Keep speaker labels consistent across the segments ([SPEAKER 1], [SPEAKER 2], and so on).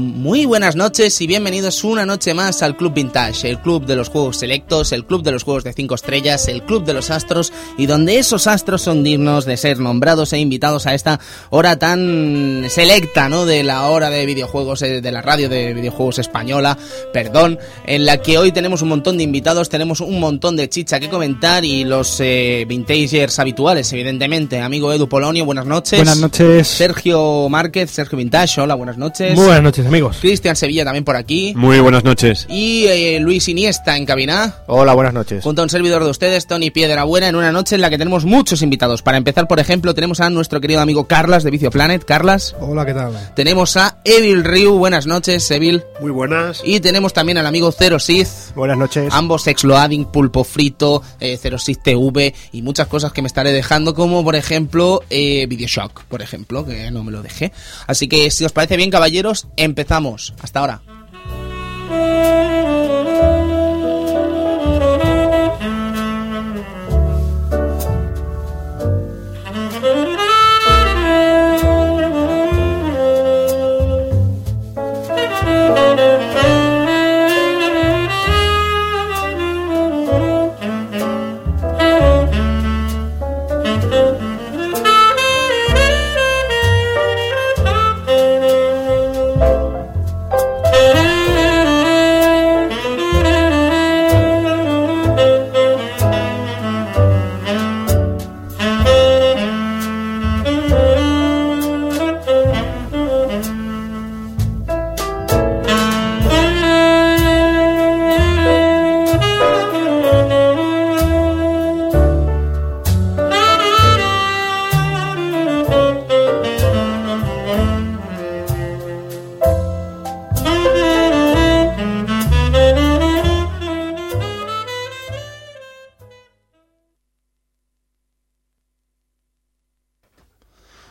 [SPEAKER 1] buenas noches y bienvenidos una noche más al Club Vintage, el club de los juegos selectos, el club de los juegos de 5 estrellas, el club de los astros y donde esos astros son dignos de ser nombrados e invitados a esta hora tan selecta, ¿no? De la hora de videojuegos, eh, de la radio de videojuegos española, perdón, en la que hoy tenemos un montón de invitados, tenemos un montón de chicha que comentar y los eh, vintagers habituales, evidentemente. Amigo Edu Polonio, buenas noches.
[SPEAKER 2] Buenas noches.
[SPEAKER 1] Sergio Márquez, Sergio Vintage, hola, buenas noches.
[SPEAKER 2] Muy buenas noches, amigos.
[SPEAKER 1] Cristian Sevilla también por aquí.
[SPEAKER 3] Muy buenas noches.
[SPEAKER 1] Y eh, Luis Iniesta en cabina.
[SPEAKER 4] Hola, buenas noches.
[SPEAKER 1] Junto a un servidor de ustedes, Tony Piedrabuena, en una noche en la que tenemos muchos invitados. Para empezar, por ejemplo, tenemos a nuestro querido amigo Carlas de Vicio Planet. Carlas.
[SPEAKER 5] Hola, ¿qué tal?
[SPEAKER 1] Tenemos a Evil Ryu. Buenas noches, Evil.
[SPEAKER 6] Muy buenas.
[SPEAKER 1] Y tenemos también al amigo Zero Sith.
[SPEAKER 4] Buenas noches.
[SPEAKER 1] Ambos exloading, pulpo frito, eh, Zero Sith TV y muchas cosas que me estaré dejando, como por ejemplo eh, Videoshock, por ejemplo, que no me lo dejé. Así que si os parece bien, caballeros, empezamos. Hasta ahora.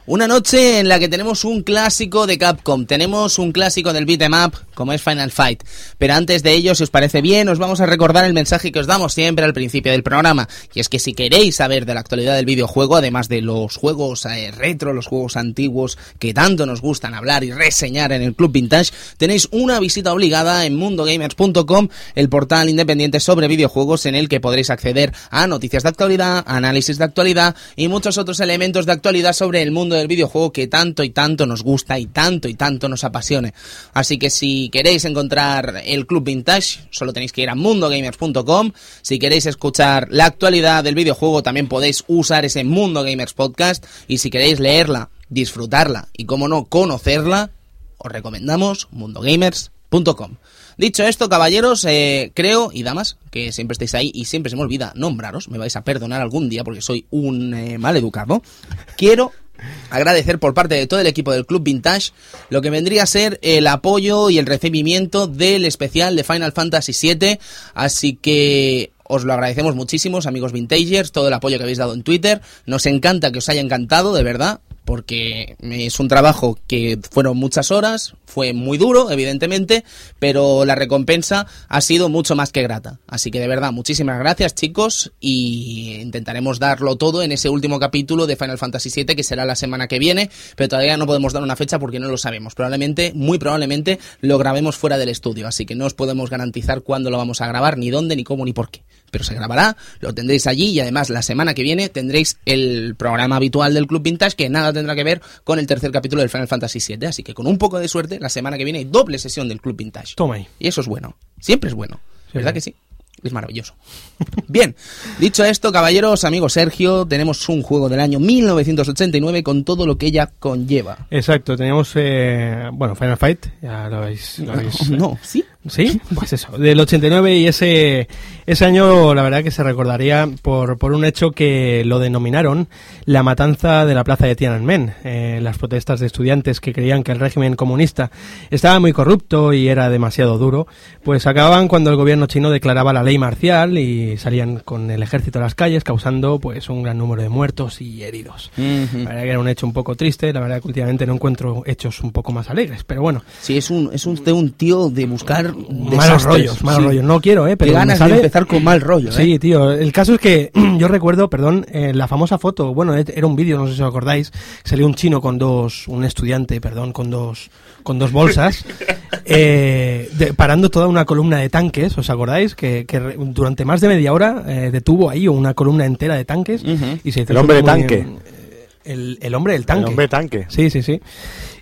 [SPEAKER 1] Una noche en la que tenemos un clásico de Capcom, tenemos un clásico del beat em up, como es Final Fight. Pero antes de ello, si os parece bien, os vamos a recordar el mensaje que os damos siempre al principio del programa. Y es que si queréis saber de la actualidad del videojuego, además de los juegos eh, retro, los juegos antiguos que tanto nos gustan hablar y reseñar en el Club Vintage, tenéis una visita obligada en mundogamers.com, el portal independiente sobre videojuegos en el que podréis acceder a noticias de actualidad, análisis de actualidad y muchos otros elementos de actualidad sobre el mundo del videojuego que tanto y tanto nos gusta y tanto y tanto nos apasione. Así que si queréis encontrar el Club Vintage, solo tenéis que ir a mundogamers.com. Si queréis escuchar la actualidad del videojuego, también podéis usar ese Mundo Gamers Podcast. Y si queréis leerla, disfrutarla y, como no, conocerla, os recomendamos mundogamers.com. Dicho esto, caballeros, eh, creo, y damas, que siempre estáis ahí y siempre se me olvida nombraros, me vais a perdonar algún día porque soy un eh, mal educado, quiero agradecer por parte de todo el equipo del Club Vintage lo que vendría a ser el apoyo y el recibimiento del especial de Final Fantasy VII. Así que os lo agradecemos muchísimo, amigos Vintagers, todo el apoyo que habéis dado en Twitter. Nos encanta que os haya encantado, de verdad. Porque es un trabajo que fueron muchas horas, fue muy duro, evidentemente, pero la recompensa ha sido mucho más que grata. Así que de verdad, muchísimas gracias, chicos, y intentaremos darlo todo en ese último capítulo de Final Fantasy VII, que será la semana que viene, pero todavía no podemos dar una fecha porque no lo sabemos. Probablemente, muy probablemente, lo grabemos fuera del estudio, así que no os podemos garantizar cuándo lo vamos a grabar, ni dónde, ni cómo, ni por qué pero se grabará, lo tendréis allí y además la semana que viene tendréis el programa habitual del Club Vintage que nada tendrá que ver con el tercer capítulo del Final Fantasy VII, así que con un poco de suerte la semana que viene hay doble sesión del Club Vintage.
[SPEAKER 2] Toma ahí. ¿eh?
[SPEAKER 1] Y eso es bueno, siempre es bueno, ¿verdad que sí? Es maravilloso. Bien, dicho esto, caballeros, amigo Sergio, tenemos un juego del año 1989 con todo lo que ella conlleva.
[SPEAKER 2] Exacto, tenemos, eh, bueno, Final Fight, ya lo habéis... lo habéis-
[SPEAKER 1] No, no, ¿sí?
[SPEAKER 2] Sí, pues eso, del 89 y ese, ese año la verdad que se recordaría por, por un hecho que lo denominaron la matanza de la plaza de Tiananmen, eh, las protestas de estudiantes que creían que el régimen comunista estaba muy corrupto y era demasiado duro, pues acababan cuando el gobierno chino declaraba la ley marcial y salían con el ejército a las calles causando pues un gran número de muertos y heridos. La verdad que era un hecho un poco triste, la verdad que últimamente no encuentro hechos un poco más alegres, pero bueno,
[SPEAKER 1] Sí, es un, es un, de un tío de buscar por
[SPEAKER 2] malos rollos, malos rollos. No quiero, ¿eh? Pero
[SPEAKER 1] Pero
[SPEAKER 2] me
[SPEAKER 1] ganas
[SPEAKER 2] sale-
[SPEAKER 1] de empezar con mal rollo, ¿eh?
[SPEAKER 2] Sí, tío. El caso es que yo recuerdo, perdón, eh, la famosa foto. Bueno, et- era un vídeo, no sé si os acordáis. Salió un chino con dos, un estudiante, perdón, con dos, con dos bolsas, eh, de- parando toda una columna de tanques. ¿Os acordáis? Que, que re- durante más de media hora eh, detuvo ahí una columna entera de tanques
[SPEAKER 1] Ujú.
[SPEAKER 2] y se hizo
[SPEAKER 3] El hombre de
[SPEAKER 2] Este muy-
[SPEAKER 3] tanque.
[SPEAKER 2] El, el hombre del tanque.
[SPEAKER 3] El hombre tanque.
[SPEAKER 2] Sí, sí, sí.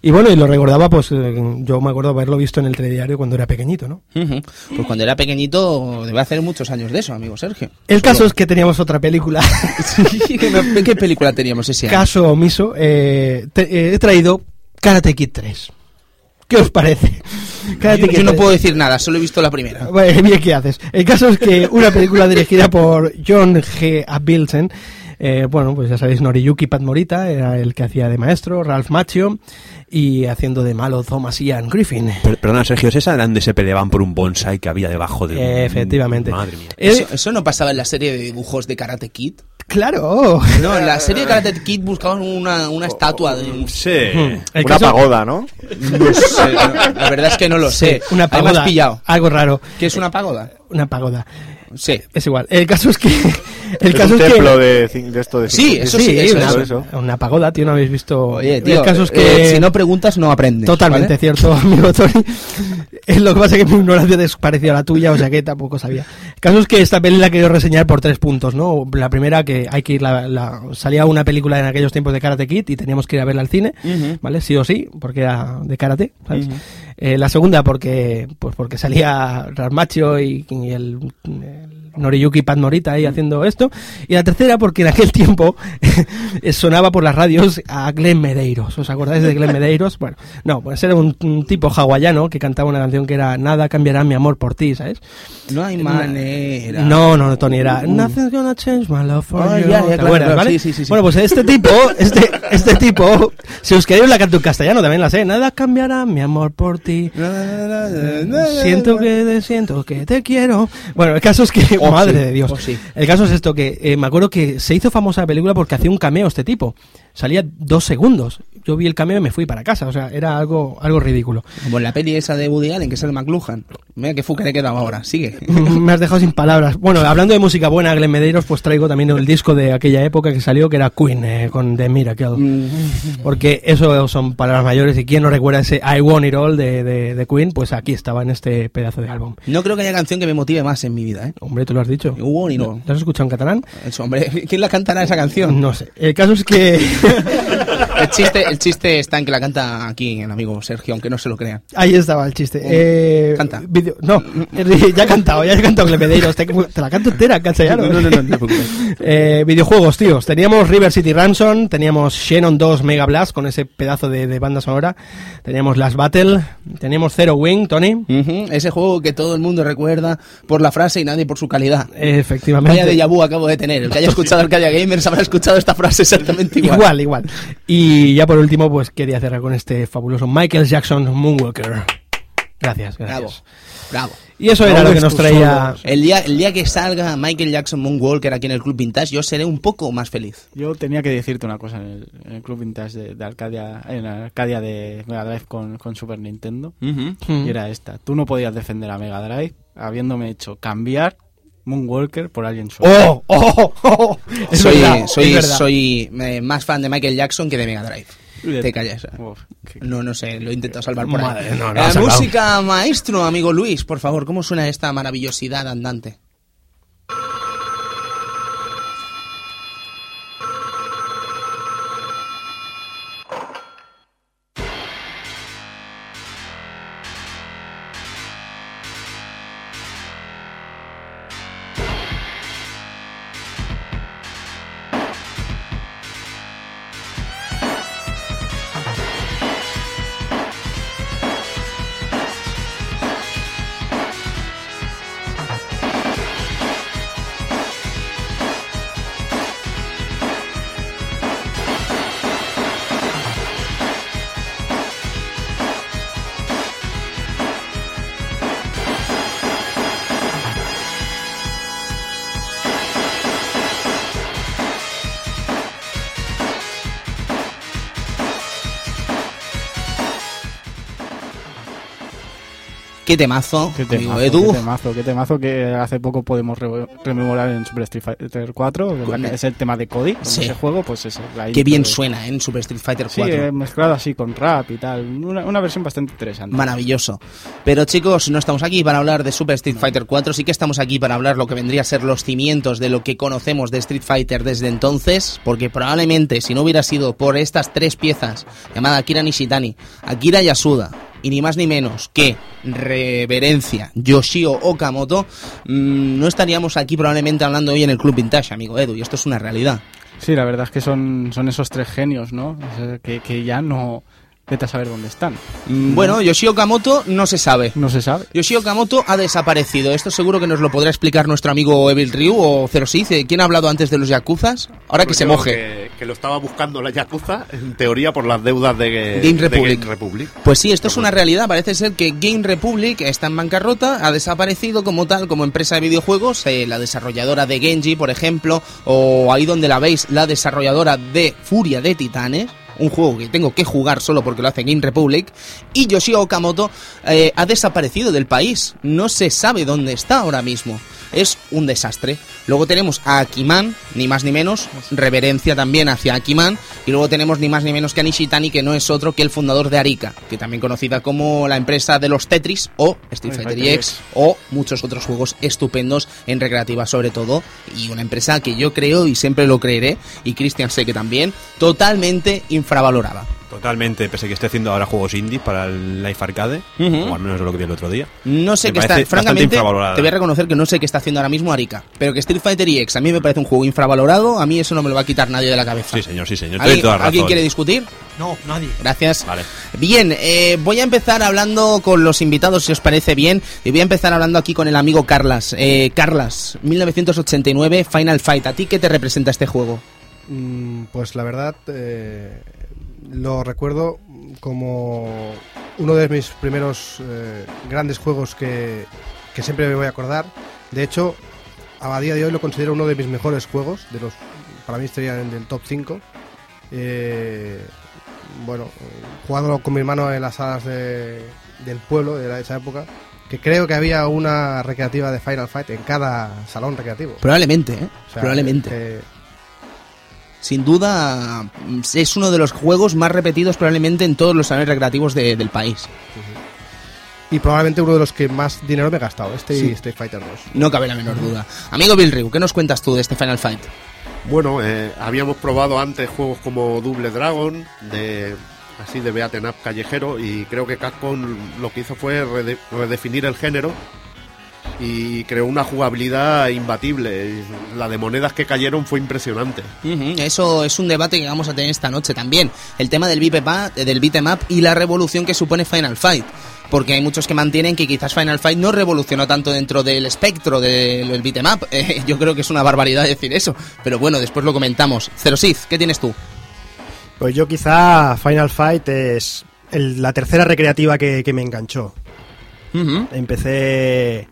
[SPEAKER 2] Y bueno, y lo recordaba, pues eh, yo me acuerdo haberlo visto en el telediario cuando era pequeñito, ¿no?
[SPEAKER 1] Ujú. Pues cuando era pequeñito, debe hacer muchos años de eso, amigo Sergio.
[SPEAKER 2] El caso es que teníamos otra película.
[SPEAKER 1] Sí, que no- ¿Qué película teníamos ese año?
[SPEAKER 2] Caso omiso. eh, te- eh, he traído Karate Kid 3. ¿Qué os parece?
[SPEAKER 1] Yo, yo no
[SPEAKER 2] 3.
[SPEAKER 1] puedo decir nada, solo he visto la primera.
[SPEAKER 2] Bueno, bien, ¿qué haces? El caso es que una película dirigida por John G. Abilsen, eh, bueno, pues ya sabéis, Noriyuki Patmorita era el que hacía de maestro, Ralph Macchio, y haciendo de malo Thomas Ian Griffin.
[SPEAKER 4] Per- Perdona, Sergio, ¿es esa era donde se peleaban por un bonsai que había debajo del...
[SPEAKER 2] Efectivamente.
[SPEAKER 4] Madre mía.
[SPEAKER 2] Eh,
[SPEAKER 1] Eso, eso no pasaba en la serie de dibujos de Karate Kid.
[SPEAKER 2] claro.
[SPEAKER 1] No, en la serie de Karate Kid buscaban una, una estatua de un...
[SPEAKER 4] Sí.
[SPEAKER 2] El
[SPEAKER 3] Una
[SPEAKER 2] caso-
[SPEAKER 3] pagoda, ¿no?
[SPEAKER 1] No sé, no, la verdad es que no lo sé.
[SPEAKER 2] Sí, una
[SPEAKER 1] Ahí me has
[SPEAKER 2] pagoda.
[SPEAKER 1] pillado.
[SPEAKER 2] Algo raro. Eh,
[SPEAKER 1] ¿Qué es una pagoda?
[SPEAKER 2] Una pagoda.
[SPEAKER 1] Sí.
[SPEAKER 2] Es igual. El caso es que. El
[SPEAKER 3] es
[SPEAKER 2] caso
[SPEAKER 3] un
[SPEAKER 2] es
[SPEAKER 3] templo
[SPEAKER 2] que.
[SPEAKER 3] de, cin- de esto de
[SPEAKER 1] Sí,
[SPEAKER 3] cinco-
[SPEAKER 1] eso sí, eso,
[SPEAKER 2] una,
[SPEAKER 3] eso, eso.
[SPEAKER 2] una pagoda, tío, no habéis visto.
[SPEAKER 1] Oye, tío,
[SPEAKER 2] el caso es que.
[SPEAKER 1] eh, si no preguntas no aprendes.
[SPEAKER 2] Totalmente
[SPEAKER 1] ¿vale?
[SPEAKER 2] cierto, amigo Tony. Es lo que pasa que mi ignorancia es parecida a la tuya, o sea que tampoco sabía. El caso es que esta peli la quiero reseñar por tres puntos, ¿no? La primera, que hay que ir la, la- salía una película en aquellos tiempos de Karate Kid y teníamos que ir a verla al cine, ¿vale? Sí o sí, porque era de karate, ¿sabes? Eh, la segunda, porque pues porque salía Rasmacho y, y el, el Noriyuki Pat Norita ahí haciendo esto. Y la tercera, porque en aquel tiempo eh, sonaba por las radios a Glenn Medeiros. ¿Os acordáis de Glenn Medeiros? Bueno, no, pues era un, un tipo hawaiano que cantaba una canción que era Nada cambiará mi amor por ti, ¿sabes?
[SPEAKER 1] No hay manera.
[SPEAKER 2] No, no, no, Tony, era Ah, Nothing's gonna change my love for
[SPEAKER 1] Ah,
[SPEAKER 2] you.
[SPEAKER 1] ya, ya,
[SPEAKER 2] ¿Te
[SPEAKER 1] claro,
[SPEAKER 2] acuerdas,
[SPEAKER 1] claro,
[SPEAKER 2] vale?
[SPEAKER 1] sí, sí, sí, sí.
[SPEAKER 2] Bueno, pues este tipo, este, este tipo, si os queréis la canto en castellano también la sé. Nada cambiará mi amor por ti. Siento que te siento que te quiero. Bueno, el caso es que,
[SPEAKER 1] Oh,
[SPEAKER 2] madre
[SPEAKER 1] sí,
[SPEAKER 2] de Dios.
[SPEAKER 1] oh, sí.
[SPEAKER 2] El caso es esto: que eh, me acuerdo que se hizo famosa la película porque hacía un cameo este tipo. Salía dos segundos. Yo vi el cameo y me fui para casa. O sea, era algo, algo ridículo.
[SPEAKER 1] Como en la peli esa de Woody Allen, que es el McLuhan. Mira qué fuca le he quedado ahora. Sigue.
[SPEAKER 2] me has dejado sin palabras. Bueno, hablando de música buena, Glenn Medeiros, pues traigo también el disco de aquella época que salió, que era Queen, eh, con The Miracle. Porque eso son palabras mayores y quien no recuerda ese I Want It All de, de- de Queen, pues aquí estaba en este pedazo de álbum.
[SPEAKER 1] No creo que haya canción que me motive más en mi vida, ¿eh?
[SPEAKER 2] Hombre, tú lo has dicho.
[SPEAKER 1] I Want It All.
[SPEAKER 2] ¿Lo has escuchado en catalán?
[SPEAKER 1] Eso, hombre, ¿quién la cantará esa canción?
[SPEAKER 2] No sé. El caso es que
[SPEAKER 1] El chiste, el chiste está en que la canta aquí el amigo Sergio, aunque no se lo crea.
[SPEAKER 2] ahí estaba el chiste. Eh,
[SPEAKER 1] Canta.
[SPEAKER 2] vídeo- No, ya he cantado, ya he cantado Glenn Medeiros. Te, te la canto entera en castellano.
[SPEAKER 1] No, no, no, no te preocupes.
[SPEAKER 2] Eh, videojuegos, tíos. Teníamos River City Ransom, teníamos Xenon 2 Mega Blast con ese pedazo de, de banda sonora, teníamos Last Battle, teníamos Zero Wing, Tony.
[SPEAKER 1] Ujú, Ese juego que todo el mundo recuerda por la frase y nadie por su calidad. Vaya
[SPEAKER 2] Efectivamente.
[SPEAKER 1] de vu acabo de tener. El que haya escuchado Arcadia Gamers habrá escuchado esta frase exactamente igual.
[SPEAKER 2] igual, igual. Y ya por último, pues quería cerrar con este fabuloso Michael Jackson Moonwalker. Gracias, gracias.
[SPEAKER 1] Bravo, bravo.
[SPEAKER 2] Y eso era
[SPEAKER 3] No
[SPEAKER 2] lo que
[SPEAKER 3] ves
[SPEAKER 2] nos
[SPEAKER 3] tú
[SPEAKER 2] traía.
[SPEAKER 1] El día, el día que salga Michael Jackson Moonwalker aquí en el Club Vintage, yo seré un poco más feliz.
[SPEAKER 5] Yo tenía que decirte una cosa en el, en el Club Vintage de, de Arcadia, en la Arcadia de Mega Drive con, con Super Nintendo. Y era esta. Tú no podías defender a Mega Drive habiéndome hecho cambiar Moonwalker por Alien Sword.
[SPEAKER 2] ¡Oh! ¡Oh! oh, oh. Es
[SPEAKER 1] soy
[SPEAKER 2] verdad,
[SPEAKER 1] soy,
[SPEAKER 2] es verdad.
[SPEAKER 1] soy eh, más fan de Michael Jackson que de Mega Drive. Te callas.
[SPEAKER 5] Uf, qué-
[SPEAKER 1] No, no sé, lo he intentado salvar por
[SPEAKER 2] Madre,
[SPEAKER 1] ahí.
[SPEAKER 2] no, no,
[SPEAKER 1] La
[SPEAKER 2] ha salvado.
[SPEAKER 1] música maestro, amigo Luis, por favor, ¿cómo suena esta maravillosidad andante?
[SPEAKER 6] Thank
[SPEAKER 1] Qué temazo,
[SPEAKER 5] Qué
[SPEAKER 1] amigo
[SPEAKER 5] temazo,
[SPEAKER 1] Edu.
[SPEAKER 5] qué temazo, qué temazo que hace poco podemos re- rememorar en Super Street Fighter 4, que es la que- es el tema de Cody, con
[SPEAKER 1] Sí.
[SPEAKER 5] ese juego, pues ese. la
[SPEAKER 1] Qué
[SPEAKER 5] intro
[SPEAKER 1] bien
[SPEAKER 5] de-
[SPEAKER 1] suena ¿eh? en Super Street Fighter
[SPEAKER 5] Sí,
[SPEAKER 1] 4.
[SPEAKER 5] eh, mezclado así con rap y tal, una, una versión bastante interesante.
[SPEAKER 1] Maravilloso. Pero chicos, no estamos aquí para hablar de Super Street Fighter 4, sí que estamos aquí para hablar lo que vendría a ser los cimientos de lo que conocemos de Street Fighter desde entonces, porque probablemente si no hubiera sido por estas tres piezas, llamada Akira Nishitani, Akira Yasuda, y ni más ni menos que reverencia Yoshio Okamoto, mm, no estaríamos aquí probablemente hablando hoy en el Club Vintage, amigo Edu, y esto es una realidad.
[SPEAKER 5] Sí, la verdad es que son, son esos tres genios, ¿no? O sea, Que, que ya no... Vete a saber dónde están.
[SPEAKER 1] Mm, Bueno, Yoshio Okamoto no se sabe.
[SPEAKER 5] No se sabe.
[SPEAKER 1] Yoshio Kamoto ha desaparecido. Esto seguro que nos lo podrá explicar nuestro amigo Evil Ryu o 06. ¿Quién ha hablado antes de los yakuzas? Ahora que se
[SPEAKER 3] Yo
[SPEAKER 1] moje.
[SPEAKER 3] Que, que lo estaba buscando la Yakuza, en teoría, por las deudas de
[SPEAKER 1] Game
[SPEAKER 3] de
[SPEAKER 1] Republic.
[SPEAKER 3] Game Republic.
[SPEAKER 1] Pues sí, esto es una realidad. Parece ser que Game Republic está en bancarrota, ha desaparecido como tal, como empresa de videojuegos, eh, la desarrolladora de Genji, por ejemplo, o ahí donde la veis, la desarrolladora de Furia de Titanes. Un juego que tengo que jugar solo porque lo hace Game Republic. Y Yoshio Okamoto eh, ha desaparecido del país. No se sabe dónde está ahora mismo. Es un desastre. Luego tenemos a Akiman, ni más ni menos, reverencia también hacia Akiman. Y luego tenemos ni más ni menos que a Nishitani, que no es otro que el fundador de Arika, que también conocida como la empresa de los Tetris o Street
[SPEAKER 5] Street
[SPEAKER 1] Fighter
[SPEAKER 5] Fighter
[SPEAKER 1] X o muchos otros juegos estupendos en recreativa sobre todo. Y una empresa que yo creo y siempre lo creeré, y Christian sé que también, totalmente infravalorada.
[SPEAKER 4] Totalmente, pese a que esté haciendo ahora juegos indies para el Life Arcade, o al menos es lo que vi el otro día.
[SPEAKER 1] No sé
[SPEAKER 4] Me
[SPEAKER 1] qué está,
[SPEAKER 4] parece bastante
[SPEAKER 1] francamente, te
[SPEAKER 4] infravalorada.
[SPEAKER 1] voy a reconocer que no sé qué está haciendo ahora mismo Arika, pero que Street Fighter X a mí me parece un juego infravalorado, a mí eso no me lo va a quitar nadie de la cabeza.
[SPEAKER 4] Sí, señor, sí, señor.
[SPEAKER 1] ¿Alguien,
[SPEAKER 4] Tienes toda la
[SPEAKER 1] alguien
[SPEAKER 4] razón.
[SPEAKER 1] quiere discutir?
[SPEAKER 2] No, nadie.
[SPEAKER 1] Gracias.
[SPEAKER 4] Vale.
[SPEAKER 1] Bien, eh, voy a empezar hablando con los invitados, si os parece bien, y voy a empezar hablando aquí con el amigo Carlas. Eh, Carlas, 1989, Final Fight, ¿a ti qué te representa este juego?
[SPEAKER 6] Mm, Pues la verdad, eh, lo recuerdo como uno de mis primeros eh, grandes juegos que, que siempre me voy a acordar. De hecho, a día de hoy lo considero uno de mis mejores juegos, de los para mí estaría en el top 5. bueno, eh, jugándolo con mi hermano en las salas de- del pueblo de la- esa época, que creo que había una recreativa de Final Fight en cada salón recreativo.
[SPEAKER 1] Probablemente, ¿eh?
[SPEAKER 6] O sea,
[SPEAKER 1] Probablemente.
[SPEAKER 6] que-
[SPEAKER 1] Sin duda, mm, es uno de los juegos más repetidos probablemente en todos los salones recreativos de- del país.
[SPEAKER 6] Y probablemente uno de los que más dinero me he gastado, este
[SPEAKER 1] Sí.
[SPEAKER 6] y Street Fighter 2.
[SPEAKER 1] No cabe la menor duda. Amigo Bill Ryu, ¿qué nos cuentas tú de este Final Fight?
[SPEAKER 3] Bueno, eh, habíamos probado antes juegos como Double Dragon, de así de beaten up callejero, y creo que Capcom lo que hizo fue rede- redefinir el género y creó una jugabilidad imbatible. La de monedas que cayeron fue impresionante.
[SPEAKER 1] Ujú, Eso es un debate que vamos a tener esta noche también. El tema del beat 'em up- del beat'em up y la revolución que supone Final Fight. Porque hay muchos que mantienen que quizás Final Fight no revolucionó tanto dentro del espectro del del beat'em up. Eh, yo creo que es una barbaridad decir eso. Pero bueno, después lo comentamos. Zero Sith, ¿qué tienes tú?
[SPEAKER 7] Pues yo quizá Final Fight es el- la tercera recreativa que, que me enganchó.
[SPEAKER 1] Ujú.
[SPEAKER 7] Empecé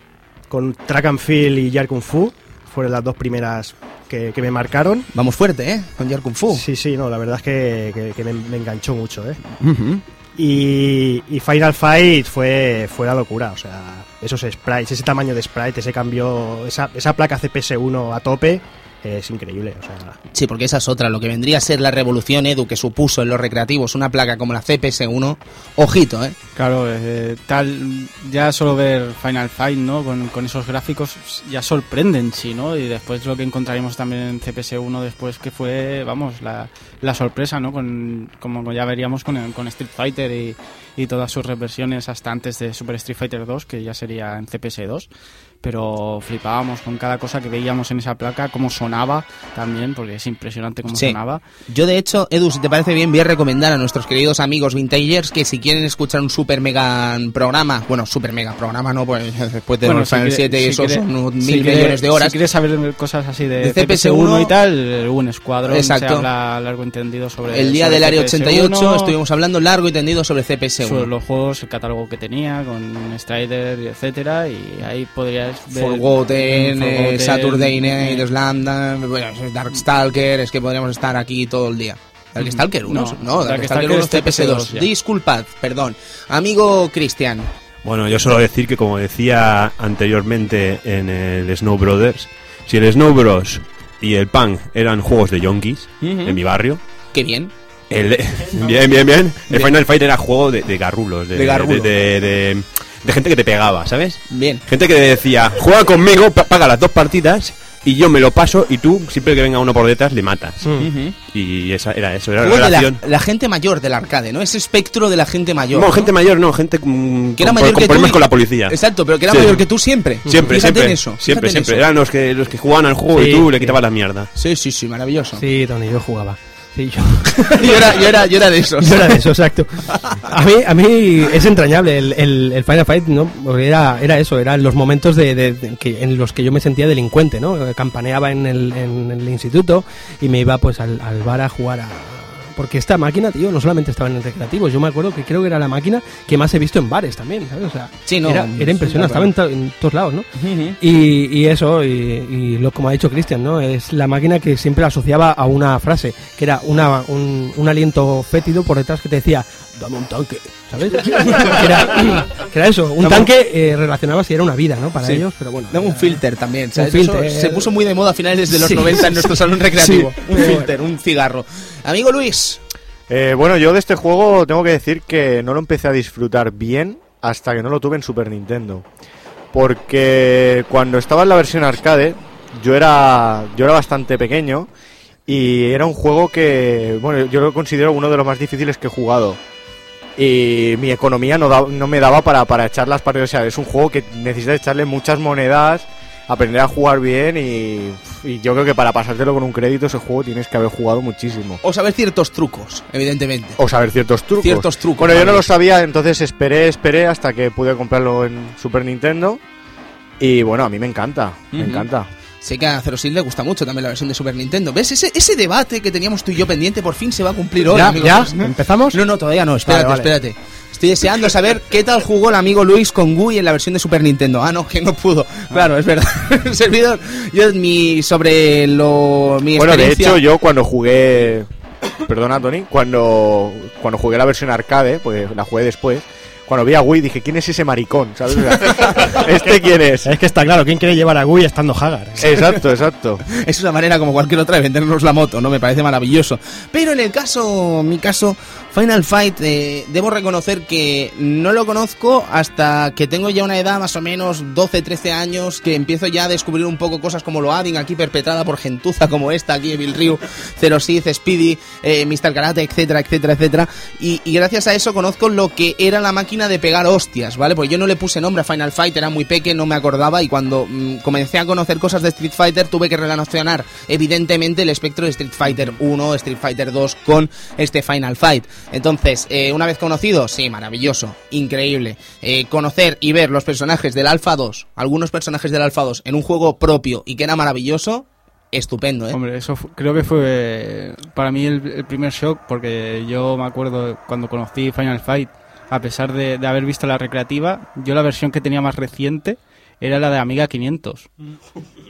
[SPEAKER 7] con Track and Field y Yar Kung Fu, fueron las dos primeras que, que me marcaron.
[SPEAKER 1] Vamos fuerte, ¿eh? Con Yar Kung Fu.
[SPEAKER 7] Sí, sí, no, la verdad es que, que- que me, me enganchó mucho, ¿eh?
[SPEAKER 1] Ujú.
[SPEAKER 7] Y, y Final Fight fue, fue la locura, o sea, esos sprites, ese tamaño de sprite, ese cambio, esa, esa placa CPS1 a tope, eh, es increíble, o sea,
[SPEAKER 1] Sí, porque esa es otra, lo que vendría a ser la revolución Edu que supuso en los recreativos una placa como la CPS1. Ojito, ¿eh?
[SPEAKER 5] Claro, eh, tal, ya solo ver Final Fight, ¿no? Con, con esos gráficos ya sorprenden, sí, ¿no? Y después lo que encontraremos también en CPS1 después, que fue, vamos, la, la sorpresa, ¿no? Con, como ya veríamos con, el- con Street Fighter y, y todas sus reversiones hasta antes de Super Street Fighter 2, que ya sería en CPS2. Pero flipábamos con cada cosa que veíamos en esa placa, cómo sonaba también, porque es impresionante cómo
[SPEAKER 1] Sí.
[SPEAKER 5] sonaba.
[SPEAKER 1] Yo, de hecho, Edu, si te parece bien, voy a recomendar a nuestros queridos amigos vintagers que si quieren escuchar un super mega programa, bueno, super mega programa, no, pues después de los
[SPEAKER 5] si
[SPEAKER 1] Final
[SPEAKER 5] quiere-
[SPEAKER 1] 7 y
[SPEAKER 5] si
[SPEAKER 1] eso
[SPEAKER 5] quiere-
[SPEAKER 1] son un
[SPEAKER 5] si
[SPEAKER 1] mil
[SPEAKER 5] quiere-
[SPEAKER 1] millones de horas.
[SPEAKER 5] Si quieres saber cosas así de,
[SPEAKER 1] De CPS1
[SPEAKER 5] CPS1 y tal, hubo un escuadrón,
[SPEAKER 1] Exacto.
[SPEAKER 5] se habla largo entendido sobre
[SPEAKER 1] el día
[SPEAKER 5] sobre
[SPEAKER 1] del área
[SPEAKER 5] CPS1,
[SPEAKER 1] 88 estuvimos hablando largo y tendido sobre CPS1.
[SPEAKER 5] sobre los juegos, el catálogo que tenía con Strider, etcétera, y ahí podrías ver
[SPEAKER 1] Forgotten, eh,
[SPEAKER 5] Forgotten,
[SPEAKER 1] Saturday Night,
[SPEAKER 5] eh,
[SPEAKER 1] Slam, bueno, Darkstalker, es que podríamos estar aquí todo el día. Darkstalker 1, no,
[SPEAKER 5] No,
[SPEAKER 1] Darkstalker
[SPEAKER 5] Darkstalker
[SPEAKER 1] 1
[SPEAKER 5] es
[SPEAKER 1] CPS2.
[SPEAKER 5] CPS2 ya.
[SPEAKER 1] Disculpad, perdón. Amigo Cristian,
[SPEAKER 4] Bueno, yo solo decir que como decía anteriormente en el Snow Brothers, si el Snow Bros y el Punk eran juegos de yonkis
[SPEAKER 1] Ujú.
[SPEAKER 4] en mi barrio,
[SPEAKER 1] Qué bien.
[SPEAKER 4] el, bien, bien, bien, el Final Fight era juego de, de garrulos, de,
[SPEAKER 1] De garrulo.
[SPEAKER 4] de- de- de- de gente que te pegaba, ¿sabes?
[SPEAKER 1] Bien.
[SPEAKER 4] Gente que decía, juega conmigo, pa- paga las dos partidas y yo me lo paso y tú, siempre que venga uno por detrás, le matas.
[SPEAKER 2] Hmm.
[SPEAKER 1] Ujú.
[SPEAKER 4] Y esa era eso, era la
[SPEAKER 1] Juegos de
[SPEAKER 4] relación.
[SPEAKER 1] Mm. la, la gente mayor del arcade, ¿no? Ese espectro de la gente mayor.
[SPEAKER 4] no,
[SPEAKER 1] ¿no?
[SPEAKER 4] gente mayor, no, gente mm,
[SPEAKER 1] que era
[SPEAKER 4] con-
[SPEAKER 1] mayor
[SPEAKER 4] con
[SPEAKER 1] que tú
[SPEAKER 4] problemas
[SPEAKER 1] y-
[SPEAKER 4] con la policía.
[SPEAKER 1] Exacto, pero que era
[SPEAKER 4] Sí.
[SPEAKER 1] mayor que tú siempre.
[SPEAKER 4] Siempre,
[SPEAKER 1] Fíjate
[SPEAKER 4] siempre.
[SPEAKER 1] en eso.
[SPEAKER 4] Siempre,
[SPEAKER 1] fíjate en
[SPEAKER 4] siempre.
[SPEAKER 1] eso.
[SPEAKER 4] Eran los que, los que jugaban al juego
[SPEAKER 2] Sí,
[SPEAKER 4] y tú le
[SPEAKER 2] sí.
[SPEAKER 4] quitabas la mierda.
[SPEAKER 1] Sí, sí, sí, maravilloso.
[SPEAKER 2] Sí, Tony, yo jugaba. Sí, yo.
[SPEAKER 1] yo, era, yo, era, yo era de esos.
[SPEAKER 2] Yo era de eso, exacto. A mí, a mí es entrañable el, el- el Final Fight, ¿no? Porque Era, era eso, eran los momentos de, de- de que, en los que yo me sentía delincuente, ¿no? Campaneaba en el, en el instituto y me iba pues al, al bar a jugar a... Porque esta máquina, tío, no solamente estaba en el recreativo, yo me acuerdo que creo que era la máquina que más he visto en bares también, ¿sabes? O sea,
[SPEAKER 1] Sí, no,
[SPEAKER 2] era,
[SPEAKER 1] sí,
[SPEAKER 2] era impresionante,
[SPEAKER 1] claro.
[SPEAKER 2] estaba en, to- en todos lados, ¿no?
[SPEAKER 1] Ujú.
[SPEAKER 2] Y, y eso, y, y lo como ha dicho Cristian, ¿no? Es la máquina que siempre asociaba a una frase, que era una, un, un aliento fétido por detrás que te decía, dame un tanque, ¿sabes? que, era, que era eso, un
[SPEAKER 1] Dame un-
[SPEAKER 2] tanque eh, relacionaba si era una vida, ¿no? Para
[SPEAKER 1] Sí.
[SPEAKER 2] ellos, pero bueno.
[SPEAKER 1] Dame un filter también, ¿sabes?
[SPEAKER 2] Un filter.
[SPEAKER 1] Eso se puso muy de moda a finales de los
[SPEAKER 2] Sí.
[SPEAKER 1] 90 en nuestro salón recreativo.
[SPEAKER 2] Sí.
[SPEAKER 1] Un filter, un cigarro. Amigo Luis,
[SPEAKER 8] Eh, bueno, yo de este juego tengo que decir que no lo empecé a disfrutar bien hasta que no lo tuve en Super Nintendo. Porque cuando estaba en la versión arcade, yo era, yo era bastante pequeño y era un juego que, bueno, yo lo considero uno de los más difíciles que he jugado. Y Eh, mi economía no, da- no me daba para, para echar las partidas. O sea, es un juego que necesitas echarle muchas monedas, aprender a jugar bien y, y yo creo que para pasártelo con un crédito ese juego tienes que haber jugado muchísimo
[SPEAKER 1] o saber ciertos trucos, evidentemente.
[SPEAKER 8] o saber ciertos trucos.
[SPEAKER 1] Ciertos trucos,
[SPEAKER 8] Bueno, yo
[SPEAKER 1] vale.
[SPEAKER 8] no lo sabía, entonces esperé, esperé hasta que pude comprarlo en Super Nintendo. Y bueno, a mí me encanta, me
[SPEAKER 1] Ujú.
[SPEAKER 8] encanta.
[SPEAKER 1] Sé que a Zero Seal le gusta mucho también la versión de Super Nintendo. ¿Ves? Ese, ese debate que teníamos tú y yo pendiente por fin se va a cumplir hoy,
[SPEAKER 2] ¿Ya?
[SPEAKER 1] amigo
[SPEAKER 2] ¿Ya?
[SPEAKER 1] Luis.
[SPEAKER 2] ¿Empezamos?
[SPEAKER 1] No, no, todavía no. Espérate,
[SPEAKER 8] Vale, vale.
[SPEAKER 1] espérate. Estoy deseando saber qué tal jugó el amigo Luis con GUI en la versión de Super Nintendo. Ah, no, que no pudo. Claro, es verdad. El servidor, yo mi sobre lo mi
[SPEAKER 8] Bueno, de
[SPEAKER 1] experiencia-
[SPEAKER 8] hecho, yo cuando jugué. Perdona, Tony. Cuando, cuando jugué la versión arcade, pues la jugué después. Cuando vi a Wii dije, ¿quién es ese maricón? ¿Sabes? O sea, ¿Este quién es?
[SPEAKER 7] Es que está claro, ¿quién quiere llevar a Gui estando Hagar?
[SPEAKER 8] Exacto, exacto.
[SPEAKER 1] Es una manera como cualquier otra de vendernos la moto, ¿no? Me parece maravilloso. Pero en el caso, mi caso, Final Fight, eh, debo reconocer que no lo conozco hasta que tengo ya una edad más o menos 12, 13 años, que empiezo ya a descubrir un poco cosas como lo Adin, aquí perpetrada por gentuza como esta, aquí Evil Ryu, Zero Sith, Speedy, eh, Mr. Karate, etcétera, etcétera, etcétera. Y, y gracias a eso conozco lo que era la máquina de pegar hostias, ¿vale? Pues yo no le puse nombre a Final Fight, era muy peque, no me acordaba y cuando mm, comencé a conocer cosas de Street Fighter tuve que relacionar evidentemente el espectro de Street Fighter 1, Street Fighter 2 con este Final Fight. Entonces, eh, una vez conocido, sí, maravilloso, increíble. Eh, conocer y ver los personajes del Alpha 2, algunos personajes del Alpha 2 en un juego propio y que era maravilloso, estupendo, ¿eh?
[SPEAKER 5] Hombre, eso fu- creo que fue eh, para mí el, el primer shock, porque yo me acuerdo cuando conocí Final Fight, a pesar de, de haber visto la recreativa, yo la versión que tenía más reciente era la de Amiga 500.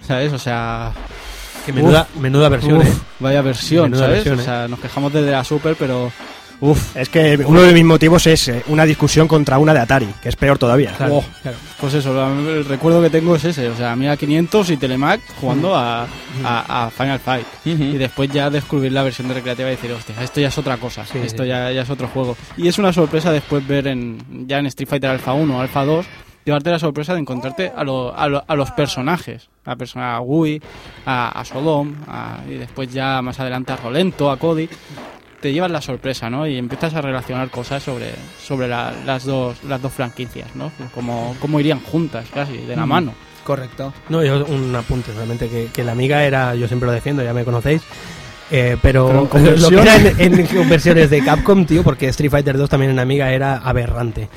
[SPEAKER 5] ¿Sabes? O sea,
[SPEAKER 2] Mm. Que menuda, menuda versión,
[SPEAKER 5] uf,
[SPEAKER 2] ¿eh?
[SPEAKER 5] vaya versión,
[SPEAKER 2] Menuda
[SPEAKER 5] ¿sabes?
[SPEAKER 2] versión, ¿eh?
[SPEAKER 5] o sea, nos quejamos desde la Super, pero uff,
[SPEAKER 7] Es que Eh, uno de mis motivos es eh, una discusión contra una de Atari, que es peor todavía.
[SPEAKER 2] Claro,
[SPEAKER 5] Oh.
[SPEAKER 2] claro.
[SPEAKER 5] pues eso, la- el recuerdo que tengo es ese, o sea, Amiga 500 y Telemac
[SPEAKER 2] Mm.
[SPEAKER 5] jugando a, a- a Final Fight. Y después ya descubrir la versión de recreativa y decir, hostia, esto ya es otra cosa,
[SPEAKER 2] Sí,
[SPEAKER 5] esto
[SPEAKER 2] sí.
[SPEAKER 5] Ya, ya es otro juego. Y es una sorpresa después ver en, ya en Street Fighter Alpha 1 o Alpha 2, llevarte la sorpresa de encontrarte a, lo- a, lo- a los personajes, a, persona, a Wui, a, a Sodom, a- y después ya más adelante a Rolento, a Cody. Te llevas la sorpresa, ¿no? Y empiezas a relacionar cosas sobre, sobre la- las, dos, las dos franquicias, ¿no? Como, como irían juntas, casi, de la mano.
[SPEAKER 1] Correcto.
[SPEAKER 2] No, yo un apunte realmente, que, que la amiga era, yo siempre lo defiendo, ya me conocéis. eh, pero,
[SPEAKER 5] Pero en
[SPEAKER 2] lo que
[SPEAKER 5] conversión.
[SPEAKER 2] era en, en conversiones de Capcom, tío, porque Street Fighter 2 también en Amiga era aberrante.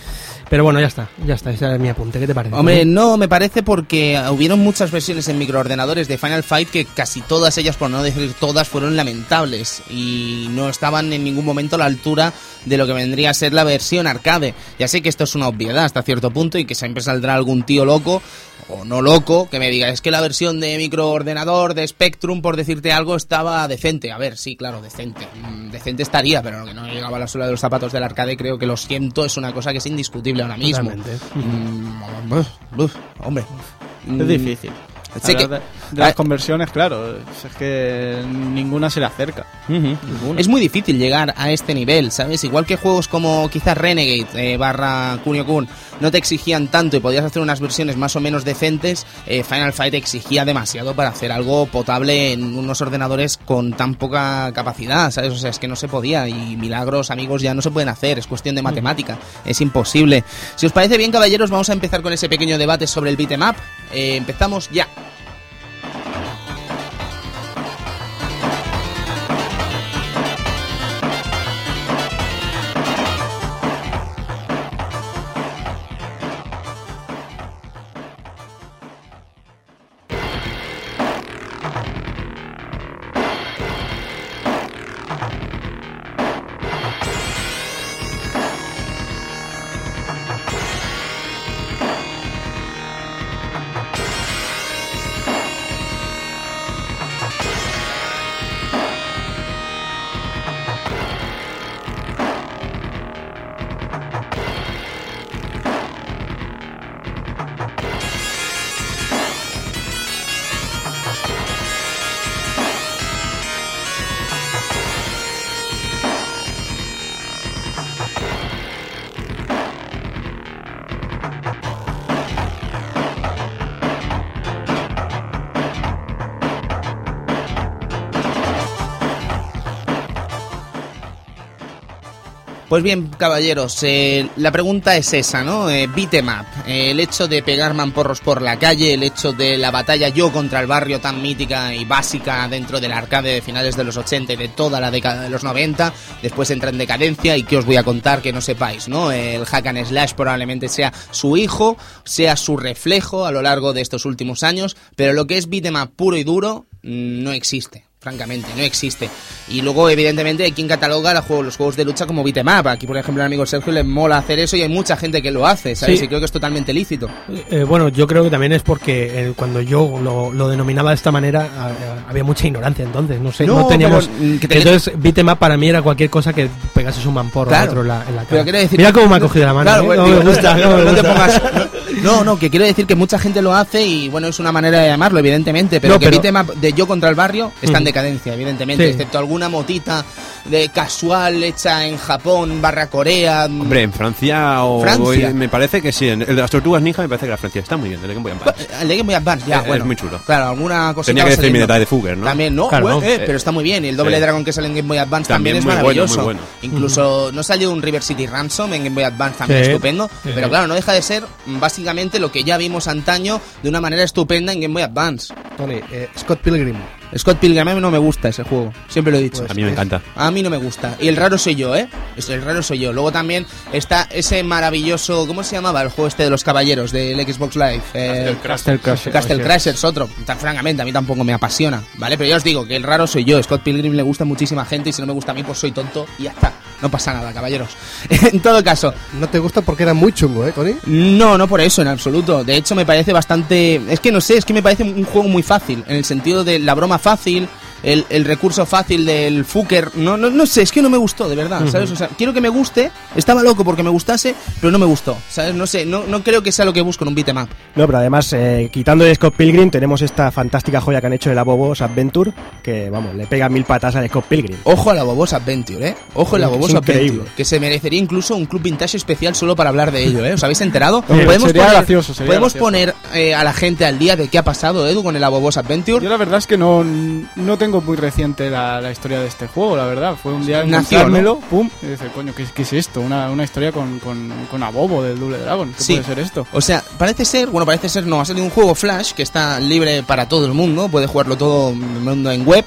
[SPEAKER 2] Pero bueno, ya está, ya está, ese era mi apunte, ¿qué te parece?
[SPEAKER 1] Hombre, no, me parece porque hubieron muchas versiones en microordenadores de Final Fight que casi todas ellas, por no decir todas, fueron lamentables y no estaban en ningún momento a la altura de lo que vendría a ser la versión arcade. Ya sé que esto es una obviedad hasta cierto punto y que siempre saldrá algún tío loco o no loco que me diga es que la versión de microordenador de Spectrum, por decirte algo, estaba decente. decente, a ver, sí, claro, decente. Mm, decente estaría, pero que no llegaba a la suela de los zapatos del arcade, creo que lo siento, es una cosa que es indiscutible ahora mismo. Mm, buf, buf, hombre. Mm,
[SPEAKER 5] Es difícil.
[SPEAKER 1] Sí
[SPEAKER 5] Hablar
[SPEAKER 1] que-
[SPEAKER 5] de, de las
[SPEAKER 1] Ah.
[SPEAKER 5] conversiones, claro, es que ninguna se le acerca. Ninguna.
[SPEAKER 1] Es muy difícil llegar a este nivel, ¿sabes? Igual que juegos como quizás Renegade eh, barra Kunio Kun no te exigían tanto y podías hacer unas versiones más o menos decentes, eh, Final Fight exigía demasiado para hacer algo potable en unos ordenadores con tan poca capacidad, ¿sabes? O sea, es que no se podía y milagros, amigos, ya no se pueden hacer, es cuestión de matemática, es imposible. Si os parece bien, caballeros, vamos a empezar con ese pequeño debate sobre el beatmap. empezamos ya. Pues bien, caballeros, eh, la pregunta es esa, ¿no? Eh, Beatemap, el hecho de pegar mamporros por la calle, el hecho de la batalla yo contra el barrio tan mítica y básica dentro del arcade de finales de los 80 y de toda la década de los 90, después entra en decadencia y que os voy a contar que no sepáis, ¿no? El hack and slash probablemente sea su hijo, sea su reflejo a lo largo de estos últimos años, pero lo que es Beatemap puro y duro mm, no existe francamente, no existe. Y luego, evidentemente, hay quien cataloga la juego- los juegos de lucha como beatmap. Aquí, por ejemplo, al amigo Sergio le mola hacer eso y hay mucha gente que lo hace, ¿sabes?
[SPEAKER 2] Sí.
[SPEAKER 1] Y creo que es totalmente lícito.
[SPEAKER 2] Eh, bueno, yo creo que también es porque eh, cuando yo lo, lo denominaba de esta manera a- a- había mucha ignorancia entonces, no sé, no,
[SPEAKER 1] No,
[SPEAKER 2] teníamos...
[SPEAKER 1] pero, mm, que te-
[SPEAKER 2] Entonces, Bitmap para mí era cualquier cosa que pegases un mamporro
[SPEAKER 1] Claro.
[SPEAKER 2] a otro en la, en la cara.
[SPEAKER 1] Pero quiero decir-
[SPEAKER 2] Mira cómo me ha cogido la mano.
[SPEAKER 1] Claro,
[SPEAKER 2] ¿eh?
[SPEAKER 1] pues,
[SPEAKER 2] no,
[SPEAKER 1] digo,
[SPEAKER 2] me gusta, no,
[SPEAKER 1] no,
[SPEAKER 2] me
[SPEAKER 1] no te
[SPEAKER 2] gusta.
[SPEAKER 1] pongas- no, no, que quiero decir que mucha gente lo hace y bueno, es una manera de llamarlo, evidentemente, pero
[SPEAKER 2] No,
[SPEAKER 1] que
[SPEAKER 2] pero-
[SPEAKER 1] beatmap de yo contra el barrio está en
[SPEAKER 2] Mm.
[SPEAKER 1] decadencia, evidentemente,
[SPEAKER 2] Sí.
[SPEAKER 1] excepto alguna motita de casual hecha en Japón, barra Corea. mm,
[SPEAKER 4] Hombre, en Francia o.
[SPEAKER 1] Francia.
[SPEAKER 4] o- me parece que sí. en- El de las tortugas ninja me parece que la Francia está muy bien. el de Game Boy Advance.
[SPEAKER 1] eh, El de Game Boy Advance, ya,
[SPEAKER 4] Es- es
[SPEAKER 1] bueno.
[SPEAKER 4] muy chulo.
[SPEAKER 1] Claro, alguna cosita
[SPEAKER 4] Tenía que
[SPEAKER 1] va
[SPEAKER 4] decir
[SPEAKER 1] saliendo.
[SPEAKER 4] Mineta de Fugger, ¿no?
[SPEAKER 1] También, no,
[SPEAKER 2] Claro,
[SPEAKER 1] bueno,
[SPEAKER 2] no.
[SPEAKER 1] eh, pero está muy bien. Y el doble
[SPEAKER 4] Sí.
[SPEAKER 1] dragón que sale en Game Boy Advance también,
[SPEAKER 4] También
[SPEAKER 1] es
[SPEAKER 4] muy bueno,
[SPEAKER 1] maravilloso.
[SPEAKER 4] muy bueno.
[SPEAKER 1] Incluso no salió un River City Ransom en Game Boy Advance también
[SPEAKER 2] Sí.
[SPEAKER 1] estupendo.
[SPEAKER 2] Sí.
[SPEAKER 1] Pero claro, no deja de ser mm, básicamente lo que ya vimos antaño de una manera estupenda en Game Boy Advance.
[SPEAKER 6] Tony, eh, Scott Pilgrim.
[SPEAKER 1] Scott Pilgrim a mí no me gusta ese juego, siempre lo he dicho.
[SPEAKER 6] Pues-
[SPEAKER 4] A mí me encanta.
[SPEAKER 1] A mí no me gusta. Y el raro soy yo, ¿eh? Es- El raro soy yo. Luego también está ese maravilloso. ¿Cómo se llamaba el juego este de los caballeros del Xbox Live? Eh,
[SPEAKER 5] Castle Crashers.
[SPEAKER 1] Castle Crashers, otro. Tan, francamente, a mí tampoco me apasiona, ¿vale? Pero ya os digo que el raro soy yo. Scott Pilgrim le gusta a muchísima gente y si no me gusta a mí, pues soy tonto y ya está. No pasa nada, caballeros. en todo caso,
[SPEAKER 6] No te gusta porque era muy chungo, ¿eh, Tony?
[SPEAKER 1] no, no por eso en absoluto. De hecho, me parece bastante. Es que no sé, es que me parece un un juego muy fácil. En el sentido de la broma fácil, el, el recurso fácil del fucker. No, no, no sé, es que no me gustó, de verdad, ¿sabes? O sea, quiero que me guste. Estaba loco porque me gustase, pero no me gustó, ¿sabes? No sé, no, no creo que sea lo que busco en un beatmap.
[SPEAKER 7] No, pero además, eh, quitando de Scott Pilgrim, tenemos esta fantástica joya que han hecho de la Bobos Adventure, que, vamos, le pega mil patas al Scott Pilgrim.
[SPEAKER 1] Ojo a la Bobosa Adventure, ¿eh? Ojo a la
[SPEAKER 7] Es
[SPEAKER 1] Bobosa
[SPEAKER 7] increíble.
[SPEAKER 1] Adventure. Que se merecería incluso un club vintage especial solo para hablar de ello, ¿eh? ¿Os habéis enterado?
[SPEAKER 5] Hombre, sería gracioso, sería
[SPEAKER 1] podemos
[SPEAKER 5] gracioso.
[SPEAKER 1] poner eh, a la gente al día de qué ha pasado, Edu, con el Bobosa Adventure.
[SPEAKER 5] Yo la verdad es que no, no tengo muy reciente la, la historia de este juego, la verdad. Fue un día
[SPEAKER 1] Nació,
[SPEAKER 5] encontrármelo, pum, y dice, coño, ¿qué, qué es esto? Una, una historia con, con, con Abobo del Double Dragon. ¿Qué
[SPEAKER 1] Sí.
[SPEAKER 5] puede ser esto?
[SPEAKER 1] O sea, parece ser, bueno, parece ser, no, ha salido un juego Flash que está libre para todo el mundo, puede jugarlo todo el mundo en web,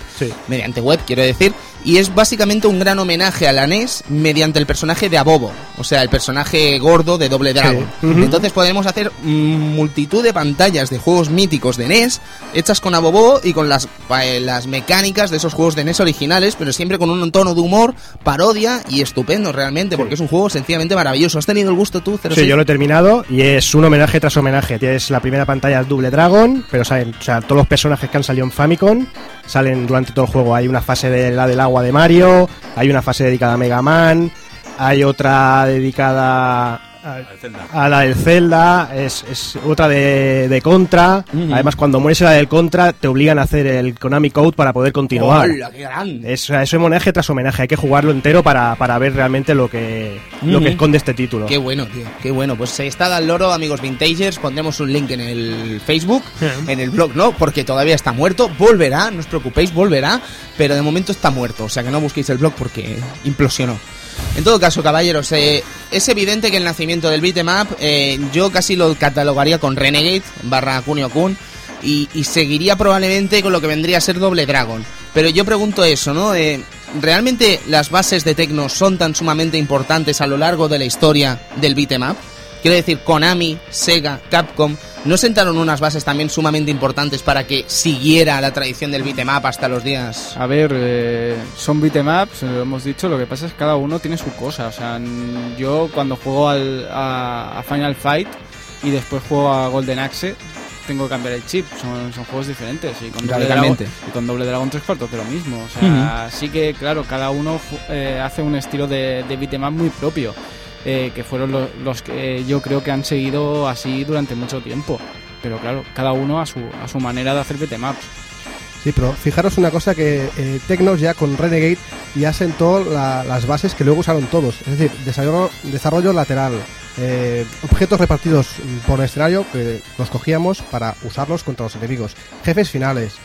[SPEAKER 1] mediante web, quiero decir, y es básicamente un gran homenaje a la NES mediante el personaje de Abobo, o sea, el personaje gordo de Doble Dragon. Entonces podemos hacer mm, E multitud de pantallas de juegos míticos de NES hechas con Abobo y con las, pa- eh, las, me- mecánicas de esos juegos de NES originales, pero siempre con un tono de humor, parodia y estupendo realmente, porque es un juego sencillamente maravilloso. ¿Has tenido el gusto tú, 06?
[SPEAKER 7] Sí, yo lo he terminado y es un homenaje tras homenaje. Tienes la primera pantalla del Double Dragon, pero salen, o sea, todos los personajes que han salido en Famicom salen durante todo el juego. Hay una fase de la del agua de Mario, hay una fase dedicada a Mega Man, hay otra dedicada a, a la del Zelda, es, es otra de, de Contra. Además, cuando mueres en la del Contra, te obligan a hacer el Konami Code para poder continuar.
[SPEAKER 1] ¡Hola, qué grande!
[SPEAKER 7] Es, es homenaje tras homenaje, hay que jugarlo entero para, para ver realmente lo que, lo que esconde este título.
[SPEAKER 1] Qué bueno, tío, qué bueno. Pues se está al loro, amigos vintagers. Pondremos un link en el Facebook, en el blog, ¿no? Porque todavía está muerto. Volverá, no os preocupéis, volverá. Pero de momento está muerto. O sea que no busquéis el blog porque implosionó. En todo caso, caballeros, eh, es evidente que el nacimiento del beatmap yo casi lo catalogaría con Renegade barra Kunio Kun y, y seguiría probablemente con lo que vendría a ser Doble Dragon. Pero yo pregunto eso, ¿no? Eh, ¿Realmente las bases de Tecno son tan sumamente importantes a lo largo de la historia del beatmap? Quiero decir, Konami, Sega, Capcom, ¿no sentaron unas bases también sumamente importantes para que siguiera la tradición del beatmap hasta los días?
[SPEAKER 5] A ver, eh, son beatemaps, lo eh, hemos dicho, lo que pasa es que cada uno tiene su cosa. O sea, n- yo cuando juego al, a, a Final Fight y después juego a Golden Axe, tengo que cambiar el chip. Son, son juegos diferentes. Y con Doble Dragon,
[SPEAKER 1] Radicalmente.
[SPEAKER 5] y con Doble Dragon tres cuartos de lo mismo. O sea, sí que, claro, cada uno fu- eh, hace un estilo de, de beatmap muy propio. eh, que fueron lo- los que eh, yo creo que han seguido así durante mucho tiempo. Pero claro, cada uno a su, a su manera de hacer 'em beatemaps.
[SPEAKER 6] Sí, pero fijaros una cosa que eh, Tecnos ya con Renegade ya sentó la- las bases que luego usaron todos. Es decir, desarrollo, desarrollo lateral, eh, objetos repartidos mm, por escenario que los cogíamos para usarlos contra los enemigos, jefes finales.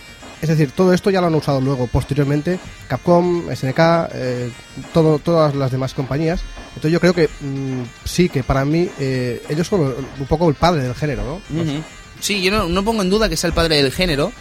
[SPEAKER 6] Es decir, todo esto ya lo han usado luego, posteriormente, Capcom, SNK, eh, todo, todas las demás compañías. Entonces yo creo que mm, sí, que para mí eh, ellos son un poco el padre del género, ¿no?
[SPEAKER 1] Sí, yo no, no pongo en duda que sea el padre del género,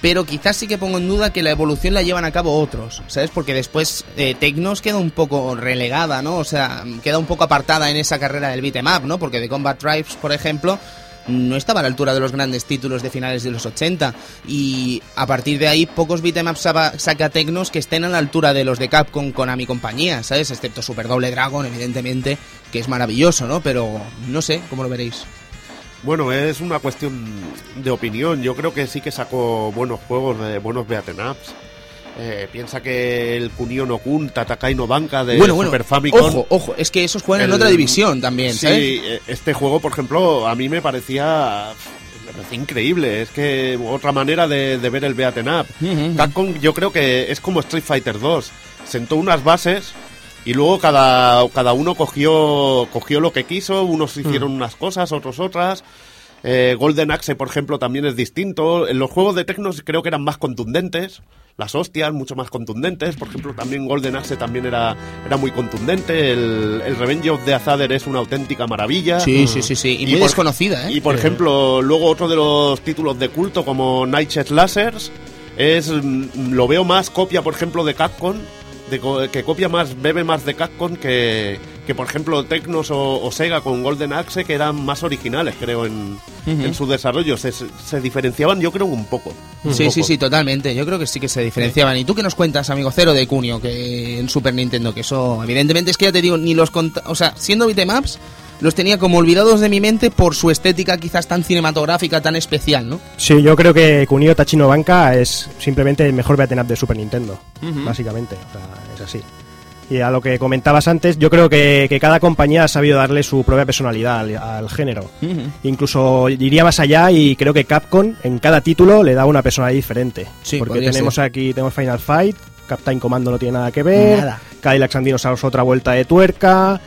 [SPEAKER 1] pero quizás sí que pongo en duda que la evolución la llevan a cabo otros, ¿sabes? Porque después eh, Tecnos queda un poco relegada, ¿no? O sea, queda un poco apartada en esa carrera del beat'em up, ¿no? Porque de Combat Tribes, por ejemplo, no estaba a la altura de los grandes títulos de finales de los 80 y a partir de ahí pocos beat'em up saba- saca Tecnos que estén a la altura de los de Capcom, Konami y compañía, ¿sabes? Excepto Super Doble Dragon, evidentemente, que es maravilloso, ¿no? Pero no sé cómo lo veréis.
[SPEAKER 3] Bueno, es una cuestión de opinión. Yo creo que sí que sacó buenos juegos de buenos beaten ups. Eh, piensa que el Kunio no Kun, Tatakai no Banca de Super Famicom.
[SPEAKER 1] Ojo, ojo, es que esos juegan en
[SPEAKER 3] El-
[SPEAKER 1] otra división también,
[SPEAKER 3] sí,
[SPEAKER 1] ¿sabes?
[SPEAKER 3] eh, este juego, por ejemplo, a mí me parecía, me parecía increíble. Es que otra manera de, de ver el beaten up. Capcom, yo creo que es como Street Fighter 2. Sentó unas bases y luego cada, cada uno cogió, cogió lo que quiso. Unos
[SPEAKER 1] Mm.
[SPEAKER 3] hicieron unas cosas, otros otras. Eh, Golden Axe, por ejemplo, también es distinto. En los juegos de Tecnos creo que eran más contundentes. Las hostias, mucho más contundentes. Por ejemplo, también Golden Axe también era, era muy contundente. El, el Revenge of the Azader es una auténtica maravilla.
[SPEAKER 1] Sí, sí, sí, sí. Y, muy
[SPEAKER 3] por-
[SPEAKER 1] desconocida, ¿eh?
[SPEAKER 3] Y por ejemplo, luego otro de los títulos de culto como Nightshade Lasers es mm, lo veo más copia, por ejemplo, de Capcom, de co- que copia más, bebe más de Capcom que, que por ejemplo Tecnos o, o Sega con Golden Axe que eran más originales, creo, en, en su desarrollo. Se, se diferenciaban, yo creo, un poco. un
[SPEAKER 1] sí, sí,
[SPEAKER 3] poco.
[SPEAKER 1] sí, totalmente. Yo creo que sí que se diferenciaban. ¿Y tú qué nos cuentas, amigo Cero de Cunio, que en Super Nintendo? Que eso, evidentemente, es que ya te digo, ni los. cont- O sea, siendo bitemaps, los tenía como olvidados de mi mente por su estética quizás tan cinematográfica, tan especial, ¿no?
[SPEAKER 7] Sí, yo creo que Kunio Tachino Banca es simplemente el mejor beaten up de Super Nintendo, básicamente. O sea, es así. Y a lo que comentabas antes, yo creo que, que cada compañía ha sabido darle su propia personalidad al, al género. Incluso iría más allá y creo que Capcom en cada título le da una personalidad diferente.
[SPEAKER 1] Sí,
[SPEAKER 7] porque
[SPEAKER 1] podría
[SPEAKER 7] tenemos
[SPEAKER 1] ser.
[SPEAKER 7] aquí tenemos Final Fight, Captain Commando no tiene nada que ver,
[SPEAKER 1] Nada.
[SPEAKER 7] Cadillac and Dinosaurs otra vuelta de tuerca,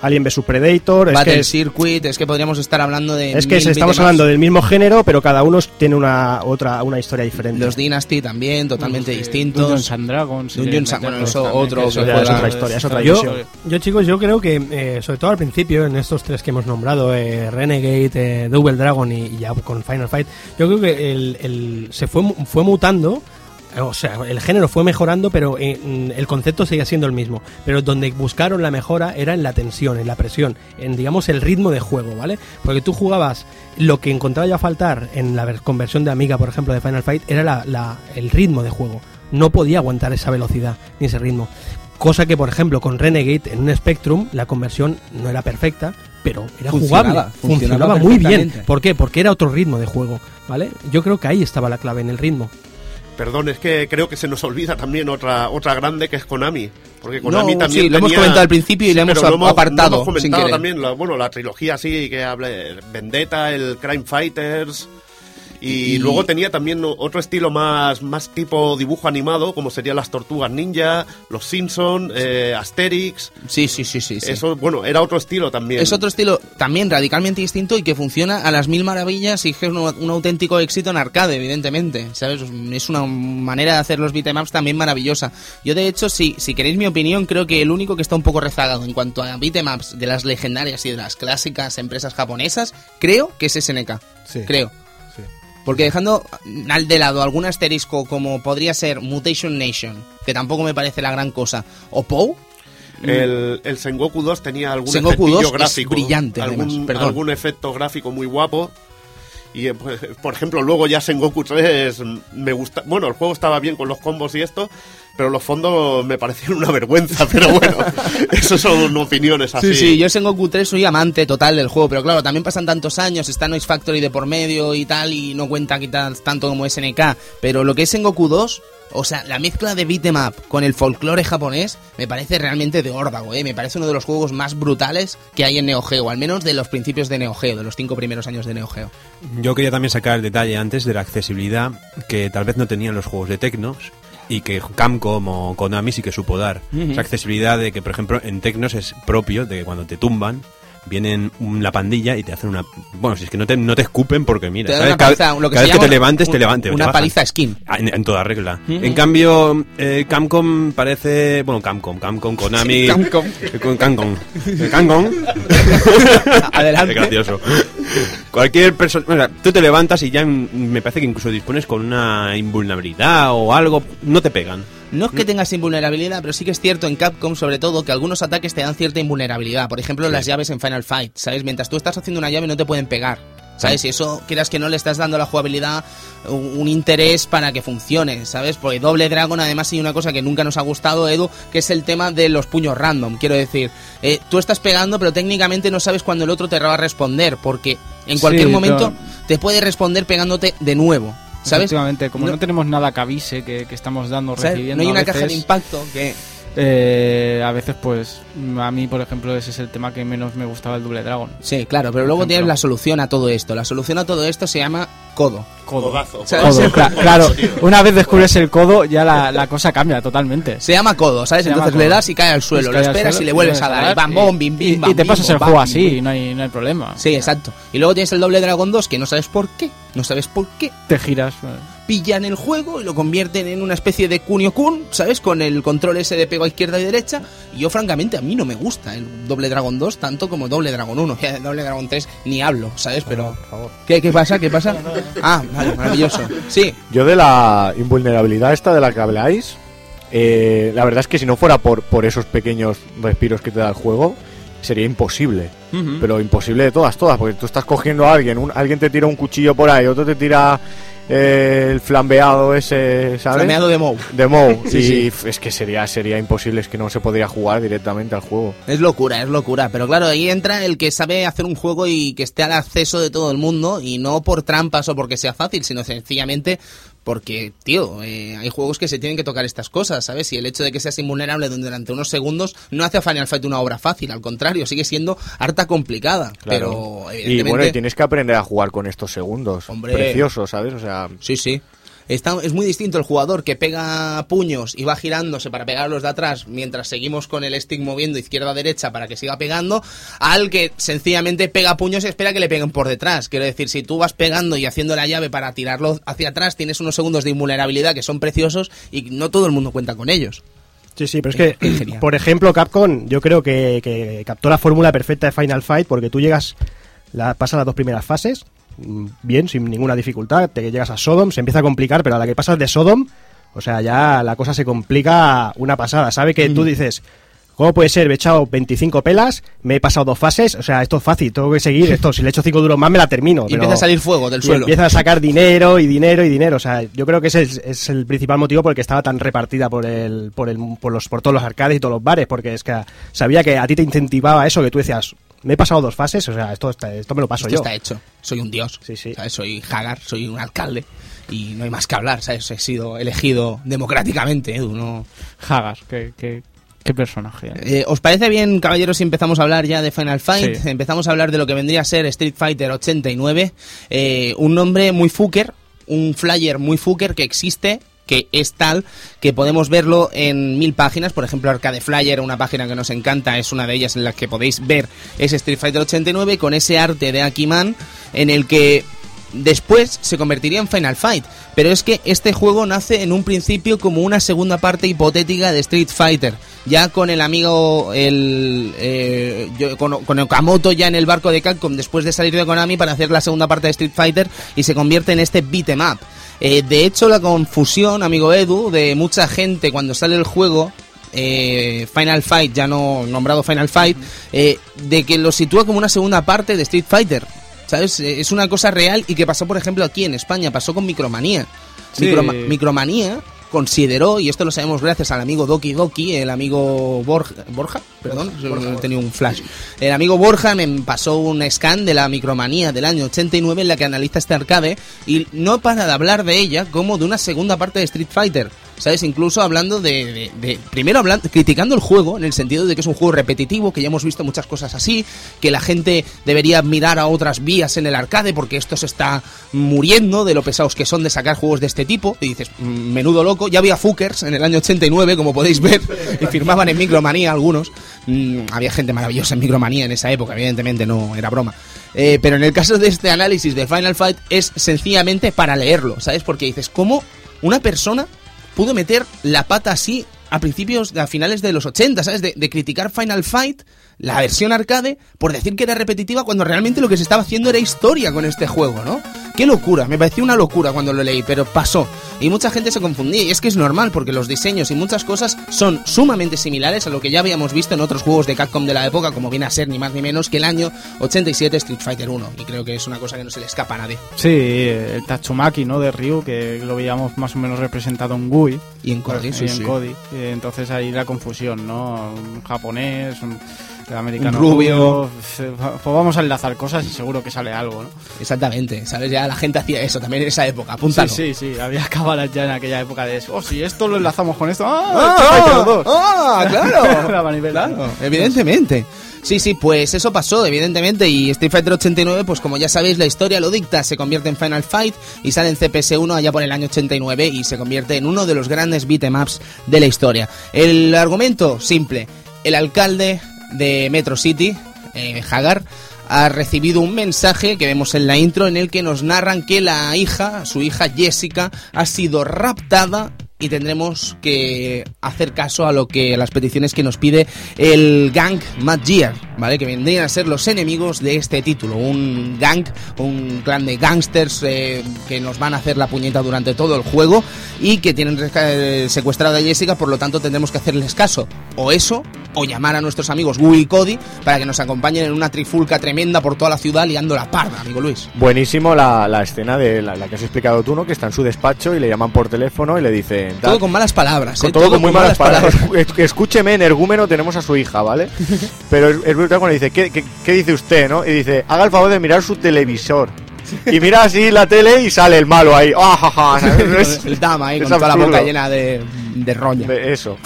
[SPEAKER 7] Alien vs Predator, es
[SPEAKER 1] Battle
[SPEAKER 7] que es-
[SPEAKER 1] Circuit, es que podríamos estar hablando de.
[SPEAKER 7] es que
[SPEAKER 1] mil
[SPEAKER 7] estamos
[SPEAKER 1] beatemaps.
[SPEAKER 7] hablando del mismo género, pero cada uno tiene una otra una historia diferente.
[SPEAKER 1] Los Dynasty también, totalmente distintos.
[SPEAKER 5] Dungeons and Dragons. si
[SPEAKER 1] Dungeons
[SPEAKER 5] queréis
[SPEAKER 1] and- bueno,
[SPEAKER 5] meterlos
[SPEAKER 1] eso
[SPEAKER 5] también,
[SPEAKER 1] otro
[SPEAKER 5] que
[SPEAKER 1] que
[SPEAKER 5] eso
[SPEAKER 1] juega-
[SPEAKER 5] ya
[SPEAKER 7] es otra historia, es otra
[SPEAKER 2] Yo,
[SPEAKER 7] división.
[SPEAKER 2] yo, chicos, yo creo que, eh, sobre todo al principio, en estos tres que hemos nombrado, eh, Renegade, eh, Double Dragon y, y ya con Final Fight, yo creo que el, el- se fue, mu- fue mutando. eh, O sea, el género fue mejorando, pero eh, mm, el concepto seguía siendo el mismo. Pero donde buscaron la mejora era en la tensión, en la presión, en, digamos, el ritmo de juego, ¿vale? Porque tú jugabas, lo que encontraba yo a faltar en la ver- conversión de Amiga, por ejemplo, de Final Fight, era la- la- el ritmo de juego. no podía aguantar esa velocidad ni ese ritmo. Cosa que, por ejemplo, con Renegade en un Spectrum, la conversión no era perfecta, pero era
[SPEAKER 1] Funcionaba,
[SPEAKER 2] jugable.
[SPEAKER 1] funcionaba
[SPEAKER 2] Funcionaba, muy bien.
[SPEAKER 1] perfectamente.
[SPEAKER 2] ¿Por qué? Porque era otro ritmo de juego, ¿vale? Yo creo que ahí estaba la clave, en el ritmo.
[SPEAKER 3] Perdón, es que creo que se nos olvida también otra otra grande que es Konami. Porque Konami
[SPEAKER 1] No,
[SPEAKER 3] también.
[SPEAKER 1] sí, lo hemos
[SPEAKER 3] tenía-
[SPEAKER 1] comentado al principio y lo hemos
[SPEAKER 3] pero
[SPEAKER 1] ap- apartado,
[SPEAKER 3] lo hemos
[SPEAKER 1] sin
[SPEAKER 3] comentado
[SPEAKER 1] querer.
[SPEAKER 3] también, la- bueno, la trilogía así que habla de Vendetta, el Crime Fighters. Y,
[SPEAKER 1] Y-
[SPEAKER 3] luego tenía también o- otro estilo más, más tipo dibujo animado, como serían las Tortugas Ninja, los Simpson, eh, Asterix.
[SPEAKER 1] Sí, sí, sí, sí. sí.
[SPEAKER 3] Eso, bueno, era otro estilo también.
[SPEAKER 1] Es otro estilo también radicalmente distinto y que funciona a las mil maravillas y que es un, un auténtico éxito en arcade, evidentemente. ¿Sabes? Es una manera de hacer los beatemaps también maravillosa. Yo, de hecho, si, si queréis mi opinión, creo que el único que está un poco rezagado en cuanto a beatemaps de las legendarias y de las clásicas empresas japonesas, creo que es SNK.
[SPEAKER 6] Sí.
[SPEAKER 1] Creo.
[SPEAKER 6] Sí.
[SPEAKER 1] Porque dejando al de lado algún asterisco como podría ser Mutation Nation, que tampoco me parece la gran cosa, o Pou,
[SPEAKER 3] El, el Sengoku 2 tenía algún
[SPEAKER 1] Sengoku
[SPEAKER 3] efectillo
[SPEAKER 1] 2 es
[SPEAKER 3] gráfico.
[SPEAKER 1] brillante, además,
[SPEAKER 3] algún,
[SPEAKER 1] perdón.
[SPEAKER 3] algún efecto gráfico muy guapo. Y, eh, pues, por ejemplo, luego ya Sengoku 3 me gusta. Bueno, el juego estaba bien con los combos y esto, pero los fondos me parecían una vergüenza. Pero bueno, esas son opiniones así.
[SPEAKER 1] Sí, sí, yo Sengoku 3 soy amante total del juego, pero claro, también pasan tantos años, está Noise Factory de por medio y tal, y no cuenta quizás tanto como SNK, pero lo que es Sengoku 2, o sea, la mezcla de beat'em up con el folclore japonés me parece realmente de órdago, ¿eh? me parece uno de los juegos más brutales que hay en Neo Geo, al menos de los principios de Neo Geo, de los cinco primeros años de Neo Geo.
[SPEAKER 4] Yo quería también sacar el detalle antes de la accesibilidad que tal vez no tenían los juegos de Tecnos y que Camcom o Konami sí que supo dar. Esa accesibilidad de que, por ejemplo, en Tecnos es propio de que cuando te tumban, vienen un- la pandilla y te hacen una... Bueno, si es que no te, no te escupen porque, mira,
[SPEAKER 1] Te dan
[SPEAKER 4] ¿sabes?
[SPEAKER 1] una
[SPEAKER 4] cada,
[SPEAKER 1] paliza, lo que se
[SPEAKER 4] cada vez que
[SPEAKER 1] llama
[SPEAKER 4] te levantes,
[SPEAKER 1] un-
[SPEAKER 4] te levantes.
[SPEAKER 1] una
[SPEAKER 4] te bajan.
[SPEAKER 1] paliza skin.
[SPEAKER 4] Ah, En, en toda regla. En cambio, eh, Camcom parece... Bueno, Camcom, Camcom, Konami...
[SPEAKER 1] Camcom.
[SPEAKER 4] Eh, con- Camcom. Eh, Camcom.
[SPEAKER 1] Adelante.
[SPEAKER 4] Qué gracioso. Cualquier persona. o sea, tú te levantas y ya mm, me parece que incluso dispones con una invulnerabilidad o algo. No te pegan.
[SPEAKER 1] No
[SPEAKER 5] Mm.
[SPEAKER 1] es que tengas invulnerabilidad, pero sí que es cierto en Capcom, sobre todo, que algunos ataques te dan cierta invulnerabilidad. Por ejemplo, las llaves en Final Fight, ¿sabes? Mientras tú estás haciendo una llave no te pueden pegar. ¿Sabes? Y eso, quieras que no, le estás dando a la jugabilidad un, un interés para que funcione, ¿sabes? Porque Doble Dragon, además, hay una cosa que nunca nos ha gustado, Edu, que es el tema de los puños random. Quiero decir, eh, tú estás pegando, pero técnicamente no sabes cuándo el otro te va a responder, porque en
[SPEAKER 5] Sí,
[SPEAKER 1] cualquier
[SPEAKER 5] no.
[SPEAKER 1] momento te puede responder pegándote de nuevo, ¿sabes?
[SPEAKER 5] Efectivamente, como
[SPEAKER 1] No-
[SPEAKER 5] no, tenemos nada que avise que, que estamos dando,
[SPEAKER 1] ¿Sabes?
[SPEAKER 5] recibiendo.
[SPEAKER 1] No hay
[SPEAKER 5] a
[SPEAKER 1] una
[SPEAKER 5] veces,
[SPEAKER 1] caja de impacto que...
[SPEAKER 5] eh, a veces, pues, a mí, por ejemplo, ese es el tema que menos me gustaba el Double Dragon.
[SPEAKER 1] Sí, claro, pero luego
[SPEAKER 5] ejemplo.
[SPEAKER 1] tienes la solución a todo esto. La solución a todo esto se llama codo.
[SPEAKER 5] Codo.
[SPEAKER 3] Codazo,
[SPEAKER 1] sea,
[SPEAKER 3] codazo,
[SPEAKER 5] Codo, cla-
[SPEAKER 3] codazo,
[SPEAKER 5] claro.
[SPEAKER 3] tío.
[SPEAKER 5] Una vez descubres el codo, ya la, la cosa cambia totalmente.
[SPEAKER 1] Se llama codo, ¿sabes?
[SPEAKER 5] Se llama
[SPEAKER 1] Entonces
[SPEAKER 5] codo.
[SPEAKER 1] le das y cae al suelo,
[SPEAKER 5] Es
[SPEAKER 1] lo
[SPEAKER 5] que al
[SPEAKER 1] esperas
[SPEAKER 5] suelo
[SPEAKER 1] y le vuelves a dar. Y bam, bom, bim,
[SPEAKER 5] y-
[SPEAKER 1] bim,
[SPEAKER 5] Y te pasas el juego así, y
[SPEAKER 1] ¿no?
[SPEAKER 5] no hay, no hay problema.
[SPEAKER 1] Sí, exacto. Y luego tienes el doble Dragon 2 que no sabes por qué, no sabes por qué.
[SPEAKER 5] Te giras. eh. bueno.
[SPEAKER 1] Pillan el juego y lo convierten en una especie de Kunio Kun, ¿sabes? Con el control ese de pego a izquierda y derecha. Y yo, francamente, a mí no me gusta el doble Dragon 2 tanto como doble Dragon 1. Ya de doble Dragon 3 ni hablo, ¿sabes? Pero.
[SPEAKER 6] Por favor.
[SPEAKER 1] ¿Qué, qué pasa? ¿Qué pasa? Ah, vale, maravilloso. Sí.
[SPEAKER 8] Yo de la invulnerabilidad esta de la que habláis, eh, la verdad es que si no fuera por, por esos pequeños respiros que te da el juego, sería imposible. Pero imposible de todas, todas, porque tú estás cogiendo a alguien, un- alguien te tira un cuchillo por ahí, otro te tira eh, el flambeado ese, ¿sabes?
[SPEAKER 1] Flameado de Mou.
[SPEAKER 8] De Mou. y f- es que sería, sería imposible, es que no se podría jugar directamente al juego.
[SPEAKER 1] Es locura, es locura. Pero claro, ahí entra el que sabe hacer un juego y que esté al acceso de todo el mundo. Y no por trampas o porque sea fácil, sino sencillamente porque, tío, eh, hay juegos que se tienen que tocar estas cosas, ¿sabes? Y el hecho de que seas invulnerable durante unos segundos no hace a Final Fight una obra fácil. Al contrario, sigue siendo harta complicada.
[SPEAKER 8] Claro.
[SPEAKER 1] Pero,
[SPEAKER 8] y
[SPEAKER 1] evidentemente.
[SPEAKER 8] bueno, y tienes que aprender a jugar con estos segundos.
[SPEAKER 1] Hombre.
[SPEAKER 8] Precioso, ¿sabes? O sea,
[SPEAKER 1] Sí, sí. Está, es muy distinto el jugador que pega puños y va girándose para pegar a los de atrás mientras seguimos con el stick moviendo izquierda a derecha para que siga pegando, al que sencillamente pega puños y espera que le peguen por detrás. Quiero decir, si tú vas pegando y haciendo la llave para tirarlo hacia atrás, tienes unos segundos de invulnerabilidad que son preciosos y no todo el mundo cuenta con ellos. Eh,
[SPEAKER 7] Sí, sí, pero es que,
[SPEAKER 1] Genial.
[SPEAKER 7] por ejemplo, Capcom, yo creo que, que captó la fórmula perfecta de Final Fight porque tú llegas, la, pasas las dos primeras fases, mm, bien, sin ninguna dificultad, te llegas a Sodom, se empieza a complicar, pero a la que
[SPEAKER 1] Mm.
[SPEAKER 7] pasas de Sodom, o sea, ya la cosa se complica una pasada. Sabe que tú dices, ¿Cómo puede ser? Me he echado 25 pelas, me he pasado dos fases, o sea, esto es fácil, tengo que seguir esto. Si le echo 5 duros más, me la
[SPEAKER 1] Y
[SPEAKER 7] termino. pero-
[SPEAKER 1] empieza a salir fuego del
[SPEAKER 7] y
[SPEAKER 1] suelo.
[SPEAKER 7] empiezan a sacar dinero y dinero y dinero. O sea, yo creo que ese es, es el principal motivo por el que estaba tan repartida por el, por el, por los, por todos los arcades y todos los bares, porque es que sabía que a ti te incentivaba eso, que tú decías, me he pasado dos fases, o sea, esto, está- esto me lo paso
[SPEAKER 1] Esto
[SPEAKER 7] yo.
[SPEAKER 1] está hecho. Soy un dios.
[SPEAKER 7] Sí, sí.
[SPEAKER 1] ¿sabes? Soy Hagar, soy un alcalde. Y no hay más que hablar, ¿sabes? He sido elegido democráticamente, Edu, no-
[SPEAKER 5] Hagar, qué, qué, qué personaje. ¿eh?
[SPEAKER 1] Eh, ¿Os parece bien, caballeros, si empezamos a hablar ya de Final Fight?
[SPEAKER 5] Sí.
[SPEAKER 1] Empezamos a hablar de lo que vendría a ser Street Fighter 89. eh, un nombre muy fucker, un flyer muy fucker que existe que es tal que podemos verlo en mil páginas, por ejemplo Arcade Flyer, una página que nos encanta, es una de ellas en las que podéis ver ese Street Fighter 89 con ese arte de Akiman en el que después se convertiría en Final Fight. Pero es que este juego nace en un principio como una segunda parte hipotética de Street Fighter. Ya con el amigo, el, eh, yo- con, con Okamoto ya en el barco de Capcom después de salir de Konami para hacer la segunda parte de Street Fighter y se convierte en este beat 'em up. Eh, de hecho, la confusión, amigo Edu, de mucha gente cuando sale el juego eh, Final Fight, ya no nombrado Final Fight, eh, de que lo sitúa como una segunda parte de Street Fighter. ¿Sabes? Eh, Es una cosa real y que pasó, por ejemplo, aquí en España, pasó con Micromanía.
[SPEAKER 5] Sí.
[SPEAKER 1] Microma- Micromanía consideró, y esto lo sabemos gracias al amigo Doki Doki, el amigo Borja, Borja perdón, he tenido un flash. El amigo Borja me pasó un scan de la Micromanía del año 89 en la que analiza este arcade y no para de hablar de ella como de una segunda parte de Street Fighter. ¿Sabes? Incluso hablando de. de- de- primero hablando, criticando el juego en el sentido de que es un juego repetitivo, que ya hemos visto muchas cosas así, que la gente debería mirar a otras vías en el arcade porque esto se está muriendo de lo pesados que son de sacar juegos de este tipo. Y dices, "Mm, menudo loco. Ya había Fuckers en el año 89, como podéis ver, y firmaban en Micromanía algunos. Mm, había gente maravillosa en Micromanía en esa época, evidentemente no era broma. Eh, pero en el caso de este análisis de Final Fight es sencillamente para leerlo, ¿sabes? Porque dices, ¿cómo una persona pudo meter la pata así a principios, a finales de los 80, ¿sabes? De, de criticar Final Fight, la versión arcade, por decir que era repetitiva cuando realmente lo que se estaba haciendo era historia con este juego, ¿no? Qué locura, me pareció una locura cuando lo leí, pero pasó. Y mucha gente se confundía, y es que es normal, porque los diseños y muchas cosas son sumamente similares a lo que ya habíamos visto en otros juegos de Capcom de la época, como viene a ser ni más ni menos que el año 87 Street Fighter 1, y creo que es una cosa que no se le escapa a nadie.
[SPEAKER 5] Sí, el Tatsumaki, ¿no? De Ryu, que lo veíamos más o menos representado en Gui. Pues,
[SPEAKER 1] Y en Cody,
[SPEAKER 5] y en Cody. Eh, Entonces ahí la confusión, ¿no? Un japonés, un el americano
[SPEAKER 1] Un rubio.
[SPEAKER 5] Eh, Pues vamos a enlazar cosas y seguro que sale algo, ¿no?
[SPEAKER 1] Exactamente, ¿sabes? Ya la gente hacía eso también en esa época, apúntalo.
[SPEAKER 5] Sí, sí, sí. Había cábalas ya en aquella época de eso. Oh, si esto lo enlazamos con esto. ¡Ah! Street Fighter 2!
[SPEAKER 1] ¡Ah,
[SPEAKER 5] La manivela.
[SPEAKER 1] Evidentemente. Sí, sí, pues eso pasó, evidentemente. Y Street Fighter 89, pues como ya sabéis, la historia lo dicta. Se convierte en Final Fight y sale en CPS1 allá por el año 89 y se convierte en uno de los grandes beatemaps de la historia. El argumento, simple. El alcalde de Metro City, eh, Hagar, ha recibido un mensaje que vemos en la intro en el que nos narran que la hija, su hija Jessica, ha sido raptada y tendremos que hacer caso a lo que a las peticiones que nos pide el gang Mad Gear, ¿vale? Que vendrían a ser los enemigos de este título, un gang, un clan de gangsters eh, que nos van a hacer la puñeta durante todo el juego y que tienen resca- eh, secuestrada a Jessica, por lo tanto tendremos que hacerles caso, o eso o llamar a nuestros amigos Gui y Cody para que nos acompañen en una trifulca tremenda por toda la ciudad liando la parda, amigo Luis.
[SPEAKER 8] Buenísimo la, la escena de la, la que has explicado tú, ¿no? Que está en su despacho y le llaman por teléfono y le dicen... tal.
[SPEAKER 1] Todo con malas palabras,
[SPEAKER 8] Con
[SPEAKER 1] ¿eh?
[SPEAKER 8] todo con muy malas palabras. Es- Escúcheme, en Ergúmeno tenemos a su hija, ¿vale? Pero es, es brutal cuando dice, ¿qué, qué, qué dice usted, no? Y dice, haga el favor de mirar su televisor. Y mira así la tele y sale el malo ahí. ¡Ah, ja, ja! ¿sabes?
[SPEAKER 1] El dama ahí
[SPEAKER 8] Es
[SPEAKER 1] con toda la
[SPEAKER 8] absurdo.
[SPEAKER 1] boca llena de, de roña.
[SPEAKER 8] De Eso.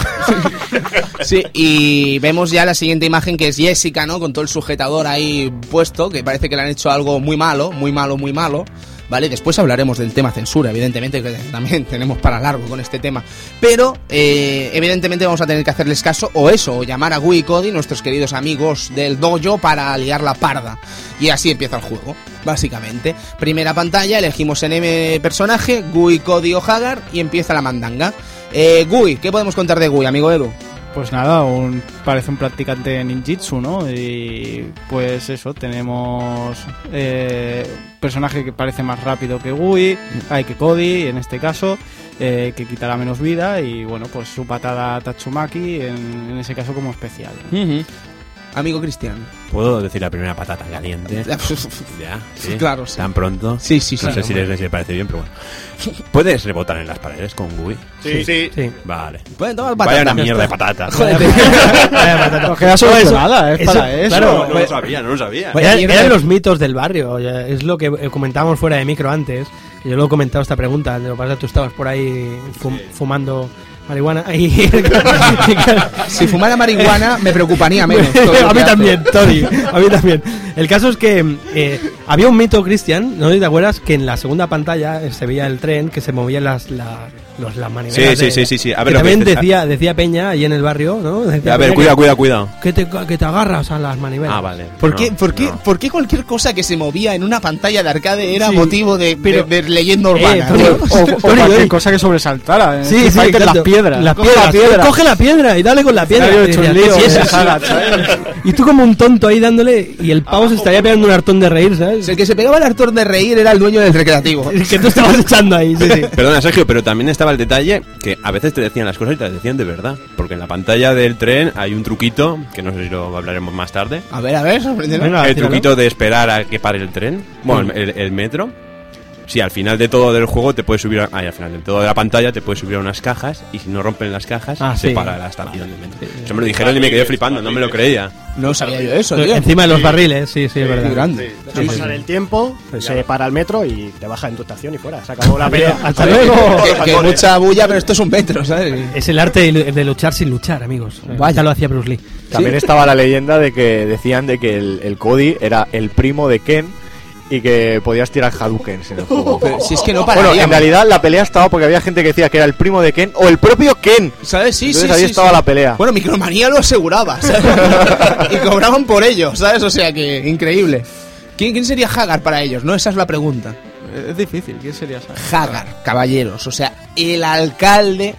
[SPEAKER 1] Sí, y vemos ya la siguiente imagen que es Jessica, ¿no? Con todo el sujetador ahí puesto, que parece que le han hecho algo muy malo, muy malo, muy malo. ¿Vale? Después hablaremos del tema censura, evidentemente, que también tenemos para largo con este tema. Pero, eh, evidentemente, vamos a tener que hacerles caso, o eso, o llamar a Gui y Cody, nuestros queridos amigos del dojo, para liar la parda. Y así empieza el juego, básicamente. Primera pantalla, elegimos NM personaje, Gui, Cody o Hagar, y empieza la mandanga. Eh, Gui, ¿qué podemos contar de Gui, amigo Edu?
[SPEAKER 5] Pues nada, un, parece un practicante de ninjitsu, ¿no? Y pues eso, tenemos eh, personaje que parece más rápido que Gui, hay que Cody en este caso, eh, que quitará menos vida y bueno, pues su patada a Tatsumaki en, en ese caso como especial. ¿no?
[SPEAKER 1] Ujú. Amigo Cristian.
[SPEAKER 4] ¿Puedo decir la primera patata caliente? Ya, sí.
[SPEAKER 1] Claro, sí.
[SPEAKER 4] Tan pronto.
[SPEAKER 1] Sí, sí,
[SPEAKER 4] no
[SPEAKER 1] sí.
[SPEAKER 4] sé si les, si les parece bien, pero bueno. ¿Puedes rebotar en las paredes con Gui?
[SPEAKER 3] Sí, sí.
[SPEAKER 2] Sí.
[SPEAKER 4] Vale.
[SPEAKER 1] Pueden tomar
[SPEAKER 4] Vaya
[SPEAKER 1] patata.
[SPEAKER 4] una mierda de patata.
[SPEAKER 5] Nos queda solucionada, es
[SPEAKER 2] eso-
[SPEAKER 5] para eso.
[SPEAKER 2] claro,
[SPEAKER 1] pues,
[SPEAKER 4] No lo sabía, no lo sabía.
[SPEAKER 1] Vaya
[SPEAKER 2] Eran,
[SPEAKER 1] mierda
[SPEAKER 2] eran
[SPEAKER 1] de-
[SPEAKER 2] los mitos del barrio, ya, es lo que eh, comentábamos fuera de micro antes. que Yo lo he comentado esta pregunta, lo que pasa es que tú estabas por ahí fum- fumando marihuana. y-
[SPEAKER 1] Si fumara marihuana me preocuparía menos. todo lo
[SPEAKER 2] a
[SPEAKER 1] que
[SPEAKER 2] mí
[SPEAKER 1] hace.
[SPEAKER 2] también, Tony, a mí también. El caso es que eh, había un mito, Cristian, no sé si te acuerdas, que en la segunda pantalla eh, se veía el tren que se movían las, la- los, las manivelas.
[SPEAKER 4] Sí, sí,
[SPEAKER 2] de-
[SPEAKER 4] sí, sí, sí. A
[SPEAKER 2] que
[SPEAKER 4] ver lo que
[SPEAKER 2] también
[SPEAKER 4] dices.
[SPEAKER 2] decía, decía Peña, ahí en el barrio, ¿no? Decía
[SPEAKER 4] A ver,
[SPEAKER 2] Peña
[SPEAKER 4] cuidado, cuidado, cuidado.
[SPEAKER 2] que, que te, que te agarras a las manivelas.
[SPEAKER 4] Ah, vale.
[SPEAKER 1] ¿Por,
[SPEAKER 4] No,
[SPEAKER 1] qué, por, qué,
[SPEAKER 4] no.
[SPEAKER 1] ¿Por qué cualquier cosa que se movía en una pantalla de arcade era
[SPEAKER 2] Sí,
[SPEAKER 1] motivo de, de-
[SPEAKER 2] pero-
[SPEAKER 1] de leyenda
[SPEAKER 2] Eh,
[SPEAKER 1] urbana?
[SPEAKER 2] Tony,
[SPEAKER 1] tío?
[SPEAKER 5] O, o
[SPEAKER 2] Tony,
[SPEAKER 5] cualquier
[SPEAKER 2] Tony.
[SPEAKER 5] cosa que sobresaltara. eh, en
[SPEAKER 2] Sí,
[SPEAKER 5] Street
[SPEAKER 2] sí,
[SPEAKER 5] Fighter,
[SPEAKER 2] exacto.
[SPEAKER 5] las piedras.
[SPEAKER 2] Las
[SPEAKER 5] Coge
[SPEAKER 2] piedras.
[SPEAKER 5] la piedra.
[SPEAKER 2] Coge la piedra y dale con la piedra.
[SPEAKER 5] Escenario hecho un
[SPEAKER 2] Y
[SPEAKER 5] lío,
[SPEAKER 2] decía,
[SPEAKER 5] esa
[SPEAKER 2] "Sí,
[SPEAKER 5] sala,
[SPEAKER 2] sí,
[SPEAKER 5] ¿sabes?"
[SPEAKER 2] sí". Y tú como un tonto ahí dándole y el pavo se estaría pegando un hartón de reír,
[SPEAKER 1] O
[SPEAKER 2] ¿sabes?
[SPEAKER 1] sea, El que se pegaba el actor de reír era el dueño del recreativo.
[SPEAKER 2] El que tú estabas echando ahí, sí, sí.
[SPEAKER 4] Perdona, Sergio, pero también estaba el detalle que a veces te decían las cosas y te las decían de verdad. Porque en la pantalla del tren hay un truquito, que no sé si lo hablaremos más tarde.
[SPEAKER 1] A ver, a ver, sorpréndeme.
[SPEAKER 2] Venga,
[SPEAKER 4] el
[SPEAKER 2] tíralo.
[SPEAKER 4] truquito de esperar a que pare el tren, bueno, el, el metro. Si al final de todo del juego te puedes subir, a, ay, al final de todo de la pantalla te puedes subir a unas cajas y si no rompen las cajas
[SPEAKER 2] Ah,
[SPEAKER 4] se
[SPEAKER 2] sí.
[SPEAKER 4] para la estación del metro. Eso me lo dijeron y me quedé flipando, no me lo creía.
[SPEAKER 1] No sabía yo eso, tío.
[SPEAKER 2] Encima de los barriles, sí, sí, es
[SPEAKER 1] Qué
[SPEAKER 2] verdad.
[SPEAKER 1] grande. Pues
[SPEAKER 7] Deja pasar el tiempo, se para el metro y te baja en tu estación y fuera. Se acabó la pelea.
[SPEAKER 2] Hasta luego.
[SPEAKER 1] Que, que mucha bulla, pero esto es un metro, ¿sabes?
[SPEAKER 2] Es el arte de de luchar sin luchar, amigos.
[SPEAKER 1] Vaya.
[SPEAKER 2] Ya lo hacía Bruce Lee.
[SPEAKER 8] También estaba la leyenda de que decían de que el, el Cody era el primo de Ken y que podías tirar Hadoukens en el juego.
[SPEAKER 1] Pero si es que no
[SPEAKER 8] Bueno,
[SPEAKER 1] pararía.
[SPEAKER 8] en realidad la pelea estaba porque había gente que decía que era el primo de Ken o el propio Ken.
[SPEAKER 1] ¿Sabes? Sí,
[SPEAKER 8] Entonces
[SPEAKER 1] sí,
[SPEAKER 8] ahí
[SPEAKER 1] sí,
[SPEAKER 8] estaba
[SPEAKER 1] sí.
[SPEAKER 8] la pelea.
[SPEAKER 1] Bueno, Micromanía lo aseguraba, ¿sabes? y cobraban por ello, ¿sabes? O sea que increíble. ¿Quién, quién sería Hagar para ellos? No, esa es la pregunta.
[SPEAKER 5] Es difícil, ¿quién sería esa?
[SPEAKER 1] Hagar, caballeros, o sea, el alcalde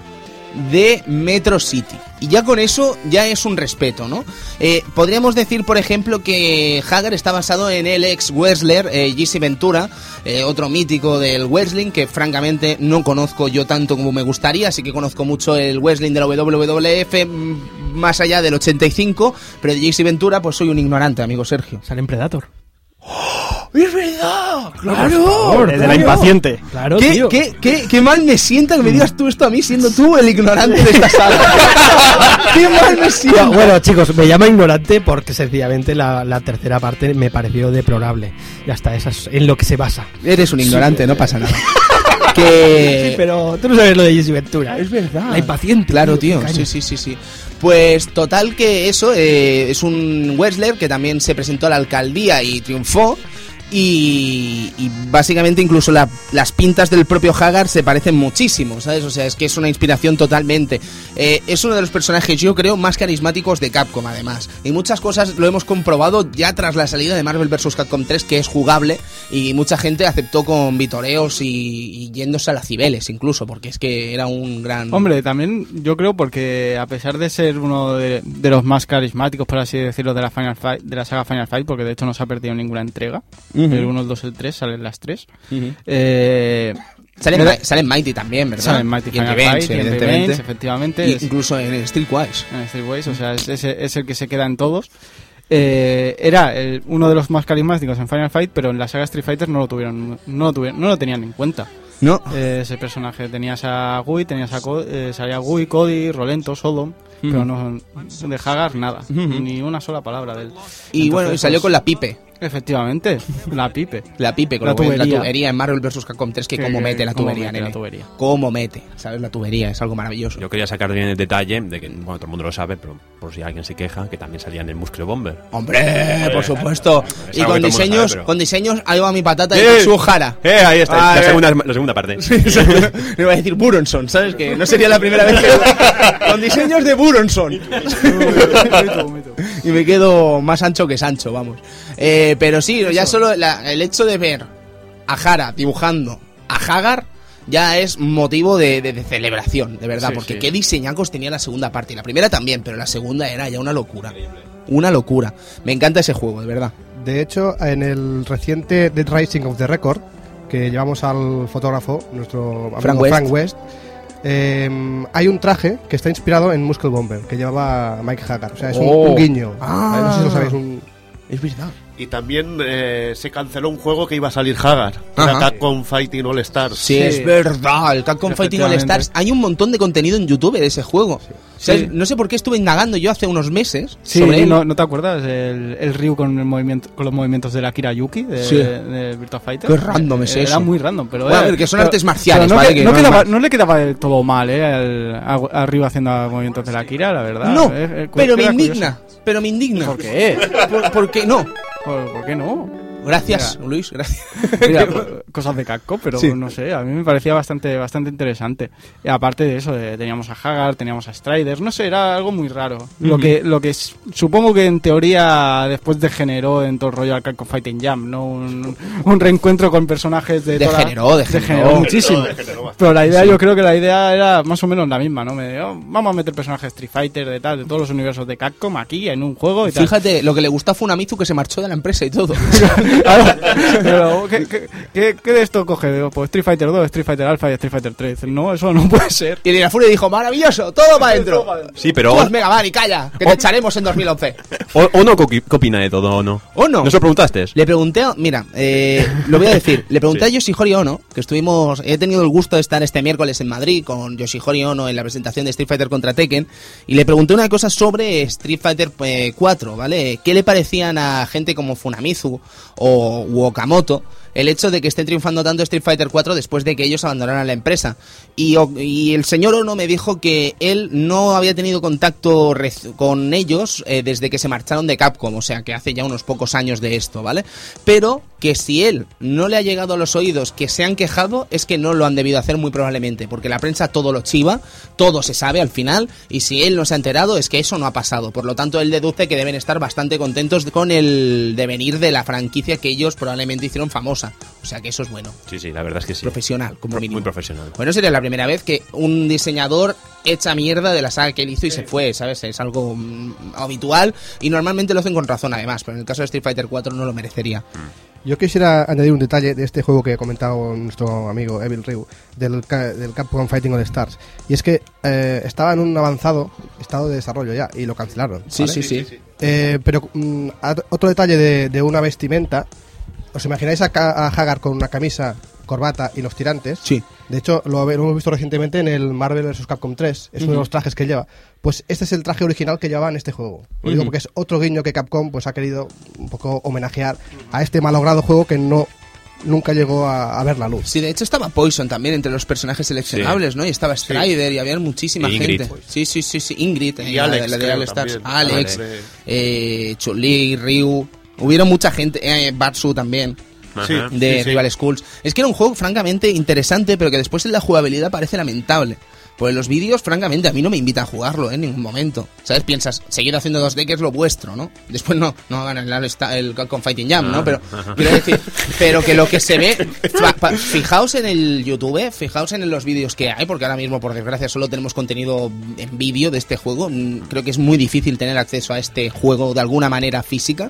[SPEAKER 1] de Metro City. Y ya con eso ya es un respeto, ¿no? Eh, podríamos decir, por ejemplo, que Hagar está basado en el ex wrestler eh, Jesse Ventura, eh, otro mítico del wrestling que francamente no conozco yo tanto como me gustaría, así que conozco mucho el wrestling de la WWF mm, más allá del 85, pero de Jesse Ventura pues soy un ignorante, amigo Sergio.
[SPEAKER 2] Sale en Predator.
[SPEAKER 1] ¡Es verdad!
[SPEAKER 2] Ah, favor,
[SPEAKER 7] Desde la impaciente.
[SPEAKER 2] Claro,
[SPEAKER 1] ¿Qué,
[SPEAKER 2] tío.
[SPEAKER 1] qué- qué- qué mal me sienta que me digas tú esto a mí siendo tú el ignorante de esta sala? ¡Qué mal me
[SPEAKER 2] Ya,
[SPEAKER 1] sienta!
[SPEAKER 2] Bueno, chicos, me llama ignorante porque sencillamente la, la tercera parte me pareció deplorable. Ya está, esa es en lo que se basa.
[SPEAKER 1] Eres un ignorante, no pasa nada. Que...
[SPEAKER 2] Sí, pero tú no sabes lo de Jesse Ventura. ¿eh?
[SPEAKER 1] Es verdad.
[SPEAKER 2] La impaciente.
[SPEAKER 1] Claro, tío.
[SPEAKER 2] qué caña.
[SPEAKER 1] Sí, sí, sí, sí. Pues total que eso eh, es un Wessler que también se presentó a la alcaldía y triunfó. Y, y básicamente incluso la- las pintas del propio Hagar se parecen muchísimo, ¿sabes? O sea, es que es una inspiración totalmente. Eh, es uno de los personajes, yo creo, más carismáticos de Capcom, además. Y muchas cosas lo hemos comprobado ya tras la salida de Marvel vs. Capcom 3, que es jugable. Y mucha gente aceptó con vitoreos y, y yéndose a las cibeles, incluso, porque es que era un gran...
[SPEAKER 5] Hombre, también yo creo porque a pesar de ser uno de, de los más carismáticos, por así decirlo, de la Final Fight, de la saga Final Fight, porque de hecho no se ha perdido ninguna entrega, el 1, el 2, el 3, salen las 3. eh,
[SPEAKER 1] Salen,
[SPEAKER 5] Me da-
[SPEAKER 1] Ma- salen Mighty también, ¿verdad?
[SPEAKER 5] salen Mighty
[SPEAKER 1] y en
[SPEAKER 5] Final
[SPEAKER 1] Revenge,
[SPEAKER 5] Fight, y en
[SPEAKER 1] evidentemente.
[SPEAKER 5] Revenge, efectivamente.
[SPEAKER 1] Y
[SPEAKER 5] es-
[SPEAKER 1] incluso en Streetwise.
[SPEAKER 5] en Streetways, o sea, es, es- es el que se queda en todos. Eh, era el- uno de los más carismáticos en Final Fight, pero en la saga Street Fighter no lo tuvieron, no lo tuvieron, no lo tenían en cuenta.
[SPEAKER 1] No.
[SPEAKER 5] Eh, ese personaje. Tenías a Gui, tenías a Co- eh, salía Gui, Cody, Rolento, Sodom, pero no de Hagar nada, ni una sola palabra de él.
[SPEAKER 1] Y
[SPEAKER 5] Entonces,
[SPEAKER 1] bueno, y salió
[SPEAKER 5] pues,
[SPEAKER 1] con la Pipe.
[SPEAKER 5] Efectivamente, la pipe.
[SPEAKER 1] La Pipe, con
[SPEAKER 5] La
[SPEAKER 1] la, tubería.
[SPEAKER 5] tubería.
[SPEAKER 1] en Marvel vs. Capcom 3, que
[SPEAKER 5] Que-
[SPEAKER 1] cómo
[SPEAKER 5] que-
[SPEAKER 1] mete la
[SPEAKER 5] cómo
[SPEAKER 1] tubería,
[SPEAKER 5] mete la
[SPEAKER 1] nene.
[SPEAKER 5] tubería.
[SPEAKER 1] Cómo mete, ¿sabes? La tubería, es algo maravilloso.
[SPEAKER 4] Yo quería sacar bien el detalle de que, bueno, todo el mundo lo sabe, pero por si alguien se queja, que también salía en el Muscle Bomber.
[SPEAKER 1] ¡Hombre! Por supuesto. Y
[SPEAKER 4] Es algo que todo el
[SPEAKER 1] con
[SPEAKER 4] mundo
[SPEAKER 1] diseños,
[SPEAKER 4] sabe, pero-
[SPEAKER 1] con diseños, ahí va mi patata
[SPEAKER 4] ¡Eh!
[SPEAKER 1] y su Jara.
[SPEAKER 4] Eh, ahí está,
[SPEAKER 1] Ah,
[SPEAKER 4] la,
[SPEAKER 1] eh.
[SPEAKER 4] segunda, la segunda parte.
[SPEAKER 1] Me iba a decir Buronson, ¿sabes? Que no sería la primera vez que... Con diseños de Buronson. y me quedo más ancho que Sancho, vamos. Eh, pero sí, ya solo la- el hecho de ver a Jara dibujando a Hagar ya es motivo de, de- de celebración, de verdad.
[SPEAKER 5] Sí,
[SPEAKER 1] porque
[SPEAKER 5] sí.
[SPEAKER 1] qué diseñacos tenía la segunda parte. Y la primera también, pero la segunda era ya una locura. Una locura. Me encanta ese juego, de verdad.
[SPEAKER 6] De hecho, en el reciente Dead Rising of the Record, que llevamos al fotógrafo, nuestro amigo
[SPEAKER 1] Frank West.
[SPEAKER 6] eh, hay un traje que está inspirado en Muscle Bomber, que llevaba Mike Hagar. O sea, es un,
[SPEAKER 5] Oh.
[SPEAKER 6] un guiño.
[SPEAKER 1] Ah.
[SPEAKER 6] No sé si lo sabéis. un-
[SPEAKER 1] Es verdad.
[SPEAKER 3] Y también eh, se canceló un juego que iba a salir Hagar, que era
[SPEAKER 1] Ajá.
[SPEAKER 3] Capcom Fighting All Stars.
[SPEAKER 1] Sí, es verdad, el Capcom Fighting All
[SPEAKER 5] Efectivamente.
[SPEAKER 1] Stars. Hay un montón de contenido en YouTube de ese juego. O sea,
[SPEAKER 5] Sí.
[SPEAKER 1] No sé por qué estuve indagando yo hace unos meses
[SPEAKER 5] Sí,
[SPEAKER 1] sobre él.
[SPEAKER 5] ¿no, ¿no te acuerdas? El, el Ryu con, el movimiento, con los movimientos de la Kira Yuki de,
[SPEAKER 1] Sí.
[SPEAKER 5] de Virtua Fighter. Eh,
[SPEAKER 1] Qué random es
[SPEAKER 5] Era
[SPEAKER 1] eso.
[SPEAKER 5] muy random, pero.
[SPEAKER 1] Bueno, a
[SPEAKER 5] era-
[SPEAKER 1] ver, que son
[SPEAKER 5] pero-
[SPEAKER 1] artes marciales,
[SPEAKER 5] pero no,
[SPEAKER 1] ¿vale?
[SPEAKER 5] que-
[SPEAKER 1] Que
[SPEAKER 5] no
[SPEAKER 1] no-
[SPEAKER 5] quedaba- no le quedaba del todo mal, ¿eh? Al, a, a Ryu haciendo movimientos de la Kira, la verdad.
[SPEAKER 1] No,
[SPEAKER 5] Eh, eh, cu-
[SPEAKER 1] pero me
[SPEAKER 5] era curioso.
[SPEAKER 1] indigna. Pero me indigna.
[SPEAKER 5] ¿Por qué?
[SPEAKER 1] ¿Por, por qué no?
[SPEAKER 5] ¿Por, por qué no?
[SPEAKER 1] Gracias, Luis, gracias.
[SPEAKER 5] Mira, cosas de casco, pero no sé, a mí me parecía bastante, bastante interesante. Y aparte de eso, eh, teníamos a Hagar, teníamos a Strider, no sé, era algo muy raro. Lo que, lo que s- supongo que en teoría después degeneró en todo el rollo al Capcom Fighting Jam, ¿no? Un, un reencuentro con personajes de toda-
[SPEAKER 1] Degeneró, degeneró.
[SPEAKER 5] muchísimo. Pero la idea, yo creo que la idea era más o menos la misma, ¿no? Me de, "Oh, vamos a meter personajes Street Fighter, de tal, de todos los universos de Capcom aquí en un juego y tal.
[SPEAKER 1] Fíjate, lo que le gusta fue una Mizu que se marchó de la empresa y todo.
[SPEAKER 5] Claro, pero ¿qué, qué, qué- qué de esto coge? Digo, pues Street Fighter 2, Street Fighter Alpha y Street Fighter 3. No, eso no puede ser.
[SPEAKER 1] Y la Furia dijo, maravilloso, todo para adentro.
[SPEAKER 4] Sí, pero
[SPEAKER 1] Pues Mega Man y calla, que te echaremos en 2011.
[SPEAKER 4] o, o no co- qué opina de todo o no.
[SPEAKER 1] ¿O no?
[SPEAKER 4] ¿No se lo preguntaste?
[SPEAKER 1] Le pregunté, a- mira, eh, lo voy a decir, le pregunté a Yoshihori Ono, que estuvimos, he tenido el gusto de estar este miércoles en Madrid con Yoshihori Ono en la presentación de Street Fighter contra Tekken, y le pregunté una cosa sobre Street Fighter eh, 4, ¿vale? ¿Qué le parecían a gente como Funamizu o u Okamoto el hecho de que esté triunfando tanto Street Fighter 4 después de que ellos abandonaran la empresa? Y, o- y el señor Ono me dijo que él no había tenido contacto rec- con ellos eh, desde que se marcharon de Capcom, o sea que hace ya unos pocos años de esto, ¿vale? Pero que si él no le ha llegado a los oídos que se han quejado, es que no lo han debido hacer muy probablemente, porque la prensa todo lo chiva, todo se sabe al final, y si él no se ha enterado es que eso no ha pasado. Por lo tanto, él deduce que deben estar bastante contentos con el devenir de la franquicia que ellos probablemente hicieron famosa. O sea que eso es bueno,
[SPEAKER 4] Sí, sí, la verdad es que sí.
[SPEAKER 1] profesional, como
[SPEAKER 4] Pro-
[SPEAKER 1] mínimo.
[SPEAKER 4] muy profesional.
[SPEAKER 1] Bueno, sería la primera vez que un diseñador echa mierda de la saga que él hizo y se fue, ¿sabes? Es algo mm, habitual y normalmente lo hacen con razón además, pero en el caso de Street Fighter 4 no lo merecería.
[SPEAKER 3] Mm.
[SPEAKER 6] Yo quisiera añadir un detalle de este juego que ha comentado nuestro amigo Evil Ryu, del, ca- del Capcom Fighting All Stars. Y es que eh, estaba en un avanzado estado de desarrollo ya y lo cancelaron.
[SPEAKER 1] Sí,
[SPEAKER 6] ¿vale?
[SPEAKER 1] sí, sí,
[SPEAKER 6] Eh, pero mm, at- otro detalle de, de una vestimenta. ¿Os imagináis a, Ca- a Hagar con una camisa, corbata y los tirantes?
[SPEAKER 1] Sí.
[SPEAKER 6] De hecho, lo, habe- lo hemos visto recientemente en el Marvel vs. Capcom 3. Es uno de los trajes que lleva. Pues este es el traje original que llevaba en este juego. Lo digo porque es otro guiño que Capcom pues, ha querido un poco homenajear a este malogrado juego que no nunca llegó a, a ver la luz.
[SPEAKER 1] Sí, de hecho estaba Poison también entre los personajes seleccionables, ¿no? Y estaba Strider y había muchísima
[SPEAKER 4] E Ingrid.
[SPEAKER 1] gente. Sí, sí, sí, sí. Ingrid, eh,
[SPEAKER 3] Y
[SPEAKER 1] la de-
[SPEAKER 3] Alex,
[SPEAKER 1] la de
[SPEAKER 3] creo,
[SPEAKER 1] All Stars.
[SPEAKER 3] también.
[SPEAKER 1] Alex,
[SPEAKER 3] Vale.
[SPEAKER 1] eh, Chun-Li, Ryu. Hubieron mucha gente, eh, Batsu también.
[SPEAKER 3] Sí,
[SPEAKER 4] Ajá.
[SPEAKER 1] de
[SPEAKER 3] sí, sí.
[SPEAKER 1] Rival Schools. Es que era un juego francamente interesante, pero que después en la jugabilidad parece lamentable. Pues los vídeos, francamente, a mí no me invita a jugarlo ¿eh? en ningún momento. ¿Sabes? Piensas, seguir haciendo dos que es lo vuestro, ¿no? Después no, no hagan el, All Star- el Capcom Fighting Jam, ¿no? Pero quiero decir, pero que lo que se ve. fa- fa- Fijaos en el YouTube, eh, fijaos en los vídeos que hay, porque ahora mismo, por desgracia, solo tenemos contenido en vídeo de este juego. Mm, Creo que es muy difícil tener acceso a este juego de alguna manera física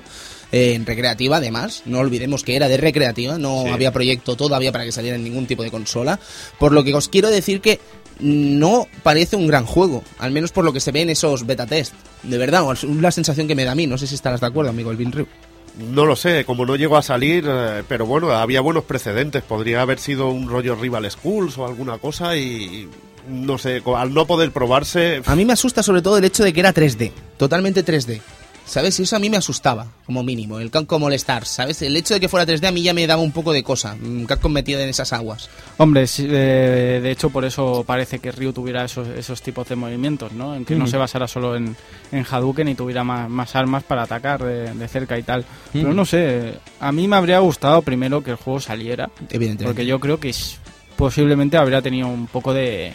[SPEAKER 1] eh, en recreativa además, no olvidemos que era de recreativa, no había proyecto todavía para que saliera en ningún tipo de consola, por lo que os quiero decir que no parece un gran juego, al menos por lo que se ve en esos beta test, de verdad, o es la sensación que me da a mí, no sé si estarás de acuerdo, amigo Elvin Ryu.
[SPEAKER 3] No lo sé, como no llegó a salir, eh, pero bueno, había buenos precedentes. Podría haber sido un rollo Rival Schools o alguna cosa y no sé, co- al no poder probarse,
[SPEAKER 1] A mí me asusta sobre todo el hecho de que era 3D, totalmente 3D. ¿Sabes? Y Eso a mí me asustaba, como mínimo, el Capcom All Stars, ¿sabes? El hecho de que fuera 3D a mí ya me daba un poco de cosa, mm, Capcom metida en esas aguas.
[SPEAKER 5] Hombre, sí, eh, de hecho por eso parece que Ryu tuviera esos, esos tipos de movimientos, ¿no? En que no se basara solo en, en Hadouken y tuviera más, más armas para atacar de, de cerca y tal. Pero no sé, a mí me habría gustado primero que el juego saliera,
[SPEAKER 1] Evidentemente.
[SPEAKER 5] porque yo creo que es- posiblemente habría tenido un poco de,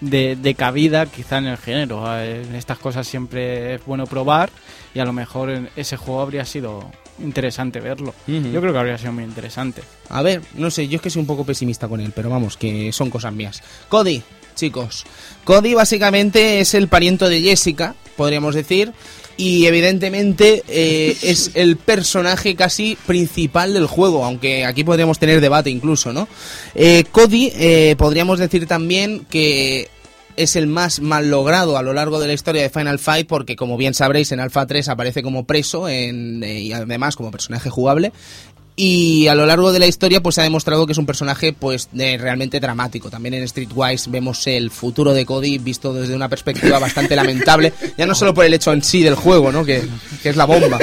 [SPEAKER 5] de, de cabida quizá en el género. Eh, Estas cosas siempre es bueno probar y a lo mejor en ese juego habría sido interesante verlo. Yo creo que habría sido muy interesante.
[SPEAKER 1] A ver, no sé, yo es que soy un poco pesimista con él, pero vamos, que son cosas mías. Cody, chicos. Cody básicamente es el pariento de Jessica, podríamos decir. Y evidentemente eh, es el personaje casi principal del juego, aunque aquí podríamos tener debate incluso, ¿no? Eh, Cody, eh, podríamos decir también que es el más mal logrado a lo largo de la historia de Final Fight porque como bien sabréis en Alpha 3 aparece como preso en- eh, y además como personaje jugable y a lo largo de la historia pues se ha demostrado que es un personaje pues de- realmente dramático. También en Streetwise vemos el futuro de Cody visto desde una perspectiva bastante lamentable, ya no solo por el hecho en sí del juego, ¿no? Que, que es la bomba,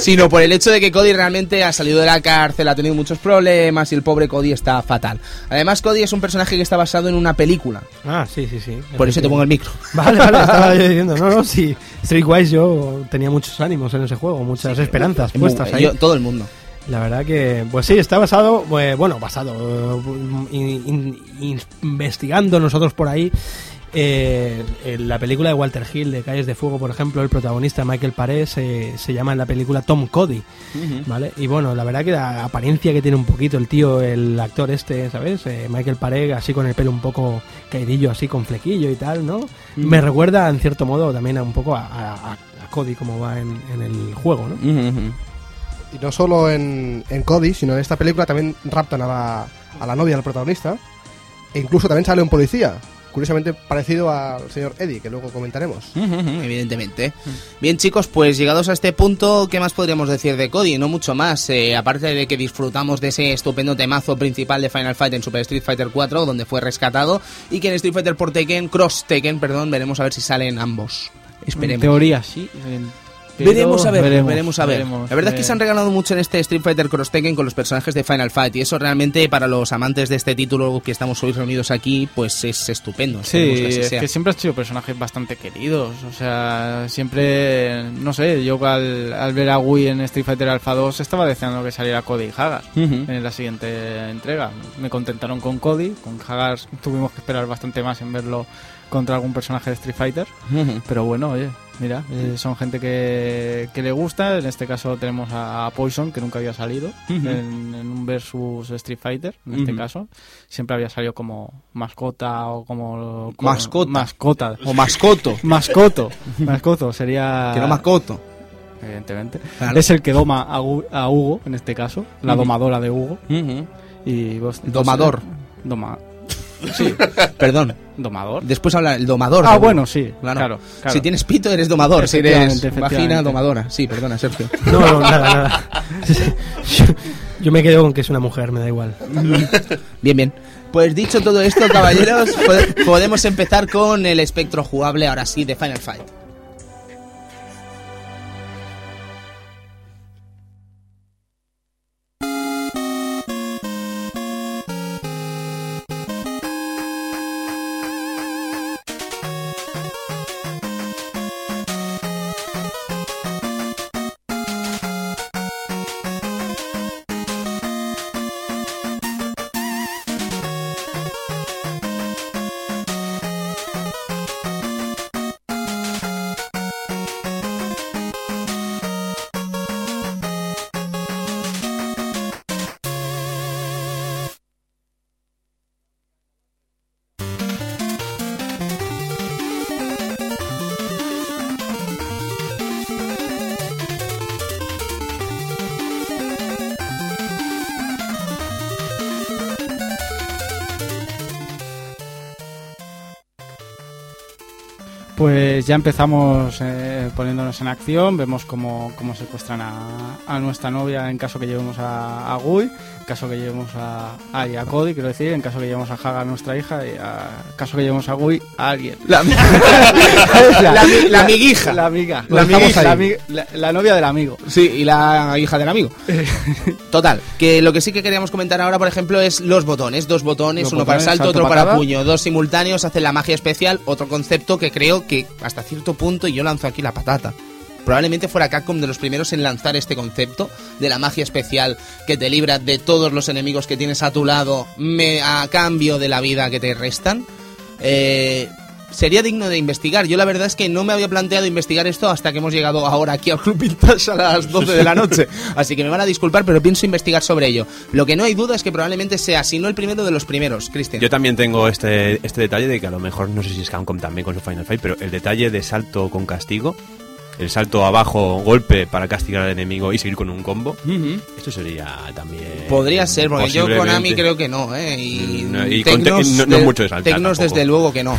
[SPEAKER 1] sino por el hecho de que Cody realmente ha salido de la cárcel, ha tenido muchos problemas y el pobre Cody está fatal. Además Cody es un personaje que está basado en una película,
[SPEAKER 2] Ah, sí, sí, sí.
[SPEAKER 1] por eso te pongo el micro.
[SPEAKER 2] Vale, vale, estaba yo diciendo, no, no, sí. Streetwise yo tenía muchos ánimos en ese juego, muchas esperanzas
[SPEAKER 1] Muy-
[SPEAKER 2] puestas ahí.
[SPEAKER 1] yo- todo el mundo.
[SPEAKER 2] La verdad que, pues sí, está basado, eh, bueno, basado, eh, in- in- investigando nosotros por ahí. eh, en la película de Walter Hill de Calles de Fuego, por ejemplo, el protagonista Michael Parés eh, se llama en la película Tom Cody, ¿vale? Y bueno, la verdad que la apariencia que tiene un poquito el tío, el actor este, ¿sabes? Eh, Michael Parés, así con el pelo un poco caidillo, así con flequillo y tal, ¿no? Me recuerda, en cierto modo, también a un poco a, a- a Cody, como va en, en el juego, ¿no?
[SPEAKER 6] Y no solo en, en Cody, sino en esta película también raptan a la, a la novia del protagonista. E incluso también sale un policía, curiosamente parecido al señor Eddie, que luego comentaremos.
[SPEAKER 1] Evidentemente. Bien, chicos, pues llegados a este punto, ¿qué más podríamos decir de Cody? No mucho más. eh, aparte de que disfrutamos de ese estupendo temazo principal de Final Fight en Super Street Fighter 4, donde fue rescatado, y que en Street Fighter por Tekken, Cross Tekken, perdón, veremos a ver si salen ambos.
[SPEAKER 5] En
[SPEAKER 1] Esperemos.
[SPEAKER 5] teoría sí. en- pero
[SPEAKER 1] veremos a ver, veremos, a ver.
[SPEAKER 5] veremos, Eh.
[SPEAKER 1] la verdad es que se han
[SPEAKER 5] veremos.
[SPEAKER 1] regalado mucho en este Street Fighter Cross Tekken con los personajes de Final Fight y eso realmente para los amantes de este título que estamos hoy reunidos aquí, pues es estupendo. Esperemos
[SPEAKER 5] Sí,
[SPEAKER 1] así
[SPEAKER 5] es
[SPEAKER 1] sea.
[SPEAKER 5] que siempre han sido personajes bastante queridos. O sea, siempre, no sé, yo al, al ver a Wii en Street Fighter Alpha 2 estaba deseando que saliera Cody y Hagar en la siguiente entrega. Me contentaron con Cody, con Hagar tuvimos que esperar bastante más en verlo contra algún personaje de Street Fighter. Pero bueno, oye, mira, eh, son gente que, que le gusta. En este caso tenemos a, a Poison, que nunca había salido en, en un versus Street Fighter, en este caso. Siempre había salido como mascota o como... como-
[SPEAKER 1] Mascota.
[SPEAKER 5] Mascota.
[SPEAKER 1] O mascoto,
[SPEAKER 5] Mascoto. Mascoto sería...
[SPEAKER 1] que no mascoto.
[SPEAKER 5] Evidentemente.
[SPEAKER 1] Claro.
[SPEAKER 5] Es el que doma a, Hu- a Hugo, en este caso. La
[SPEAKER 1] Ujú.
[SPEAKER 5] domadora de Hugo. Y vos-
[SPEAKER 1] Domador.
[SPEAKER 5] Doma... Sí,
[SPEAKER 1] Perdón,
[SPEAKER 5] domador.
[SPEAKER 1] después habla el domador.
[SPEAKER 5] Ah,
[SPEAKER 1] seguro.
[SPEAKER 5] bueno, sí. Claro,
[SPEAKER 1] Claro.
[SPEAKER 5] claro.
[SPEAKER 1] Si tienes pito, eres domador. Si eres
[SPEAKER 5] Efectivamente,
[SPEAKER 1] vagina,
[SPEAKER 5] efectivamente.
[SPEAKER 1] domadora. Sí, perdona, Sergio.
[SPEAKER 2] No, no, nada, nada. Yo, yo me quedo con que es una mujer, me da igual.
[SPEAKER 1] Bien, bien. Pues dicho todo esto, caballeros, pod- podemos empezar con el espectro jugable, ahora sí, de Final Fight.
[SPEAKER 5] Pues ya empezamos eh, poniéndonos en acción, vemos cómo, cómo secuestran a, a nuestra novia en caso que llevemos a, a Gui, en caso que llevemos a, ay, a Cody, quiero decir, en caso que llevemos a Haga, nuestra hija, y a- en caso que llevemos a Gui, a alguien.
[SPEAKER 1] La,
[SPEAKER 5] la,
[SPEAKER 1] mi- la amiguija.
[SPEAKER 5] La amiga. Pues
[SPEAKER 1] La
[SPEAKER 5] Estamos
[SPEAKER 1] amiguija.
[SPEAKER 5] ahí. La, ami- la- la novia del amigo.
[SPEAKER 1] Sí, y la hija del amigo. Total, que lo que sí que queríamos comentar ahora, por ejemplo, es los botones. Dos botones,
[SPEAKER 5] Los
[SPEAKER 1] uno
[SPEAKER 5] botones,
[SPEAKER 1] para salto,
[SPEAKER 5] salto,
[SPEAKER 1] otro para
[SPEAKER 5] patada.
[SPEAKER 1] puño. Dos simultáneos hacen la magia especial, otro concepto que creo que hasta cierto punto, y yo lanzo aquí la patata. Probablemente fuera Capcom de los primeros en lanzar este concepto de la magia especial que te libra de todos los enemigos que tienes a tu lado me- a cambio de la vida que te restan. Eh, sería digno de investigar. Yo la verdad es que no me había planteado investigar esto hasta que hemos llegado ahora aquí al Club Vintage a las 12 de la noche. Así que me van a disculpar, pero pienso investigar sobre ello. Lo que no hay duda es que probablemente sea, si no el primero, de los primeros, Cristian.
[SPEAKER 4] Yo también tengo este, este detalle de que a lo mejor, no sé si es Capcom también con su Final Fight, pero el detalle de salto con castigo, el salto abajo, golpe para castigar al enemigo y seguir con un combo,
[SPEAKER 1] Ujú.
[SPEAKER 4] esto sería también...
[SPEAKER 1] Podría ser, porque yo
[SPEAKER 4] posiblemente.
[SPEAKER 1] Konami creo que no, ¿eh? Y,
[SPEAKER 4] Mm, no, y con Te- no- no
[SPEAKER 1] de-
[SPEAKER 4] mucho de saltar
[SPEAKER 1] Tecnos,
[SPEAKER 4] tampoco.
[SPEAKER 1] desde luego que no.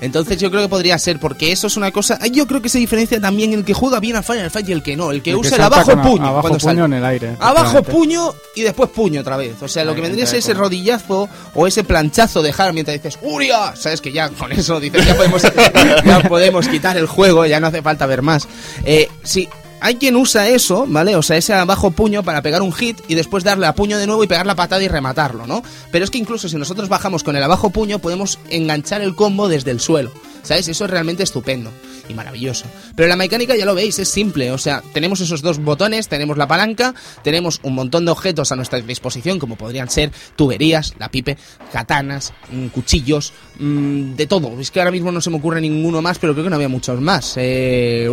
[SPEAKER 1] Entonces yo creo que podría ser, porque eso es una cosa... ay, Yo creo que se diferencia también el que juega bien a Final Fight y el que no. El que
[SPEAKER 5] El que
[SPEAKER 1] usa el
[SPEAKER 5] salta
[SPEAKER 1] abajo
[SPEAKER 5] con a-
[SPEAKER 1] puño.
[SPEAKER 5] Abajo
[SPEAKER 1] cuando
[SPEAKER 5] puño
[SPEAKER 1] salta.
[SPEAKER 5] en el aire.
[SPEAKER 1] Abajo
[SPEAKER 5] efectivamente.
[SPEAKER 1] puño y después puño otra vez. O sea, lo
[SPEAKER 5] Ahí,
[SPEAKER 1] que vendría a ser
[SPEAKER 5] ahí,
[SPEAKER 1] ese
[SPEAKER 5] como-
[SPEAKER 1] rodillazo o ese planchazo de Har mientras dices ¡Uria! Sabes que ya con eso dices, ya podemos, ya podemos quitar el juego, ya no hace falta ver más. Eh, sí, hay quien usa eso, ¿vale? O sea, ese abajo puño para pegar un hit y después darle a puño de nuevo y pegar la patada y rematarlo, ¿no? Pero es que incluso si nosotros bajamos con el abajo puño, podemos enganchar el combo desde el suelo. ¿Sabes? Eso es realmente estupendo y maravilloso. Pero la mecánica ya lo veis, es simple. O sea, tenemos esos dos botones, tenemos la palanca, tenemos un montón de objetos a nuestra disposición, como podrían ser tuberías, la pipe, katanas, mm, cuchillos, mm, de todo. Es que ahora mismo no se me ocurre ninguno más, pero creo que no había muchos más. Eh,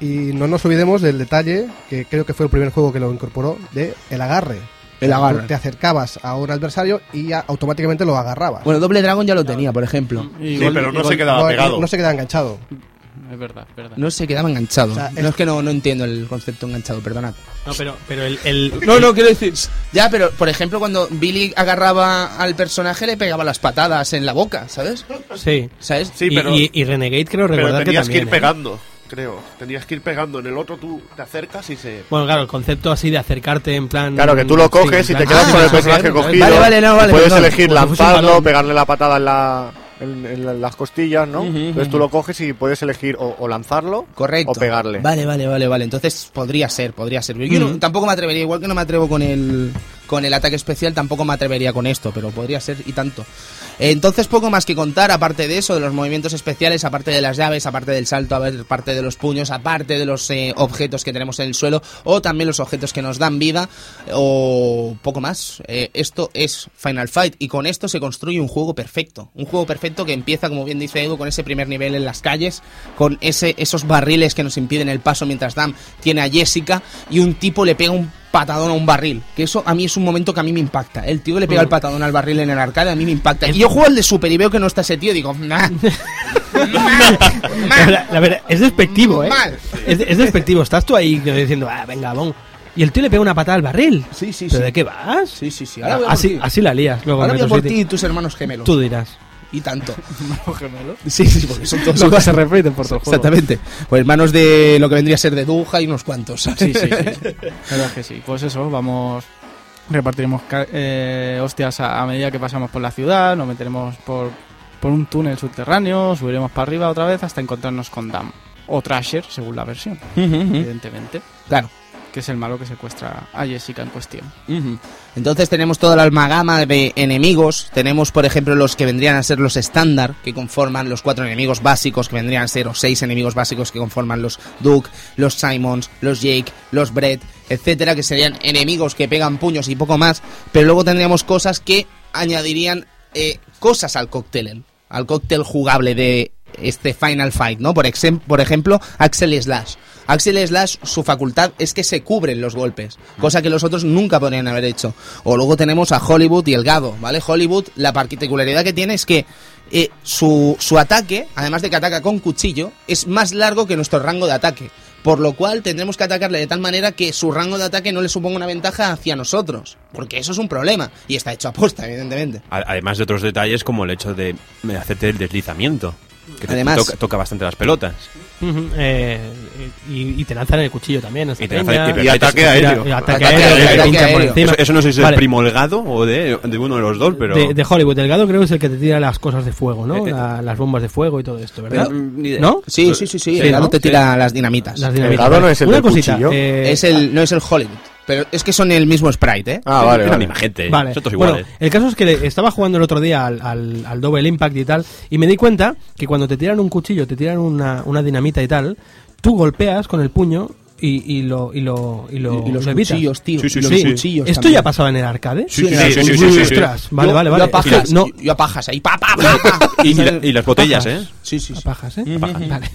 [SPEAKER 6] Y no nos olvidemos del detalle, que creo que fue el primer juego que lo incorporó, de el agarre.
[SPEAKER 1] El agarre.
[SPEAKER 6] Te acercabas a un adversario y ya automáticamente lo agarrabas.
[SPEAKER 1] Bueno, Doble Dragon ya lo tenía, por ejemplo.
[SPEAKER 5] Y
[SPEAKER 3] Sí,
[SPEAKER 5] gol-
[SPEAKER 3] pero
[SPEAKER 5] y
[SPEAKER 3] no
[SPEAKER 5] gol-
[SPEAKER 3] se quedaba
[SPEAKER 6] No,
[SPEAKER 3] pegado.
[SPEAKER 6] no se queda enganchado.
[SPEAKER 5] Es verdad, es verdad.
[SPEAKER 1] No se quedaba enganchado.
[SPEAKER 6] O sea, es-
[SPEAKER 1] No es que no, no entiendo el concepto enganchado, perdonad.
[SPEAKER 2] No, pero, pero el, el-
[SPEAKER 1] No, no, quiero decir. Ya, pero por ejemplo, cuando Billy agarraba al personaje, le pegaba las patadas en la boca, ¿sabes?
[SPEAKER 2] Sí.
[SPEAKER 1] ¿Sabes?
[SPEAKER 3] Sí,
[SPEAKER 2] Y-
[SPEAKER 3] pero,
[SPEAKER 2] y, y Renegade creo
[SPEAKER 3] pero
[SPEAKER 2] recordar que
[SPEAKER 3] pues tenías que ir
[SPEAKER 2] también. ¿eh?
[SPEAKER 3] pegando, creo. Tenías que ir pegando. En el otro tú te acercas y se...
[SPEAKER 2] Bueno, claro, el concepto así de acercarte en plan.
[SPEAKER 8] Claro, que tú lo
[SPEAKER 2] sí,
[SPEAKER 8] coges
[SPEAKER 2] en
[SPEAKER 8] y te
[SPEAKER 2] plan-
[SPEAKER 8] quedas
[SPEAKER 2] Ah,
[SPEAKER 8] con el
[SPEAKER 2] sí,
[SPEAKER 8] personaje
[SPEAKER 2] claro,
[SPEAKER 8] cogido.
[SPEAKER 1] Vale, vale, no, vale,
[SPEAKER 8] Puedes
[SPEAKER 1] perdón.
[SPEAKER 8] elegir
[SPEAKER 2] Como si fuese un
[SPEAKER 8] lanzarlo,
[SPEAKER 2] balón.
[SPEAKER 8] pegarle la patada en, la, en, en la- las costillas, ¿no? Entonces tú lo coges y puedes elegir o, o lanzarlo
[SPEAKER 1] Correcto.
[SPEAKER 8] o pegarle.
[SPEAKER 1] Vale, vale, vale, vale. Entonces podría ser, podría ser. Yo no-
[SPEAKER 2] Ujú.
[SPEAKER 1] tampoco me atrevería, igual que no me atrevo con el con el ataque especial, tampoco me atrevería con esto, pero podría ser y tanto. Entonces poco más que contar, aparte de eso, de los movimientos especiales, aparte de las llaves, aparte del salto, aparte de los puños, aparte de los eh, objetos que tenemos en el suelo, o también los objetos que nos dan vida, o poco más. Eh, esto es Final Fight y con esto se construye un juego perfecto. Un juego perfecto que empieza, como bien dice Edu, con ese primer nivel en las calles, con ese, esos barriles que nos impiden el paso mientras Dan tiene a Jessica y un tipo le pega un patadón a un barril. Que eso a mí es un momento que a mí me impacta. El tío que le pega el patadón al barril en el arcade a mí me impacta. Y yo juego al de Super y veo que no está ese tío y digo, nah.
[SPEAKER 2] La verdad, la verdad, es despectivo, ¿eh?
[SPEAKER 1] Mal.
[SPEAKER 2] Es, es despectivo. Estás tú ahí diciendo, ah, venga, bon. Y el tío le pega una patada al barril.
[SPEAKER 1] Sí, sí,
[SPEAKER 2] ¿Pero
[SPEAKER 1] sí.
[SPEAKER 2] de qué vas?
[SPEAKER 1] Sí, sí, sí. Ahora voy a por
[SPEAKER 2] Así,
[SPEAKER 1] ti.
[SPEAKER 2] así la lías. Luego en
[SPEAKER 1] Ahora voy a
[SPEAKER 2] Metro
[SPEAKER 1] por
[SPEAKER 2] City.
[SPEAKER 1] ti y tus hermanos gemelos.
[SPEAKER 2] Tú dirás.
[SPEAKER 1] Y tanto.
[SPEAKER 5] gemelo.
[SPEAKER 1] Sí, sí, porque son todos
[SPEAKER 5] Lo que se repite por todo el juego.
[SPEAKER 1] Exactamente. Pues hermanos de lo que vendría a ser de Duja y unos cuantos.
[SPEAKER 5] Sí, sí, sí. La verdad es que sí. Pues eso, vamos. Repartiremos ca- eh, hostias a, a medida que pasamos por la ciudad, nos meteremos por, por un túnel subterráneo, subiremos para arriba otra vez hasta encontrarnos con Dam. O Trasher, según la versión, evidentemente,
[SPEAKER 1] Claro.
[SPEAKER 5] que es el malo que secuestra a Jessica en cuestión.
[SPEAKER 1] Entonces tenemos toda la almagama de enemigos. Tenemos, por ejemplo, los que vendrían a ser los estándar, que conforman los cuatro enemigos básicos, que vendrían a ser, o seis enemigos básicos que conforman los Duke, los Simons, los Jake, los Brett, etcétera, que serían enemigos que pegan puños y poco más. Pero luego tendríamos cosas que añadirían eh, cosas al cóctel, al cóctel jugable de este Final Fight, ¿no? Por, exem- por ejemplo, Axel Slash. Axel Slash, su facultad es que se cubren los golpes, cosa que los otros nunca podrían haber hecho. O luego tenemos a Hollywood y el Gado, ¿vale? Hollywood, la particularidad que tiene es que eh, su, su ataque, además de que ataca con cuchillo, es más largo que nuestro rango de ataque. Por lo cual tendremos que atacarle de tal manera que su rango de ataque no le suponga una ventaja hacia nosotros. Porque eso es un problema. Y está hecho aposta, evidentemente.
[SPEAKER 4] A- Además de otros detalles como el hecho de hacerte el deslizamiento. Que te-
[SPEAKER 1] Además-
[SPEAKER 4] toca, toca bastante las pelotas.
[SPEAKER 2] Ujú, eh, y, y te lanzan el cuchillo también. hasta
[SPEAKER 4] Y te lanzan-
[SPEAKER 2] peña.
[SPEAKER 4] y te-
[SPEAKER 2] Y
[SPEAKER 4] y ataque
[SPEAKER 2] ataque
[SPEAKER 4] Ataque
[SPEAKER 2] aéreo,
[SPEAKER 4] aéreo,
[SPEAKER 2] que te
[SPEAKER 4] ataque
[SPEAKER 2] pinchan por
[SPEAKER 1] aéreo.
[SPEAKER 2] encima.
[SPEAKER 4] Eso, eso no sé si es
[SPEAKER 2] Vale.
[SPEAKER 4] el primolgado o de, de uno de los dos, pero...
[SPEAKER 2] De, de Hollywood, Delgado creo que es el que te tira las cosas de fuego, ¿no?
[SPEAKER 4] Eh, eh.
[SPEAKER 2] La- las bombas de fuego y todo esto, ¿verdad?
[SPEAKER 4] ¿No?
[SPEAKER 2] ¿No?
[SPEAKER 1] mm, Sí, sí, sí, sí.
[SPEAKER 2] Sí,
[SPEAKER 1] el Gado
[SPEAKER 2] ¿no?
[SPEAKER 1] te tira las dinamitas. ah.
[SPEAKER 2] Las dinamitas.
[SPEAKER 8] Delgado no es el
[SPEAKER 2] Una
[SPEAKER 8] del
[SPEAKER 2] cosita.
[SPEAKER 8] cuchillo.
[SPEAKER 2] eh,
[SPEAKER 1] Es el, no es el Hollywood. Pero es que son el mismo sprite, ¿eh?
[SPEAKER 8] Ah, vale, vale.
[SPEAKER 4] Era la misma gente.
[SPEAKER 2] Vale.
[SPEAKER 4] Son todos
[SPEAKER 2] Bueno,
[SPEAKER 4] iguales.
[SPEAKER 2] el caso es que le- estaba jugando el otro día al, al, al Double Impact y tal, y me di cuenta que cuando te tiran un cuchillo, te tiran una, una dinamita y tal, tú golpeas con el puño y, y lo, y lo, y lo,
[SPEAKER 1] y los
[SPEAKER 2] lo evitas.
[SPEAKER 1] cuchillos, tío.
[SPEAKER 4] Sí, sí,
[SPEAKER 1] y los
[SPEAKER 4] sí, sí.
[SPEAKER 1] cuchillos.
[SPEAKER 2] ¿Esto
[SPEAKER 1] también.
[SPEAKER 2] ya pasaba en el arcade?
[SPEAKER 4] Sí,
[SPEAKER 1] sí,
[SPEAKER 4] sí, sí, sí,
[SPEAKER 2] Uy,
[SPEAKER 4] sí, sí.
[SPEAKER 2] ostras, vale,
[SPEAKER 1] Yo-
[SPEAKER 2] vale,
[SPEAKER 1] Yo
[SPEAKER 2] vale.
[SPEAKER 1] a pajas,
[SPEAKER 2] No,
[SPEAKER 1] yo, yo a pajas ahí, pa, pa, pa, pa.
[SPEAKER 4] Y, y la- y las botellas, ¿eh?
[SPEAKER 1] Sí, sí, sí.
[SPEAKER 2] pajas, ¿eh?
[SPEAKER 4] Pajas.
[SPEAKER 2] Vale.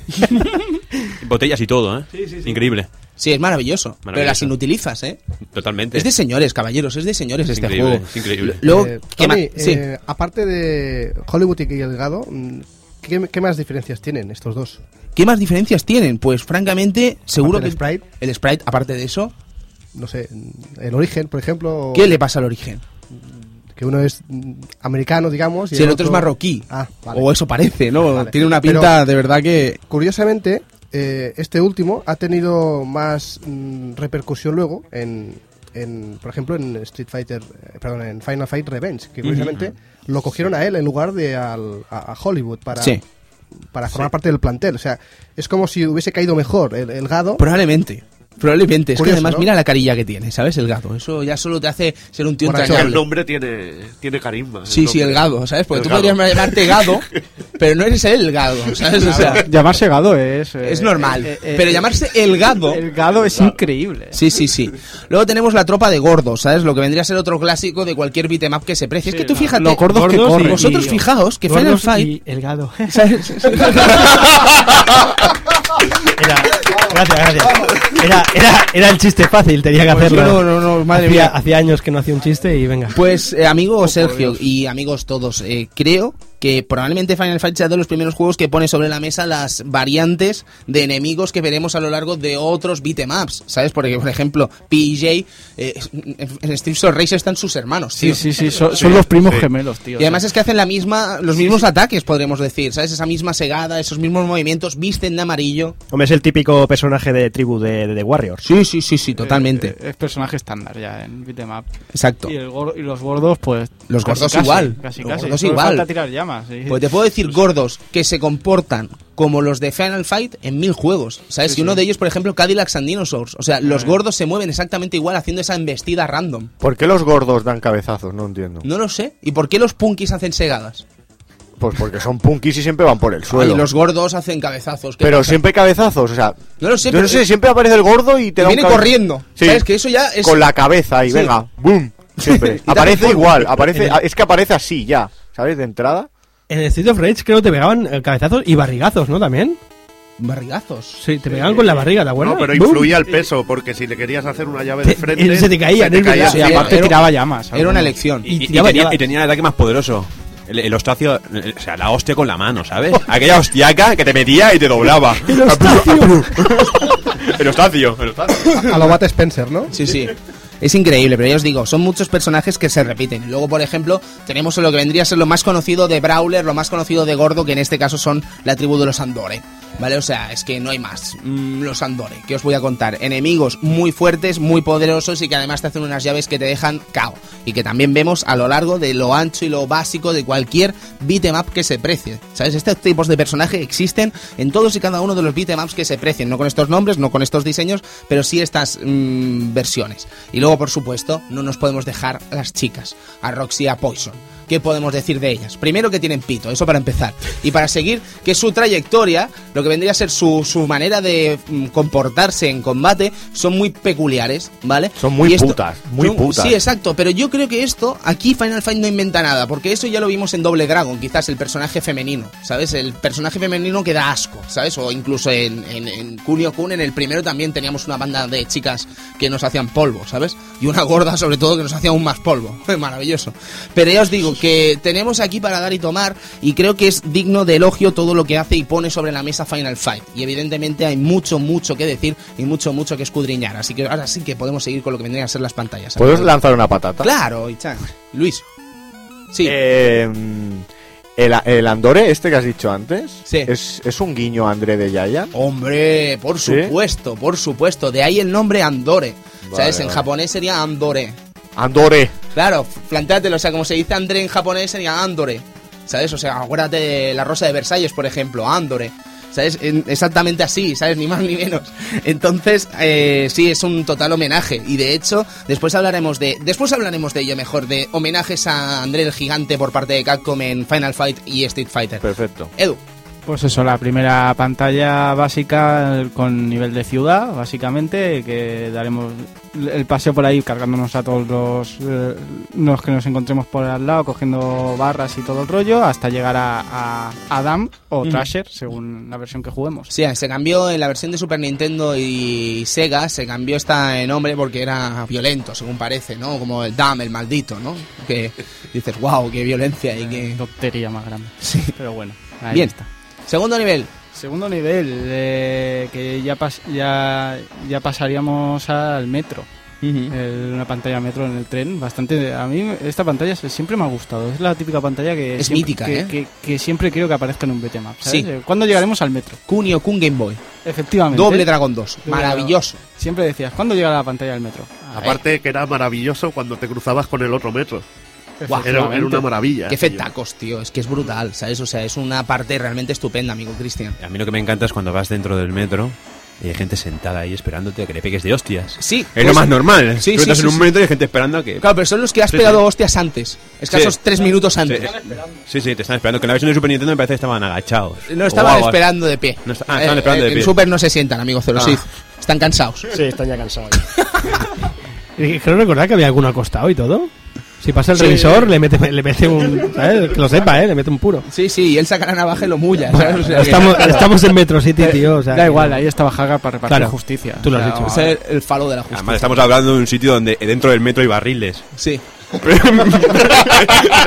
[SPEAKER 4] Botellas y todo, ¿eh? Increíble.
[SPEAKER 1] Sí, es maravilloso, Pero
[SPEAKER 4] Maravilloso.
[SPEAKER 1] las inutilizas, ¿eh?
[SPEAKER 4] Totalmente.
[SPEAKER 1] Es de señores, caballeros, es de señores
[SPEAKER 4] Es
[SPEAKER 1] este
[SPEAKER 4] increíble,
[SPEAKER 1] juego.
[SPEAKER 4] es increíble.
[SPEAKER 1] Luego,
[SPEAKER 6] Eh,
[SPEAKER 1] ¿qué
[SPEAKER 6] Tony,
[SPEAKER 1] más? Sí.
[SPEAKER 6] eh, aparte de Hollywood y el Gado, mm, ¿qué, qué más diferencias tienen estos dos?
[SPEAKER 1] ¿Qué más diferencias tienen? Pues francamente, seguro que
[SPEAKER 6] del sprite.
[SPEAKER 1] el sprite, aparte de eso,
[SPEAKER 6] No sé, mm, el origen, por ejemplo, o-
[SPEAKER 1] ¿qué le pasa al origen?
[SPEAKER 6] que uno es mm, americano, digamos, y
[SPEAKER 1] si el otro es marroquí.
[SPEAKER 6] Ah, vale.
[SPEAKER 1] O eso parece, ¿no?
[SPEAKER 6] Vale.
[SPEAKER 1] Tiene una
[SPEAKER 6] Pero-
[SPEAKER 1] pinta de verdad que...
[SPEAKER 6] Curiosamente, eh, este último ha tenido más mm, repercusión luego en, en, por ejemplo, en Street Fighter, eh, perdón, en Final Fight Revenge, que curiosamente
[SPEAKER 1] Ah,
[SPEAKER 6] lo cogieron a él en lugar de al- a, a Hollywood para,
[SPEAKER 1] Sí,
[SPEAKER 6] para formar parte del plantel. O sea, es como si hubiese caído mejor el, el Gado.
[SPEAKER 1] probablemente. Probablemente. es que
[SPEAKER 6] Curioso,
[SPEAKER 1] además
[SPEAKER 6] ¿no?
[SPEAKER 1] mira la carilla que tiene, ¿sabes? El gato. Eso ya solo te hace ser eh, un tío
[SPEAKER 6] Borracho.
[SPEAKER 3] El
[SPEAKER 1] entrañable.
[SPEAKER 3] nombre tiene, tiene carisma.
[SPEAKER 1] Sí, sí, el
[SPEAKER 3] nombre.
[SPEAKER 1] gado, ¿sabes? Porque
[SPEAKER 3] El
[SPEAKER 1] tú
[SPEAKER 3] gado.
[SPEAKER 1] podrías llamarte gado, pero no eres el gado, ¿sabes? O sea,
[SPEAKER 5] Llamarse gado es. eh,
[SPEAKER 1] es normal.
[SPEAKER 5] eh, eh,
[SPEAKER 1] Pero
[SPEAKER 5] eh,
[SPEAKER 1] llamarse el gado...
[SPEAKER 5] El gado es increíble.
[SPEAKER 1] Sí, sí, sí. Luego tenemos la tropa de gordos, ¿sabes? Lo que vendría a ser otro clásico de cualquier beatmap que se precie. es que tú fíjate,
[SPEAKER 5] Los gordos, que
[SPEAKER 2] gordos y-
[SPEAKER 5] corren.
[SPEAKER 1] vosotros
[SPEAKER 5] tío.
[SPEAKER 1] fijaos que Final
[SPEAKER 2] Gordos
[SPEAKER 1] Fight...
[SPEAKER 2] y el gado.
[SPEAKER 1] ¿sabes?
[SPEAKER 2] Era, gracias, gracias. Era, era, era el chiste fácil, tenía que hacerlo.
[SPEAKER 6] no, no, no, madre
[SPEAKER 2] hacía,
[SPEAKER 6] mía.
[SPEAKER 2] hacía años que no hacía un chiste y venga.
[SPEAKER 1] Pues eh,
[SPEAKER 5] Oh,
[SPEAKER 1] amigo Sergio y amigos todos, eh, creo que probablemente Final Fight sea de los primeros juegos que pone sobre la mesa las variantes de enemigos que veremos a lo largo de otros beatemaps, ¿sabes? Porque, por ejemplo, PJ, eh, en Steve Race están sus hermanos,
[SPEAKER 5] Sí,
[SPEAKER 1] tío.
[SPEAKER 5] sí, sí, son, son los primos gemelos, tío.
[SPEAKER 1] Y además es que hacen la misma, los mismos ataques, podríamos decir, ¿sabes? Esa misma segada, esos mismos movimientos, visten de amarillo.
[SPEAKER 7] Hombre, es el típico personaje de tribu de, de, de Warriors.
[SPEAKER 1] Sí, sí, sí, sí,
[SPEAKER 5] Eh,
[SPEAKER 1] totalmente.
[SPEAKER 5] eh, es personaje estándar ya en beat'em up.
[SPEAKER 1] Exacto.
[SPEAKER 5] Y, el gor- y los gordos, pues.
[SPEAKER 1] Los
[SPEAKER 5] casi,
[SPEAKER 1] gordos
[SPEAKER 5] casi,
[SPEAKER 1] igual.
[SPEAKER 5] Casi,
[SPEAKER 1] Los
[SPEAKER 5] casi.
[SPEAKER 1] gordos
[SPEAKER 5] Solo
[SPEAKER 1] igual.
[SPEAKER 5] falta tirar llamas. y-
[SPEAKER 1] Pues te puedo decir gordos que se comportan como los de Final Fight en mil juegos. ¿Sabes? y uno de ellos, por ejemplo, Cadillacs and Dinosaurs. O sea,
[SPEAKER 5] Eh.
[SPEAKER 1] los gordos se mueven exactamente igual haciendo esa embestida random.
[SPEAKER 8] ¿Por qué los gordos dan cabezazos? No entiendo.
[SPEAKER 1] No lo sé. ¿Y por qué los punkis hacen segadas?
[SPEAKER 8] Pues porque son punkis y siempre van por el suelo.
[SPEAKER 1] Y los gordos hacen cabezazos. ¿Qué
[SPEAKER 8] Pero
[SPEAKER 1] pasa?
[SPEAKER 8] siempre cabezazos, o sea.
[SPEAKER 1] No lo sé,
[SPEAKER 8] yo
[SPEAKER 1] pero-
[SPEAKER 8] no sé, siempre aparece el gordo y te
[SPEAKER 1] Y
[SPEAKER 8] da un
[SPEAKER 1] viene
[SPEAKER 8] cabe-
[SPEAKER 1] corriendo.
[SPEAKER 8] Sí.
[SPEAKER 1] ¿Sabes? Que eso ya es.
[SPEAKER 8] Con la cabeza y
[SPEAKER 1] Sí.
[SPEAKER 8] venga, ¡boom! Siempre.
[SPEAKER 1] Y
[SPEAKER 8] aparece
[SPEAKER 1] dale
[SPEAKER 8] igual, aparece, es que aparece así ya, ¿sabes? De entrada.
[SPEAKER 2] En el Street of Rage creo que te pegaban eh, cabezazos y barrigazos, ¿no? También.
[SPEAKER 1] Barrigazos.
[SPEAKER 2] Sí, te pegaban con
[SPEAKER 3] Eh,
[SPEAKER 2] la barriga, ¿te acuerdas?
[SPEAKER 3] No, pero
[SPEAKER 2] ¡Bum!
[SPEAKER 3] influía el peso, porque si le querías hacer una llave
[SPEAKER 2] Te-
[SPEAKER 3] de frente.
[SPEAKER 1] eh,
[SPEAKER 2] él se te caía,
[SPEAKER 3] se te
[SPEAKER 2] es verdad.
[SPEAKER 3] caía.
[SPEAKER 1] Sí,
[SPEAKER 5] Y aparte
[SPEAKER 1] era-
[SPEAKER 5] tiraba llamas.
[SPEAKER 1] Era una
[SPEAKER 5] algunos.
[SPEAKER 1] elección.
[SPEAKER 2] Y
[SPEAKER 4] Y, y
[SPEAKER 2] tiraba
[SPEAKER 4] tenía,
[SPEAKER 2] llave.
[SPEAKER 4] y tenía el ataque más poderoso. El, el hostacio, el- o sea, la hostia con la mano, ¿sabes? Aquella hostiaca que te metía y te doblaba. el hostacio. el hostacio.
[SPEAKER 6] A lo Bat Spencer, ¿no?
[SPEAKER 1] Sí, sí. Es increíble, pero ya os digo, son muchos personajes que se repiten. Y Luego, por ejemplo, tenemos lo que vendría a ser lo más conocido de Brawler, lo más conocido de Gordo, que en este caso son la tribu de los Andore. ¿Vale? O sea, es que no hay más. Mm, Los Andore, ¿qué os voy a contar? Enemigos muy fuertes, muy poderosos y que además te hacen unas llaves que te dejan cao. Y que también vemos a lo largo de lo ancho y lo básico de cualquier beatmap que se precie. ¿Sabes? Estos tipos de personajes existen en todos y cada uno de los beatemaps que se precien. No con estos nombres, no con estos diseños, pero sí estas mm, versiones. Y luego, por supuesto, no nos podemos dejar a las chicas, a Roxy y a Poison. ¿Qué podemos decir de ellas? Primero que tienen pito, eso para empezar. Y para seguir, que su trayectoria, lo que vendría a ser su, su manera de mm, comportarse en combate, son muy peculiares, ¿vale?
[SPEAKER 8] Son muy
[SPEAKER 1] Y esto-
[SPEAKER 8] putas, muy
[SPEAKER 1] son-
[SPEAKER 8] putas.
[SPEAKER 1] Sí, exacto, pero yo creo que esto, aquí Final Fight no inventa nada, porque eso ya lo vimos en Doble Dragon, quizás el personaje femenino, ¿sabes? El personaje femenino que da asco, ¿sabes? O incluso en, en, en Kunio Kun, en el primero también teníamos una banda de chicas que nos hacían polvo, ¿sabes? Y una gorda, sobre todo, que nos hacía aún más polvo. Maravilloso. Pero ya os digo que tenemos aquí para dar y tomar, y creo que es digno de elogio todo lo que hace y pone sobre la mesa Final Fight. Y evidentemente hay mucho, mucho que decir y mucho, mucho que escudriñar. Así que ahora sí que podemos seguir con lo que vendrían a ser las pantallas.
[SPEAKER 8] ¿Puedes lanzar una patata?
[SPEAKER 1] Claro, Ichan. Luis. Sí.
[SPEAKER 8] Eh, mm, el, el Andore, este que has dicho antes,
[SPEAKER 1] Sí.
[SPEAKER 8] es, es un guiño a André de Yaya.
[SPEAKER 1] Hombre, por
[SPEAKER 8] ¿Sí?
[SPEAKER 1] supuesto, por supuesto. De ahí el nombre Andore.
[SPEAKER 8] Vale,
[SPEAKER 1] ¿Sabes? En
[SPEAKER 8] vale.
[SPEAKER 1] japonés sería Andore.
[SPEAKER 8] Andore.
[SPEAKER 1] Claro, plantéatelo. O sea, como se dice André en japonés sería Andore. ¿Sabes? O sea, acuérdate de la Rosa de Versalles, por ejemplo, Andore. ¿Sabes? En- exactamente así, ¿sabes? Ni más ni menos. Entonces, eh, sí, es un total homenaje. Y de hecho, después hablaremos de. Después hablaremos de ello mejor, de homenajes a André el Gigante por parte de Capcom en Final Fight y Street Fighter.
[SPEAKER 8] Perfecto.
[SPEAKER 1] Edu,
[SPEAKER 5] Pues eso, la primera pantalla básica eh, con nivel de ciudad, básicamente, que daremos el paseo por ahí cargándonos a todos los, eh, los que nos encontremos por al lado, cogiendo barras y todo el rollo, hasta llegar a, a Adam o
[SPEAKER 1] Mm.
[SPEAKER 5] Trasher, según la versión que juguemos.
[SPEAKER 1] Sí, se cambió en la versión de Super Nintendo y Sega, se cambió este nombre porque era violento, según parece, ¿no? Como el Dam, el maldito, ¿no? Que dices, wow, qué violencia y
[SPEAKER 5] Eh,
[SPEAKER 1] qué...
[SPEAKER 5] Doctería más grande. Pero bueno, ahí
[SPEAKER 1] Bien.
[SPEAKER 5] está.
[SPEAKER 1] Segundo nivel.
[SPEAKER 5] Segundo nivel, eh, que ya, pas- ya, ya pasaríamos al metro. El- una pantalla metro en el tren, bastante. A mí esta pantalla se- siempre me ha gustado. Es la típica pantalla que
[SPEAKER 1] Es
[SPEAKER 5] siempre,
[SPEAKER 1] mítica,
[SPEAKER 5] que,
[SPEAKER 1] ¿eh?
[SPEAKER 5] que- que siempre quiero que aparezca en un beatmap. ¿sabes?
[SPEAKER 1] Sí.
[SPEAKER 5] Eh, ¿Cuándo llegaremos al metro?
[SPEAKER 1] Kunio Kun Game Boy.
[SPEAKER 5] Efectivamente.
[SPEAKER 1] Doble Dragon 2.
[SPEAKER 5] Pero-
[SPEAKER 1] Maravilloso.
[SPEAKER 5] Siempre decías, ¿cuándo llegará la pantalla del metro?
[SPEAKER 3] Aparte que era maravilloso cuando te cruzabas con el otro metro.
[SPEAKER 1] Guau,
[SPEAKER 3] Era, era una maravilla.
[SPEAKER 1] Qué
[SPEAKER 3] aquello.
[SPEAKER 1] fetacos, tío. Es que es brutal, ¿sabes? O sea, es una parte realmente estupenda, amigo Cristian.
[SPEAKER 4] A mí lo que me encanta es cuando vas dentro del metro y hay gente sentada ahí esperándote a que le pegues de hostias.
[SPEAKER 1] Sí.
[SPEAKER 4] Es lo
[SPEAKER 1] pues-
[SPEAKER 4] más
[SPEAKER 3] ¿eh?
[SPEAKER 4] normal.
[SPEAKER 1] Sí,
[SPEAKER 4] Tú
[SPEAKER 1] sí,
[SPEAKER 4] estás
[SPEAKER 1] sí,
[SPEAKER 4] en un
[SPEAKER 1] sí.
[SPEAKER 4] momento y hay gente esperando a que.
[SPEAKER 1] Claro, pero son los que has
[SPEAKER 4] Sí,
[SPEAKER 1] pegado
[SPEAKER 4] sí.
[SPEAKER 1] hostias antes. Escasos
[SPEAKER 4] Sí.
[SPEAKER 1] tres minutos antes.
[SPEAKER 4] Sí, sí, te están esperando. Que en la versión de Super Nintendo me parece que estaban agachados.
[SPEAKER 1] No
[SPEAKER 4] O
[SPEAKER 1] estaban
[SPEAKER 4] guau,
[SPEAKER 1] esperando de pie. Eh,
[SPEAKER 4] No está- ah, estaban esperando de
[SPEAKER 1] en
[SPEAKER 4] pie. Ah.
[SPEAKER 1] Super no se sientan, amigo Zero Sith. Están cansados.
[SPEAKER 7] Sí, están ya cansados.
[SPEAKER 2] Eh, Creo recordar que había alguno acostado y todo. Si pasa el
[SPEAKER 1] Sí.
[SPEAKER 2] revisor, le mete, le mete un. ¿sabes? Que lo sepa, ¿eh? Le mete un puro.
[SPEAKER 1] Sí, sí, y él saca la navaja y lo mulla, ¿sabes? O sea, que- Eh,
[SPEAKER 2] Estamos, estamos en Metro City, tío. o sea,
[SPEAKER 5] da
[SPEAKER 2] que-
[SPEAKER 5] igual, ahí estaba Haga para repartir
[SPEAKER 2] Claro.
[SPEAKER 5] justicia.
[SPEAKER 2] Tú lo has
[SPEAKER 5] O sea,
[SPEAKER 2] dicho.
[SPEAKER 1] Vamos a ver el falo de la justicia.
[SPEAKER 4] Además, estamos hablando de un sitio donde dentro del metro hay barriles.
[SPEAKER 1] Sí.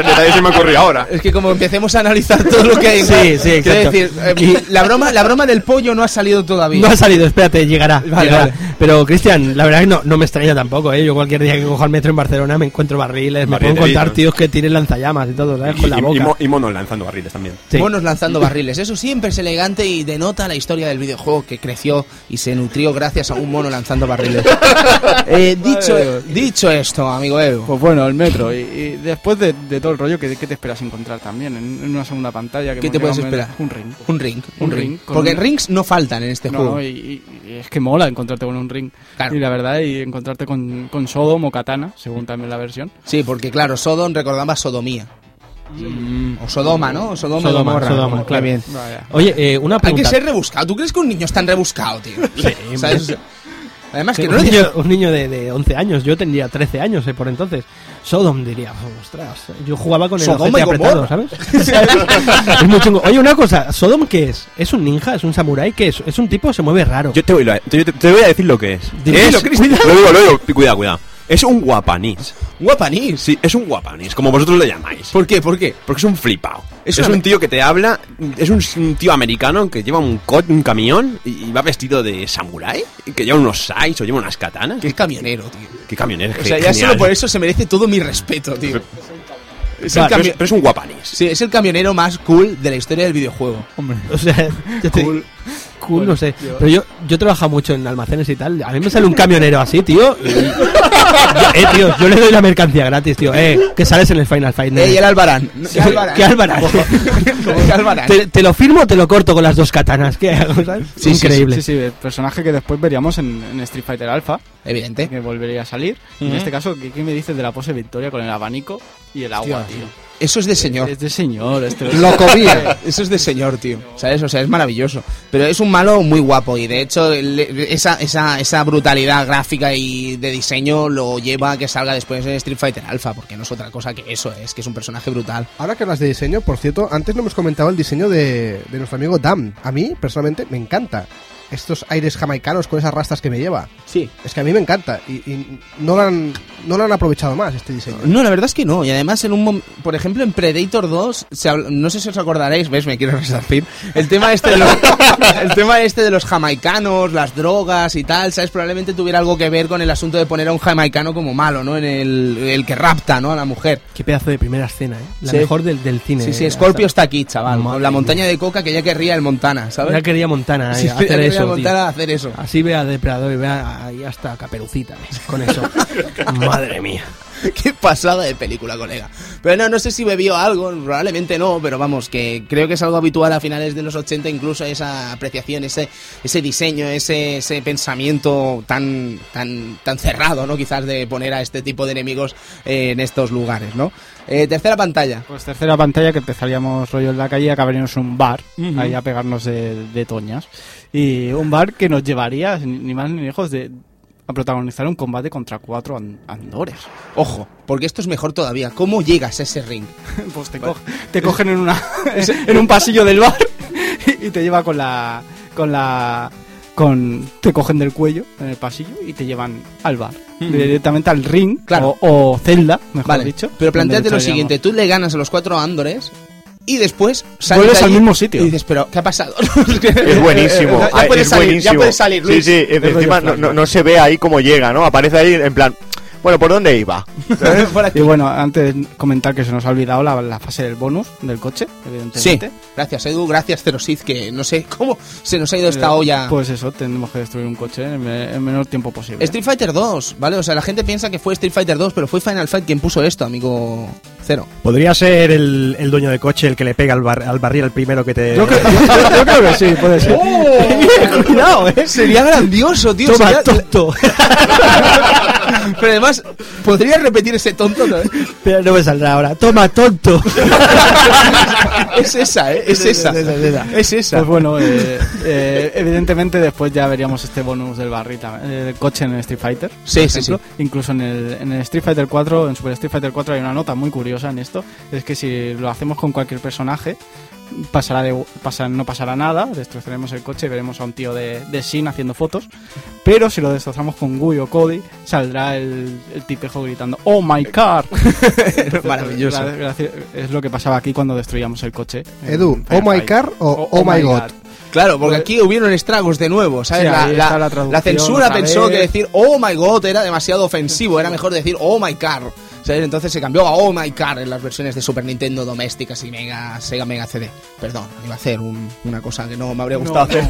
[SPEAKER 4] Nadie se me ocurrió ahora.
[SPEAKER 1] Es que como empecemos a analizar todo lo que hay.
[SPEAKER 2] Sí, sí,
[SPEAKER 1] Quiero
[SPEAKER 2] exacto.
[SPEAKER 1] decir, eh, la, broma, la broma del pollo no ha salido todavía.
[SPEAKER 2] No ha salido, espérate, llegará.
[SPEAKER 1] Vale,
[SPEAKER 2] llegará.
[SPEAKER 1] vale.
[SPEAKER 2] Pero, Cristian, la verdad que no, no me extraña tampoco, ¿eh? Yo cualquier día que cojo el metro en Barcelona me encuentro barriles, me puedo
[SPEAKER 4] Barriles,
[SPEAKER 2] encontrar
[SPEAKER 4] ¿no?
[SPEAKER 2] tíos que tiren lanzallamas y todo, ¿sabes?
[SPEAKER 4] Y,
[SPEAKER 2] Con la
[SPEAKER 4] y- y
[SPEAKER 2] boca.
[SPEAKER 4] mo- y monos lanzando barriles también.
[SPEAKER 2] Sí.
[SPEAKER 1] Monos lanzando barriles. Eso siempre es elegante y denota la historia del videojuego que creció y se nutrió gracias a un mono lanzando barriles. Eh, dicho, dicho esto, amigo Evo.
[SPEAKER 5] Pues bueno, el metro. Y, y después de, de todo el rollo, ¿qué, qué te esperas encontrar también? En, en una segunda pantalla. Que
[SPEAKER 1] ¿Qué
[SPEAKER 5] hemos
[SPEAKER 1] te puedes
[SPEAKER 5] llegado a
[SPEAKER 1] esperar?
[SPEAKER 5] un ring.
[SPEAKER 1] Un ring, un,
[SPEAKER 5] Un
[SPEAKER 1] ring.
[SPEAKER 5] ring con
[SPEAKER 1] Porque
[SPEAKER 5] un-
[SPEAKER 1] rings no faltan en este
[SPEAKER 5] No,
[SPEAKER 1] juego.
[SPEAKER 5] y, y- y es que mola encontrarte con un ring.
[SPEAKER 1] Claro.
[SPEAKER 5] Y la verdad, y encontrarte con, con Sodom o Katana, según también la versión.
[SPEAKER 1] Sí, porque claro, Sodom recordaba sodomía. O Sodoma, ¿no? O Sodoma, y
[SPEAKER 2] Mm. Sodoma,
[SPEAKER 1] Gomorra.
[SPEAKER 2] Sodoma,
[SPEAKER 1] Muy
[SPEAKER 2] claro.
[SPEAKER 1] bien.
[SPEAKER 5] Vaya.
[SPEAKER 2] Oye, eh, una
[SPEAKER 1] Hay que
[SPEAKER 2] pregunta.
[SPEAKER 1] ser rebuscado. ¿Tú crees que un niño es tan rebuscado, tío?
[SPEAKER 2] Sí,
[SPEAKER 1] ¿Sabes? Además, que
[SPEAKER 2] Sí,
[SPEAKER 1] no
[SPEAKER 2] un,
[SPEAKER 1] le
[SPEAKER 2] niño, un niño de, de 11 años, yo tendría 13 años eh, por entonces. Sodom diría, ostras, yo jugaba con el
[SPEAKER 1] Sodoma
[SPEAKER 2] ojete
[SPEAKER 1] y
[SPEAKER 2] apretado,
[SPEAKER 1] Gomorra.
[SPEAKER 2] ¿sabes? es muy chungo. Oye, una cosa, ¿Sodom qué es? ¿Es un ninja? ¿Es un samurái? ¿Qué es? Es un tipo que se mueve raro.
[SPEAKER 4] Yo te voy, a- te, te- te voy a decir lo que es.
[SPEAKER 2] Dilo,
[SPEAKER 4] es
[SPEAKER 2] Cristian.
[SPEAKER 4] lo digo, lo digo. Cuidado, cuidado. Es un guapanís.
[SPEAKER 1] Guapanís.
[SPEAKER 4] Sí, es un guapanís, como vosotros lo llamáis.
[SPEAKER 1] ¿Por qué? ¿Por qué?
[SPEAKER 4] Porque es un flipao.
[SPEAKER 1] Es
[SPEAKER 4] Es,
[SPEAKER 1] una-
[SPEAKER 4] un tío que te habla, es un, un tío americano que lleva un, co- un camión y, y va vestido de samurái, y que lleva unos sais o lleva unas katanas.
[SPEAKER 1] Que
[SPEAKER 4] ¿Qué,
[SPEAKER 1] es camionero, tío.
[SPEAKER 4] qué camionero?
[SPEAKER 1] O sea, ya solo por eso se merece todo mi respeto, tío. Es el,
[SPEAKER 4] Pero es,
[SPEAKER 1] camio-
[SPEAKER 4] pero es un guapanís.
[SPEAKER 1] sí, es el camionero más cool de la historia del videojuego.
[SPEAKER 2] O sea, yo te- cool. no sé. Pero yo, yo he trabajado mucho en almacenes y tal. A mí me sale un camionero así, tío. y- eh, tío, yo le doy la mercancía gratis, tío. Eh, que sales en el Final Fight. nene.
[SPEAKER 1] Ey, Eh, el Albarán. ¿Qué Albarán?
[SPEAKER 2] ¿Qué Albarán?
[SPEAKER 1] ¿Qué Albarán?
[SPEAKER 2] Te, te lo firmo o te lo corto con las dos katanas. ¿Qué hago, sabes?
[SPEAKER 1] Sí, sí,
[SPEAKER 2] Increíble.
[SPEAKER 5] Sí, sí, el personaje que después veríamos en, en Street Fighter Alpha,
[SPEAKER 1] Evidente.
[SPEAKER 5] que volvería a salir. Y En este caso, ¿qué, qué me dices de la pose Victoria con el abanico y el agua, tío?
[SPEAKER 1] Eso es de señor.
[SPEAKER 5] Es de señor, este
[SPEAKER 1] Locovía. Eso es de señor, tío. ¿Sabes? O sea, es maravilloso. Pero es un malo muy guapo. Y de hecho, le- esa, esa, esa brutalidad gráfica y de diseño lo lleva a que salga después en Street Fighter Alpha. Porque no es otra cosa que eso. Es que es un personaje brutal.
[SPEAKER 6] Ahora que hablas de diseño, por cierto, antes no hemos comentado el diseño de, de nuestro amigo Dam. A mí, personalmente, me encanta. Estos aires jamaicanos con esas rastas que me lleva.
[SPEAKER 1] Sí.
[SPEAKER 6] Es que a mí me encanta. Y, y no, lo han, no lo han aprovechado más este diseño.
[SPEAKER 1] No, la verdad es que no. Y además, en un mom- por ejemplo, en Predator 2, se habl- no sé si os acordaréis, ves, me quiero resarcir. El tema este de los, el tema este de los jamaicanos, las drogas y tal, ¿sabes? Probablemente tuviera algo que ver con el asunto de poner a un jamaicano como malo, ¿no? En el, el que rapta, ¿no? A la mujer.
[SPEAKER 2] Qué pedazo de primera escena, ¿eh? La
[SPEAKER 1] Sí.
[SPEAKER 2] mejor del, del cine.
[SPEAKER 1] Sí, sí,
[SPEAKER 2] eh,
[SPEAKER 1] Scorpio está
[SPEAKER 2] hasta-
[SPEAKER 1] aquí, chaval.
[SPEAKER 2] Madre
[SPEAKER 1] Con la
[SPEAKER 2] mía.
[SPEAKER 1] montaña de coca que ya querría el Montana, ¿sabes?
[SPEAKER 2] Ya quería Montana eh,
[SPEAKER 1] Sí,
[SPEAKER 2] hacer
[SPEAKER 1] ya quería
[SPEAKER 2] eso. tío.
[SPEAKER 1] Montana hacer eso.
[SPEAKER 2] Así ve a Depredador y ve a- ahí hasta Caperucita. ¿ves? Con eso. eh, Madre mía.
[SPEAKER 1] Qué pasada de película, colega. Pero no, no sé si bebió algo, probablemente no, pero vamos, que creo que es algo habitual a finales de los 80, incluso esa apreciación, ese, ese diseño, ese, ese pensamiento tan, tan, tan cerrado, ¿no? Quizás de poner a este tipo de enemigos eh, en estos lugares, ¿no? Eh, tercera pantalla.
[SPEAKER 5] Pues tercera pantalla que empezaríamos rollo en la calle y acabaríamos en un bar,
[SPEAKER 1] Ujú.
[SPEAKER 5] ahí a pegarnos de, de toñas. Y un bar que nos llevaría, ni- ni más ni lejos, de, a protagonizar un combate contra cuatro an- andores.
[SPEAKER 1] Ojo, porque esto es mejor todavía. ¿Cómo llegas a ese ring?
[SPEAKER 5] Pues te, co- te cogen en, una, en un pasillo del bar y te lleva con la... Con la con, te cogen del cuello en el pasillo y te llevan al bar, directamente al ring
[SPEAKER 1] Claro.
[SPEAKER 5] o, o celda, mejor
[SPEAKER 1] Vale,
[SPEAKER 5] dicho.
[SPEAKER 1] pero planteate
[SPEAKER 5] planteate
[SPEAKER 1] lo siguiente, tú le ganas a los cuatro Andores y después sales
[SPEAKER 5] Vuelves
[SPEAKER 1] de
[SPEAKER 5] al
[SPEAKER 1] allí
[SPEAKER 5] mismo sitio.
[SPEAKER 1] Y dices, pero ¿qué ha pasado?
[SPEAKER 8] Es buenísimo.
[SPEAKER 1] Ya,
[SPEAKER 8] ah,
[SPEAKER 1] puedes
[SPEAKER 8] es
[SPEAKER 1] salir,
[SPEAKER 8] buenísimo.
[SPEAKER 1] ya puedes salir, Luis.
[SPEAKER 8] Sí, sí,
[SPEAKER 1] Es rollo
[SPEAKER 8] encima no,
[SPEAKER 1] Flash,
[SPEAKER 8] no- no se ve ahí cómo llega, ¿no? Aparece ahí en plan. Bueno, ¿por dónde iba?
[SPEAKER 1] Por aquí.
[SPEAKER 5] Y bueno, antes de comentar que se nos ha olvidado la, la fase del bonus del coche,
[SPEAKER 1] Sí,
[SPEAKER 5] evidentemente.
[SPEAKER 1] gracias Edu, gracias Cerosiz, que no sé cómo se nos ha ido esta
[SPEAKER 5] Eh,
[SPEAKER 1] olla.
[SPEAKER 5] Pues eso, tenemos que destruir un coche en el, me- el menor tiempo posible.
[SPEAKER 1] Street Fighter 2, ¿vale? O sea, la gente piensa que fue Street Fighter 2, pero fue Final Fight quien puso esto, amigo Cero.
[SPEAKER 7] Podría ser el, el dueño del coche el que le pega al, bar- al barril al primero que te.
[SPEAKER 5] Yo creo, yo- yo creo que sí, puede ser.
[SPEAKER 7] Cuidado, eh.
[SPEAKER 1] ¡Oh! Sería grandioso, tío.
[SPEAKER 7] Toma,
[SPEAKER 1] sería-
[SPEAKER 7] tonto.
[SPEAKER 1] Pero además, ¿podrías repetir ese tonto? otra vez?
[SPEAKER 7] Pero no me saldrá ahora. Toma, tonto.
[SPEAKER 1] es esa, ¿eh? Es esa.
[SPEAKER 7] Es esa, es esa.
[SPEAKER 1] Es esa.
[SPEAKER 5] Pues bueno, eh, eh, evidentemente después ya veríamos este bonus del barrita, el coche en el Street Fighter. por
[SPEAKER 1] Sí, sí,
[SPEAKER 5] ejemplo. Incluso en el, en el Street Fighter 4, en Super Street Fighter 4 hay una nota muy curiosa en esto, es que si lo hacemos con cualquier personaje, pasará de, pasa- no pasará nada, destrozaremos el coche y veremos a un tío de, de Sin haciendo fotos, pero si lo destrozamos con Gui o Cody, saldrá el, el tipejo gritando, ¡Oh my car!
[SPEAKER 1] Maravilloso.
[SPEAKER 5] Gra- gracias- Es lo que pasaba aquí cuando destruíamos el coche. en
[SPEAKER 6] Edu,
[SPEAKER 5] Final
[SPEAKER 6] ¿oh my
[SPEAKER 5] Fight.
[SPEAKER 6] car o oh, my god?
[SPEAKER 1] Claro, porque
[SPEAKER 5] Pues-
[SPEAKER 1] aquí hubieron estragos de nuevo, ¿sabes?
[SPEAKER 5] Sí,
[SPEAKER 1] la,
[SPEAKER 5] ahí
[SPEAKER 1] la-
[SPEAKER 5] está la
[SPEAKER 1] la
[SPEAKER 5] traducción
[SPEAKER 1] censura
[SPEAKER 5] otra
[SPEAKER 1] pensó
[SPEAKER 5] vez.
[SPEAKER 1] que decir oh my god era demasiado ofensivo, era mejor decir oh my car. ¿sabes? Entonces se cambió a oh my car en las versiones de Super Nintendo domésticas y Mega, Sega Mega CD. Perdón, iba a hacer un- una cosa que no me habría gustado hacer.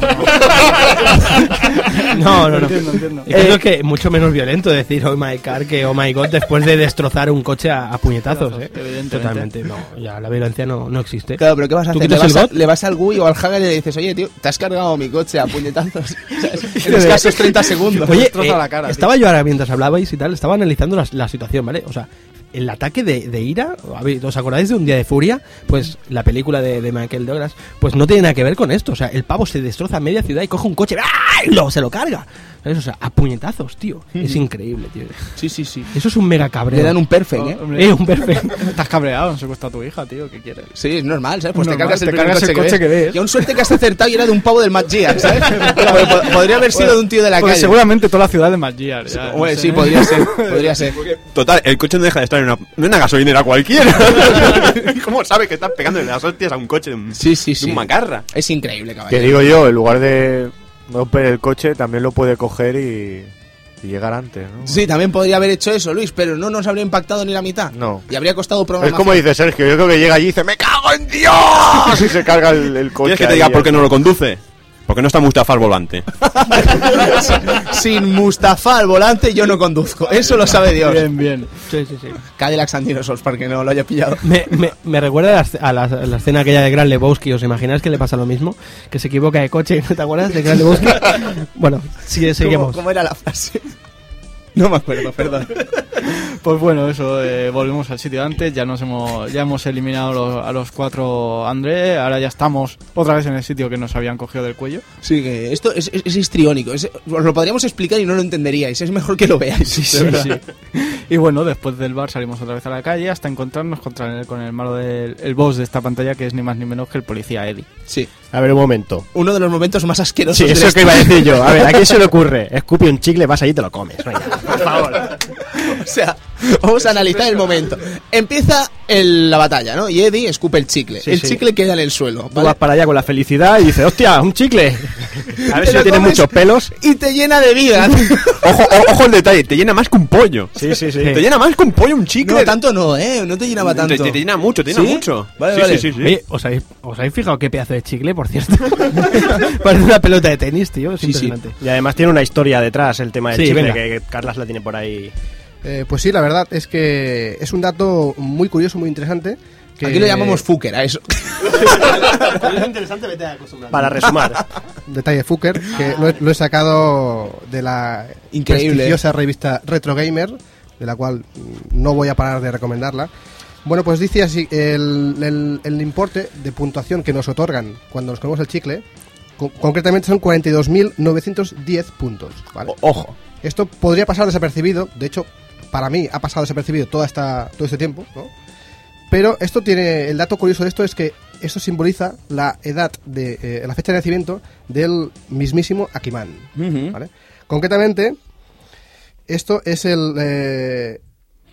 [SPEAKER 2] No, no, no.
[SPEAKER 5] Entiendo, entiendo. Eh,
[SPEAKER 2] Y creo que mucho menos violento decir oh my car que oh my god después de destrozar un coche a, a puñetazos, ¿eh?
[SPEAKER 5] Evidentemente.
[SPEAKER 2] Totalmente, no. Ya la violencia no, no existe.
[SPEAKER 1] Claro, pero ¿qué vas a
[SPEAKER 2] ¿Tú
[SPEAKER 1] hacer? ¿Le
[SPEAKER 2] quitas
[SPEAKER 1] vas,
[SPEAKER 2] el
[SPEAKER 1] a-
[SPEAKER 2] bot?
[SPEAKER 1] le vas al GUI o al Haga y le dices, oye, tío, te has cargado mi coche a puñetazos. en escasos 30 segundos.
[SPEAKER 2] Oye,
[SPEAKER 5] destroza
[SPEAKER 2] eh,
[SPEAKER 5] la cara, tío.
[SPEAKER 2] estaba yo ahora mientras hablabais y tal, estaba analizando la, la situación, ¿vale? O sea, el ataque de, de ira, a ver, ¿os acordáis de Un Día de Furia? Pues la película de, de Michael Douglas, pues no tiene nada que ver con esto. O sea, el pavo se destroza media ciudad y coge un coche ¡ah! y lo, se lo carga. ¿Sabes? O sea, a puñetazos, tío. Es increíble, tío.
[SPEAKER 1] Sí, sí, sí.
[SPEAKER 2] Eso es un mega cabreo.
[SPEAKER 1] Le dan un perfect, ¿eh?
[SPEAKER 5] Oh, Hombre,
[SPEAKER 2] Eh, un perfecto.
[SPEAKER 5] Estás cabreado, no se cuesta a tu hija, tío, ¿qué quieres?
[SPEAKER 1] Sí, es normal, ¿sabes? Pues
[SPEAKER 5] Normal,
[SPEAKER 1] te cargas el,
[SPEAKER 5] te
[SPEAKER 1] primer
[SPEAKER 5] cargas el
[SPEAKER 1] coche,
[SPEAKER 5] coche
[SPEAKER 1] que,
[SPEAKER 5] que
[SPEAKER 1] ves.
[SPEAKER 5] ves.
[SPEAKER 1] Y aún suerte que has acertado y era de un pavo del Mad Gear, ¿sabes? Pero po- podría haber sido de un tío de la
[SPEAKER 5] Porque
[SPEAKER 1] calle.
[SPEAKER 5] seguramente toda la ciudad de Magiar. ya, no
[SPEAKER 1] Hombre,
[SPEAKER 5] sé.
[SPEAKER 1] sí, podría ser, podría ser.
[SPEAKER 4] Total, el coche no deja de estar en una, en una gasolinera cualquiera. ¿Cómo sabe que estás pegándole las hostias a un coche de un,
[SPEAKER 1] Sí, sí,
[SPEAKER 4] de
[SPEAKER 1] sí.
[SPEAKER 4] un macarra?
[SPEAKER 1] Es increíble,
[SPEAKER 8] Que
[SPEAKER 1] caballero.
[SPEAKER 8] digo yo, en lugar de romper el coche, también lo puede coger y, y llegar antes, ¿no?
[SPEAKER 1] Sí, también podría haber hecho eso, Luis, pero no nos habría impactado ni la mitad.
[SPEAKER 8] No.
[SPEAKER 1] Y habría costado
[SPEAKER 8] Es
[SPEAKER 1] programación.
[SPEAKER 8] como dice Sergio, yo creo que llega allí y dice, ¡me cago en Dios! Y se carga el, el coche.
[SPEAKER 4] ¿Quieres que te
[SPEAKER 8] ahí,
[SPEAKER 4] diga
[SPEAKER 8] ya
[SPEAKER 4] por qué
[SPEAKER 8] está.
[SPEAKER 4] no lo conduce? Porque no está Mustafa al volante.
[SPEAKER 1] Sin Mustafa al volante yo no conduzco. Eso lo sabe Dios.
[SPEAKER 5] Bien, bien.
[SPEAKER 2] Sí, sí, sí.
[SPEAKER 1] Cadillac Sandinosauce, para que no lo haya pillado.
[SPEAKER 2] Me, me- me recuerda a la, escena- a la- a la escena aquella de Gran Lebowski. ¿Os imagináis que le pasa lo mismo? Que se equivoca de coche. ¿Te acuerdas de Gran Lebowski? Bueno, sigue,
[SPEAKER 1] ¿Cómo,
[SPEAKER 2] seguimos.
[SPEAKER 1] cómo era la frase? No me acuerdo, perdón.
[SPEAKER 5] Pues bueno, eso, eh, volvemos al sitio de antes, ya nos hemos, ya hemos eliminado los- a los cuatro André, ahora ya estamos otra vez en el sitio que nos habían cogido del cuello.
[SPEAKER 1] Sí, que esto es, es- es histriónico. es- os lo podríamos explicar y no lo entenderíais. Es mejor que lo veáis. de verdad.
[SPEAKER 5] Y bueno, después del bar salimos otra vez a la calle hasta encontrarnos contra el- con el malo del el boss de esta pantalla que es ni más ni menos que el policía Eddie.
[SPEAKER 1] Sí.
[SPEAKER 7] A ver, un momento.
[SPEAKER 1] Uno de los momentos más asquerosos.
[SPEAKER 7] Sí,
[SPEAKER 1] del
[SPEAKER 7] eso que
[SPEAKER 1] estudio.
[SPEAKER 7] iba a decir yo. A ver, ¿a quién se le ocurre? Escupe un chicle, vas allí y te lo comes. Venga.
[SPEAKER 1] O sea, vamos a analizar el momento. Empieza el- la batalla, ¿no? Y Eddie escupe el chicle.
[SPEAKER 7] Sí,
[SPEAKER 1] el
[SPEAKER 7] sí.
[SPEAKER 1] chicle queda en el suelo.
[SPEAKER 7] Tú
[SPEAKER 1] ¿vale?
[SPEAKER 7] vas para allá con la felicidad y dices, hostia, un chicle. A ver
[SPEAKER 1] Te
[SPEAKER 7] si
[SPEAKER 1] lo
[SPEAKER 7] no tienes
[SPEAKER 1] comes.
[SPEAKER 7] muchos pelos.
[SPEAKER 1] Y te llena de vida.
[SPEAKER 4] Ojo, o- ojo el detalle, te llena más que un pollo.
[SPEAKER 7] Sí, sí, sí.
[SPEAKER 4] Te llena más que un pollo, un chicle.
[SPEAKER 1] no, tanto no, ¿eh? No te llenaba tanto.
[SPEAKER 4] Te, te- te llena mucho, te llena
[SPEAKER 1] ¿Sí?
[SPEAKER 4] mucho.
[SPEAKER 1] Vale,
[SPEAKER 4] sí,
[SPEAKER 1] vale.
[SPEAKER 4] sí, sí, sí.
[SPEAKER 2] Oye, ¿os habéis, os habéis fijado qué pedazo de chicle, por cierto? Parece una pelota de tenis, tío. Es
[SPEAKER 1] Sí, sí.
[SPEAKER 2] impresionante.
[SPEAKER 7] Y además tiene una historia detrás el tema del
[SPEAKER 2] Sí,
[SPEAKER 7] chicle,
[SPEAKER 2] venga.
[SPEAKER 7] que, que Carlas la tiene por ahí.
[SPEAKER 6] Eh, pues sí, la verdad es que es un dato muy curioso, muy interesante. Que
[SPEAKER 1] Aquí lo llamamos Fuker a eso.
[SPEAKER 2] interesante, vete acostumbrando.
[SPEAKER 7] Para resumar,
[SPEAKER 6] detalle Fuker, que lo he, lo he sacado de la
[SPEAKER 1] Increíble.
[SPEAKER 6] prestigiosa revista Retro Gamer, de la cual mm, no voy a parar de recomendarla. Bueno, pues dice así, el, el- el importe de puntuación que nos otorgan cuando nos comemos el chicle, co- concretamente son 42.910 puntos. ¿vale?
[SPEAKER 1] Ojo.
[SPEAKER 6] Esto podría pasar desapercibido, de hecho, para mí ha pasado desapercibido toda esta, todo este tiempo, ¿no? Pero esto tiene, el dato curioso de esto es que esto simboliza la edad de, eh, la fecha de nacimiento del mismísimo Akiman, ¿vale? Concretamente, esto es el eh,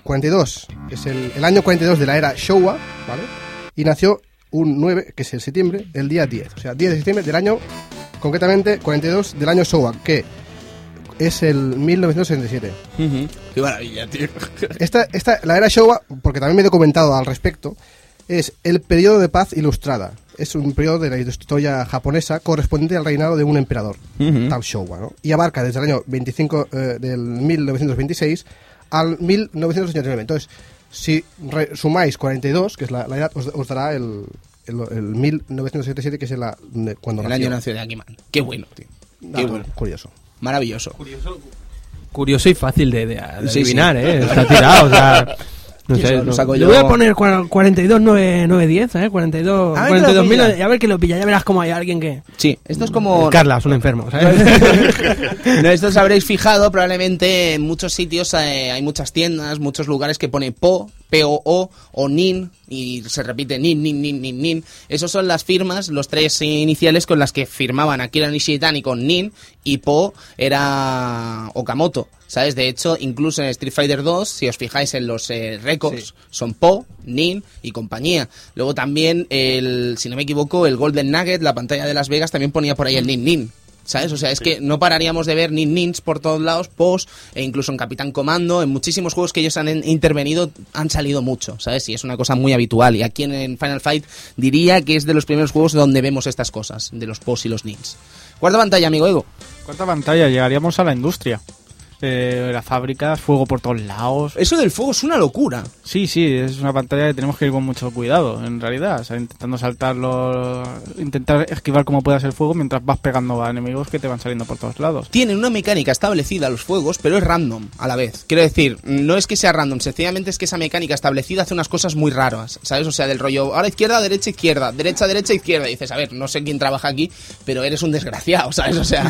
[SPEAKER 6] 42, es el, el año 42 de la era Showa, ¿vale? Y nació un 9, que es el septiembre, el día 10, o sea, 10 de septiembre del año, concretamente 42 del año Showa, que es el 1967.
[SPEAKER 1] Qué maravilla, tío.
[SPEAKER 6] Esta, esta, la era Showa, porque también me he documentado al respecto, es el periodo de paz ilustrada. Es un periodo de la historia japonesa correspondiente al reinado de un emperador, Tao Showa, ¿no? y abarca desde el año 25 eh, del 1926 al 1989. Entonces, si re- sumáis 42, que es la, la edad, os, os dará el, el, el 1977, que es la, cuando
[SPEAKER 1] El
[SPEAKER 6] nació.
[SPEAKER 1] año nació de Akiman. Qué bueno, tío. Qué
[SPEAKER 6] Dato
[SPEAKER 1] bueno.
[SPEAKER 6] Curioso.
[SPEAKER 1] Maravilloso.
[SPEAKER 2] Curioso y fácil de, de- de
[SPEAKER 1] Sí,
[SPEAKER 2] adivinar,
[SPEAKER 1] sí.
[SPEAKER 2] ¿eh? Está tirado, o sea... No
[SPEAKER 1] Eso
[SPEAKER 2] sé,
[SPEAKER 1] lo
[SPEAKER 2] no-
[SPEAKER 1] saco
[SPEAKER 2] le
[SPEAKER 1] yo. Ah,
[SPEAKER 2] voy a poner 42910, ¿eh? 42,
[SPEAKER 1] A ver que lo
[SPEAKER 2] 42.000,
[SPEAKER 1] pilla.
[SPEAKER 2] a ver que lo pilla, ya verás cómo hay alguien que...
[SPEAKER 1] Sí, esto es como...
[SPEAKER 2] Carla, es un enfermo, ¿sabes?
[SPEAKER 1] no, esto os habréis fijado, probablemente en muchos sitios eh, hay muchas tiendas, muchos lugares que pone PO, POO o NIN y se repite NIN, NIN, NIN, NIN, NIN. Esas son las firmas, los tres iniciales con las que firmaban Akira Nishitani con NIN y PO era Okamoto. ¿Sabes? De hecho, incluso en Street Fighter 2, si os fijáis en los eh, récords, son Po, Nin y compañía. Luego también, el, si no me equivoco, el Golden Nugget, la pantalla de Las Vegas, también ponía por ahí el Nin Nin. ¿Sabes? O sea, es que no pararíamos de ver nin nins por todos lados, pos, e incluso en Capitán Comando, en muchísimos juegos que ellos han en- intervenido han salido mucho, ¿sabes? Y es una cosa muy habitual. Y aquí en, en Final Fight diría que es de los primeros juegos donde vemos estas cosas, de los pos y los nins. Cuarta pantalla, amigo Ego.
[SPEAKER 5] ¿Cuánta pantalla? Llegaríamos a la industria. Eh, las fábricas, fuego por todos lados.
[SPEAKER 1] Eso del fuego es una locura.
[SPEAKER 5] Sí, sí, es una pantalla que tenemos que ir con mucho cuidado, en realidad. O sea, intentando saltarlo, intentar esquivar como puedas el fuego mientras vas pegando a enemigos que te van saliendo por todos lados.
[SPEAKER 1] Tienen una mecánica establecida los fuegos, pero es random a la vez. Quiero decir, no es que sea random, sencillamente es que esa mecánica establecida hace unas cosas muy raras, ¿sabes? O sea, del rollo, ahora izquierda, derecha, izquierda, derecha, derecha, izquierda. Y dices, a ver, no sé quién trabaja aquí, pero eres un desgraciado, ¿sabes? O sea,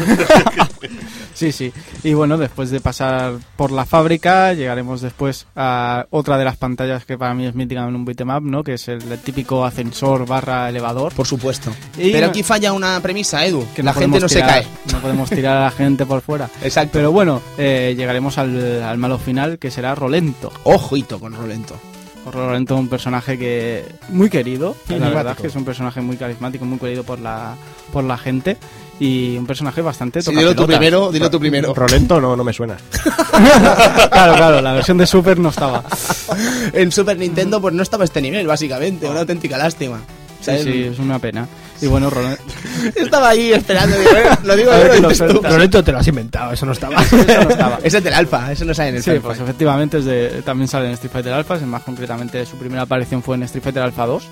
[SPEAKER 5] Sí, sí. Y bueno, después de pasar por la fábrica, llegaremos después a otra de las pantallas que para mí es mítica en un beatmap, ¿no? Que es el típico ascensor barra elevador.
[SPEAKER 1] por supuesto.
[SPEAKER 5] Y
[SPEAKER 1] pero
[SPEAKER 5] no-
[SPEAKER 1] aquí falla una premisa, Edu, que
[SPEAKER 5] no
[SPEAKER 1] la gente
[SPEAKER 5] podemos
[SPEAKER 1] no
[SPEAKER 5] tirar-
[SPEAKER 1] se cae.
[SPEAKER 5] No podemos tirar a la gente por fuera.
[SPEAKER 1] Exacto.
[SPEAKER 5] Pero bueno, eh, llegaremos al, al malo final, que será Rolento.
[SPEAKER 1] Ojito con Rolento.
[SPEAKER 5] Rolento es un personaje que muy querido, la verdad es
[SPEAKER 6] Carismático.
[SPEAKER 5] que es un personaje muy carismático, muy querido por la por la gente y un personaje bastante
[SPEAKER 1] Sí, dilo tú
[SPEAKER 5] tocapelotas.
[SPEAKER 1] primero, dilo tú primero.
[SPEAKER 7] Rolento no, no me suena.
[SPEAKER 5] claro, claro, la versión de Super no estaba.
[SPEAKER 1] En Super Nintendo pues no estaba a este nivel, básicamente, una auténtica lástima.
[SPEAKER 5] Ah. Sí,
[SPEAKER 1] ¿Sabes?
[SPEAKER 5] sí, es una pena. Y bueno, Rolen-
[SPEAKER 1] Estaba ahí esperando, digo, "Eh, lo digo, yo, lo dices tú".
[SPEAKER 2] Loreto te lo has inventado, eso no estaba.
[SPEAKER 5] eso no estaba.
[SPEAKER 1] Ese es del alfa, ese no sale en el
[SPEAKER 5] Sí,
[SPEAKER 1] Final
[SPEAKER 5] pues
[SPEAKER 1] Fight.
[SPEAKER 5] efectivamente es de- también sale en Street Fighter Alpha, es más concretamente su primera aparición fue en Street Fighter Alpha 2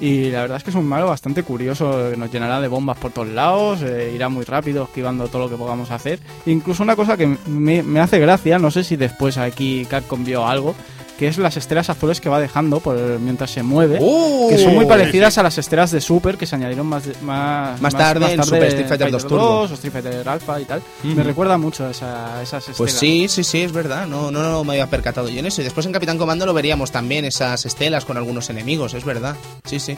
[SPEAKER 5] y la verdad es que es un malo bastante curioso, que nos llenará de bombas por todos lados, eh, irá muy rápido esquivando todo lo que podamos hacer. Incluso una cosa que me, me hace gracia, no sé si después aquí Capcom vio algo, que es las esteras azules que va dejando por, mientras se mueve.
[SPEAKER 1] ¡Oh!
[SPEAKER 5] Que son muy parecidas a las esteras de Super que se añadieron más, de- más,
[SPEAKER 1] Más tarde en Super Street Fighter 2 Turbo. Mm.
[SPEAKER 5] o Street Fighter Alpha y tal. Me recuerda mucho a, esa- a esas esteras.
[SPEAKER 1] Pues sí, sí, sí, es verdad. No, no, no me había percatado yo en eso. Y después en Capitán Comando lo veríamos también, esas estelas con algunos enemigos, es verdad. Sí, sí.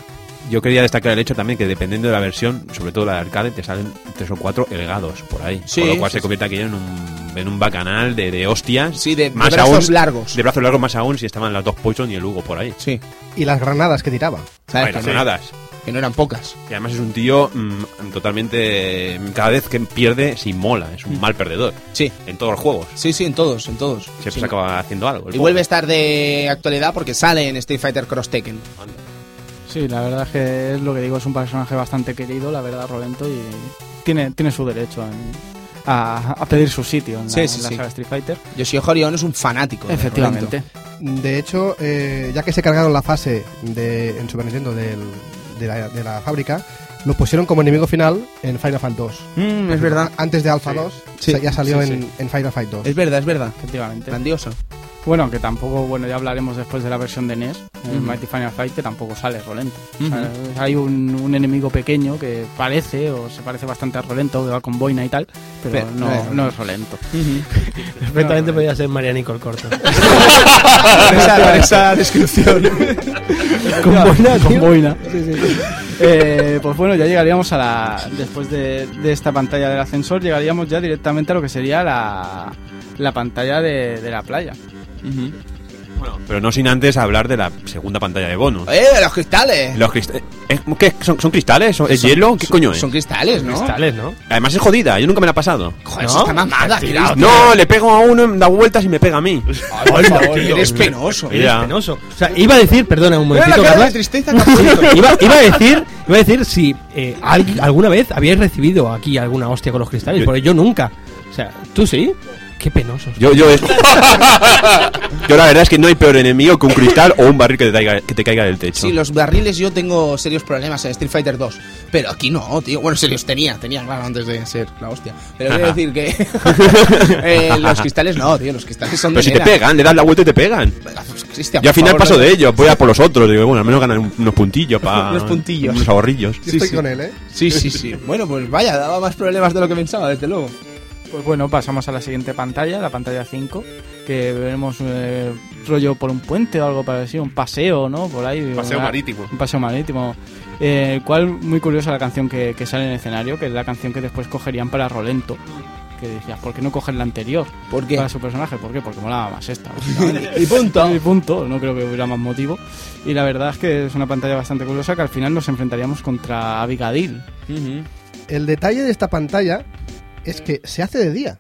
[SPEAKER 4] Yo quería destacar el hecho también que dependiendo de la versión, sobre todo la de arcade, te salen tres o cuatro helgados por ahí.
[SPEAKER 1] Sí,
[SPEAKER 4] con lo cual
[SPEAKER 1] sí,
[SPEAKER 4] se convierte aquí en un, en un bacanal de, de hostias.
[SPEAKER 1] Sí, de- de brazos largos.
[SPEAKER 4] De brazos largos más aún si estaban las dos Poison y el Hugo por ahí.
[SPEAKER 1] Sí.
[SPEAKER 6] Y las granadas que tiraba.
[SPEAKER 1] ¿Sabes?
[SPEAKER 4] Bueno,
[SPEAKER 1] que, no,
[SPEAKER 4] granadas.
[SPEAKER 1] que no eran pocas.
[SPEAKER 4] Y además es un tío mm, totalmente... Cada vez que pierde, se mola. Es un mal perdedor.
[SPEAKER 1] Mm. Sí.
[SPEAKER 4] En todos los juegos.
[SPEAKER 1] Sí, sí, en todos, en todos.
[SPEAKER 4] Siempre
[SPEAKER 1] Sí.
[SPEAKER 4] se acaba haciendo algo. el
[SPEAKER 1] Y
[SPEAKER 4] pobre.
[SPEAKER 1] vuelve a estar de actualidad porque sale en Street Fighter Cross Tekken.
[SPEAKER 5] Sí, la verdad es que es lo que digo, es un personaje bastante querido, la verdad, Rolento, y tiene, tiene su derecho en, a, a pedir su sitio en la,
[SPEAKER 1] Sí, sí,
[SPEAKER 5] en la
[SPEAKER 1] sí.
[SPEAKER 5] saga Street Fighter.
[SPEAKER 1] Yoshihiro Orión es un fanático. de
[SPEAKER 5] Efectivamente.
[SPEAKER 1] Roberto.
[SPEAKER 6] De hecho, eh, ya que se cargaron la fase de, en Super Nintendo del- de, la, de la fábrica, lo pusieron como enemigo final en Final Fight 2.
[SPEAKER 1] Mm, es verdad.
[SPEAKER 6] Antes de Alpha 2,
[SPEAKER 1] Sí.
[SPEAKER 6] o sea, ya salió
[SPEAKER 5] Sí, Eh.
[SPEAKER 6] en, en Final Fight 2.
[SPEAKER 1] Es verdad, es verdad.
[SPEAKER 5] Efectivamente.
[SPEAKER 1] Grandioso.
[SPEAKER 5] Bueno, que tampoco, bueno, ya hablaremos después de la versión de NES. El
[SPEAKER 1] Ujú.
[SPEAKER 5] Mighty Final Fight que tampoco sale Rolento.
[SPEAKER 1] Ujú.
[SPEAKER 5] hay un, un enemigo pequeño que parece, o se parece bastante a Rolento, que va con boina y tal,
[SPEAKER 1] Pero
[SPEAKER 5] pero, no,
[SPEAKER 1] no es
[SPEAKER 5] no,
[SPEAKER 1] Rolento.
[SPEAKER 5] es Rolento.
[SPEAKER 2] Perfectamente
[SPEAKER 5] No, no.
[SPEAKER 2] podría ser Marianico el corto.
[SPEAKER 1] Con esa- con esa descripción.
[SPEAKER 2] Con boina,
[SPEAKER 5] Con
[SPEAKER 2] tío.
[SPEAKER 5] boina. Eh, pues bueno, ya llegaríamos a la. Después de, de esta pantalla del ascensor, llegaríamos ya directamente a lo que sería la, la pantalla de, de la playa.
[SPEAKER 4] Pero no sin antes hablar de la segunda pantalla de bonus.
[SPEAKER 1] ¡Eh, los cristales!
[SPEAKER 4] Los cristales. ¿Qué? ¿Son, son cristales? ¿Son- ¿Es hielo? ¿Qué coño es?
[SPEAKER 1] Son cristales, ¿no?
[SPEAKER 2] Cristales, ¿no?
[SPEAKER 4] Además es jodida, yo nunca me la he pasado.
[SPEAKER 1] Joder, eso está mamada, tirado.
[SPEAKER 4] No, le pego a uno, da vueltas y me pega a mí.
[SPEAKER 1] Ay, por favor, eres penoso.
[SPEAKER 4] Mira, Ya.
[SPEAKER 2] Penoso. O sea, iba a decir, perdona un
[SPEAKER 1] Mira la
[SPEAKER 2] momentito,
[SPEAKER 1] cara de
[SPEAKER 2] Carlas.
[SPEAKER 1] tristeza que ha puesto.
[SPEAKER 2] Iba, iba a decir, iba a decir si eh, al- alguna vez habíais recibido aquí alguna hostia con los cristales, porque yo nunca. O sea, tú sí. Qué penoso.
[SPEAKER 4] Yo, yo es- yo la verdad es que no hay peor enemigo que un cristal o un barril que te caiga, que te caiga del techo.
[SPEAKER 1] Sí, los barriles yo tengo serios problemas en Street Fighter 2. Pero aquí no, tío. Bueno, serios tenía, tenía, claro, antes de ser la hostia. Pero quiero decir que. eh, los cristales no, tío, los cristales son
[SPEAKER 4] Pero
[SPEAKER 1] de.
[SPEAKER 4] si te
[SPEAKER 1] nera.
[SPEAKER 4] pegan, le das la vuelta y te pegan.
[SPEAKER 1] Venga, pues, Cristian,
[SPEAKER 4] Yo
[SPEAKER 1] por
[SPEAKER 4] al final
[SPEAKER 1] favor,
[SPEAKER 4] paso
[SPEAKER 1] no-
[SPEAKER 4] de ellos, voy a por los otros. Digo, bueno, al menos ganan un- unos puntillos para.
[SPEAKER 1] Unos puntillos.
[SPEAKER 4] Unos ahorrillos.
[SPEAKER 6] Sí, estoy con él, ¿eh?
[SPEAKER 1] Sí, sí, sí. Bueno, pues vaya, daba más problemas de lo que pensaba, desde luego.
[SPEAKER 5] Pues bueno, pasamos a la siguiente pantalla, la pantalla 5, que veremos eh, rollo por un puente o algo parecido, un paseo, ¿no? Por ahí.
[SPEAKER 3] Paseo
[SPEAKER 5] una-
[SPEAKER 3] marítimo.
[SPEAKER 5] Un paseo marítimo. Eh, el cual, muy curiosa la canción que, que sale en el escenario, que es la canción que después cogerían para Rolento. Que decías, ¿por qué no cogen la anterior
[SPEAKER 1] ¿Por qué?
[SPEAKER 5] para su personaje? ¿Por qué? Porque molaba más esta.
[SPEAKER 1] Y punto.
[SPEAKER 5] Y punto, no creo que hubiera más motivo. Y la verdad es que es una pantalla bastante curiosa que al final nos enfrentaríamos contra Abigail.
[SPEAKER 6] El detalle de esta pantalla es que se hace de día.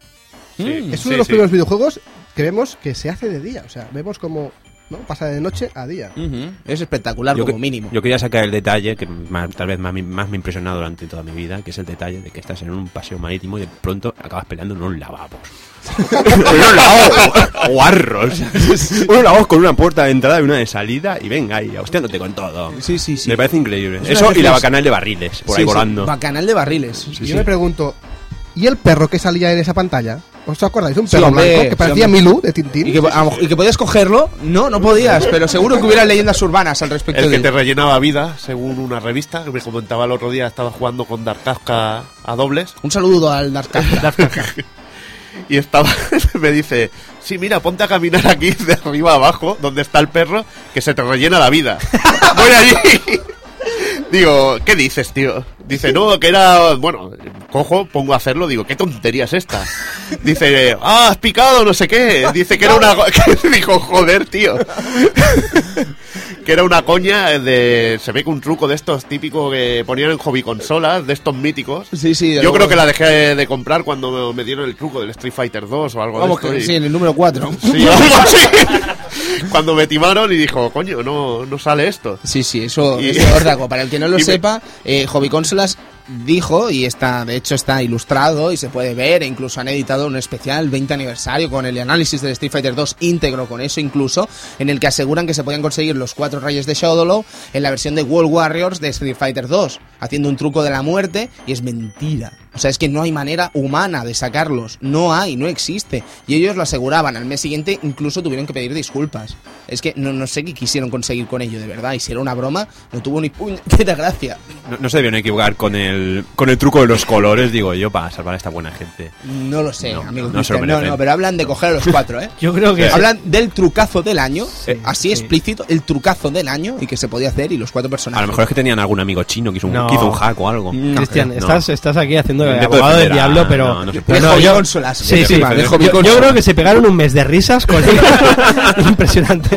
[SPEAKER 1] Mm.
[SPEAKER 6] Es uno
[SPEAKER 3] Sí,
[SPEAKER 6] de los
[SPEAKER 3] sí.
[SPEAKER 6] primeros videojuegos que vemos que se hace de día. O sea, vemos como ¿no? pasa de noche a día.
[SPEAKER 1] Ujú. Es espectacular,
[SPEAKER 4] Yo
[SPEAKER 1] como
[SPEAKER 4] que-
[SPEAKER 1] mínimo.
[SPEAKER 4] Yo quería sacar el detalle que más- tal vez más, me- más me impresionó durante toda mi vida, que es el detalle de que estás en un paseo marítimo y de pronto acabas peleando en unos lavabos. unos lavabos guarros. unos lavabos con una puerta de entrada y una de salida y venga ahí, hostiándote con todo.
[SPEAKER 1] Sí, sí, sí.
[SPEAKER 4] Me parece increíble.
[SPEAKER 1] una
[SPEAKER 4] Eso y la
[SPEAKER 1] reflex-
[SPEAKER 4] bacanal de barriles, por
[SPEAKER 1] Sí, sí.
[SPEAKER 4] ahí volando.
[SPEAKER 1] Bacanal de barriles.
[SPEAKER 6] Yo me pregunto, ¿y el perro que salía en esa pantalla? ¿Os acordáis? Un perro
[SPEAKER 1] hombre,
[SPEAKER 6] blanco
[SPEAKER 1] sí,
[SPEAKER 6] que parecía
[SPEAKER 1] hombre.
[SPEAKER 6] Milú de Tintín.
[SPEAKER 1] Y que, a lo mejor- y que podías cogerlo, no, no podías, pero seguro que hubiera leyendas urbanas al respecto
[SPEAKER 3] El que
[SPEAKER 1] de-
[SPEAKER 3] te rellenaba vida, según una revista que me comentaba el otro día, estaba jugando con Darkazka a dobles
[SPEAKER 1] Un saludo al Narcasca.
[SPEAKER 3] y estaba me dice, "Sí, mira, ponte a caminar aquí de arriba a abajo, donde está el perro, que se te rellena la vida." Voy allí. Digo, ¿qué dices, tío? Dice, no, que era. Bueno, cojo, pongo a hacerlo, digo, ¿qué tontería es esta? Dice, ah, has picado, no sé qué. Dice que era una. go- que dijo, joder, tío. que era una coña de. Se ve que un truco de estos típicos que ponían en hobby consolas, de estos míticos.
[SPEAKER 1] Sí, sí. de
[SPEAKER 3] Yo
[SPEAKER 1] luego.
[SPEAKER 3] creo que la dejé de comprar cuando me dieron el truco del Street Fighter 2 o algo
[SPEAKER 1] Vamos,
[SPEAKER 3] de esto.
[SPEAKER 1] que
[SPEAKER 3] y-
[SPEAKER 1] sí, en el número 4.
[SPEAKER 3] Sí, algo así. Cuando me timaron y dijo, coño, no, no sale esto.
[SPEAKER 1] Sí, sí, eso
[SPEAKER 3] Y-
[SPEAKER 1] es de Ordago. Para el que no lo
[SPEAKER 3] y me-
[SPEAKER 1] sepa, eh, Hobby Consolas dijo, y está de hecho está ilustrado y se puede ver, e incluso han editado un especial 20 aniversario con el análisis del Street Fighter 2 íntegro con eso incluso, en el que aseguran que se podían conseguir los cuatro reyes de Shadowlow en la versión de World Warriors de Street Fighter 2, haciendo un truco de la muerte, y es mentira. O sea, es que no hay manera humana de sacarlos, no hay, no existe. Y ellos lo aseguraban, al mes siguiente incluso tuvieron que pedir disculpas. Es que no, no sé qué quisieron conseguir con ello, de verdad, y si era una broma, no tuvo ni puñetera gracia.
[SPEAKER 4] No, no se debieron equivocar con el, con el truco de los colores, digo yo, para salvar a esta buena gente.
[SPEAKER 1] No lo sé,
[SPEAKER 4] No,
[SPEAKER 1] amigo
[SPEAKER 4] no se
[SPEAKER 1] Cristian.
[SPEAKER 4] lo
[SPEAKER 1] No,
[SPEAKER 4] merecen.
[SPEAKER 1] no, pero hablan de coger a los cuatro, ¿eh?
[SPEAKER 2] Yo creo que.
[SPEAKER 1] Hablan del trucazo del año,
[SPEAKER 2] Sí,
[SPEAKER 1] así
[SPEAKER 2] sí.
[SPEAKER 1] explícito, el trucazo del año y que se podía hacer y los cuatro
[SPEAKER 4] A
[SPEAKER 1] personajes.
[SPEAKER 4] lo mejor es que tenían algún amigo chino que hizo un,
[SPEAKER 2] No.
[SPEAKER 4] que hizo un hack o algo.
[SPEAKER 1] Mm,
[SPEAKER 2] Cristian,
[SPEAKER 4] No.
[SPEAKER 2] estás, estás aquí haciendo el
[SPEAKER 4] Intento
[SPEAKER 2] abogado del
[SPEAKER 4] defender a-
[SPEAKER 2] diablo, pero.
[SPEAKER 4] no, no se
[SPEAKER 1] De
[SPEAKER 4] puede.
[SPEAKER 2] No,
[SPEAKER 1] hobby
[SPEAKER 2] yo-
[SPEAKER 1] consolas.
[SPEAKER 2] Sí, sí,
[SPEAKER 1] encima, de
[SPEAKER 2] yo,
[SPEAKER 1] hobby
[SPEAKER 2] yo
[SPEAKER 1] consolas.
[SPEAKER 2] creo que se pegaron un mes de risas con Impresionante.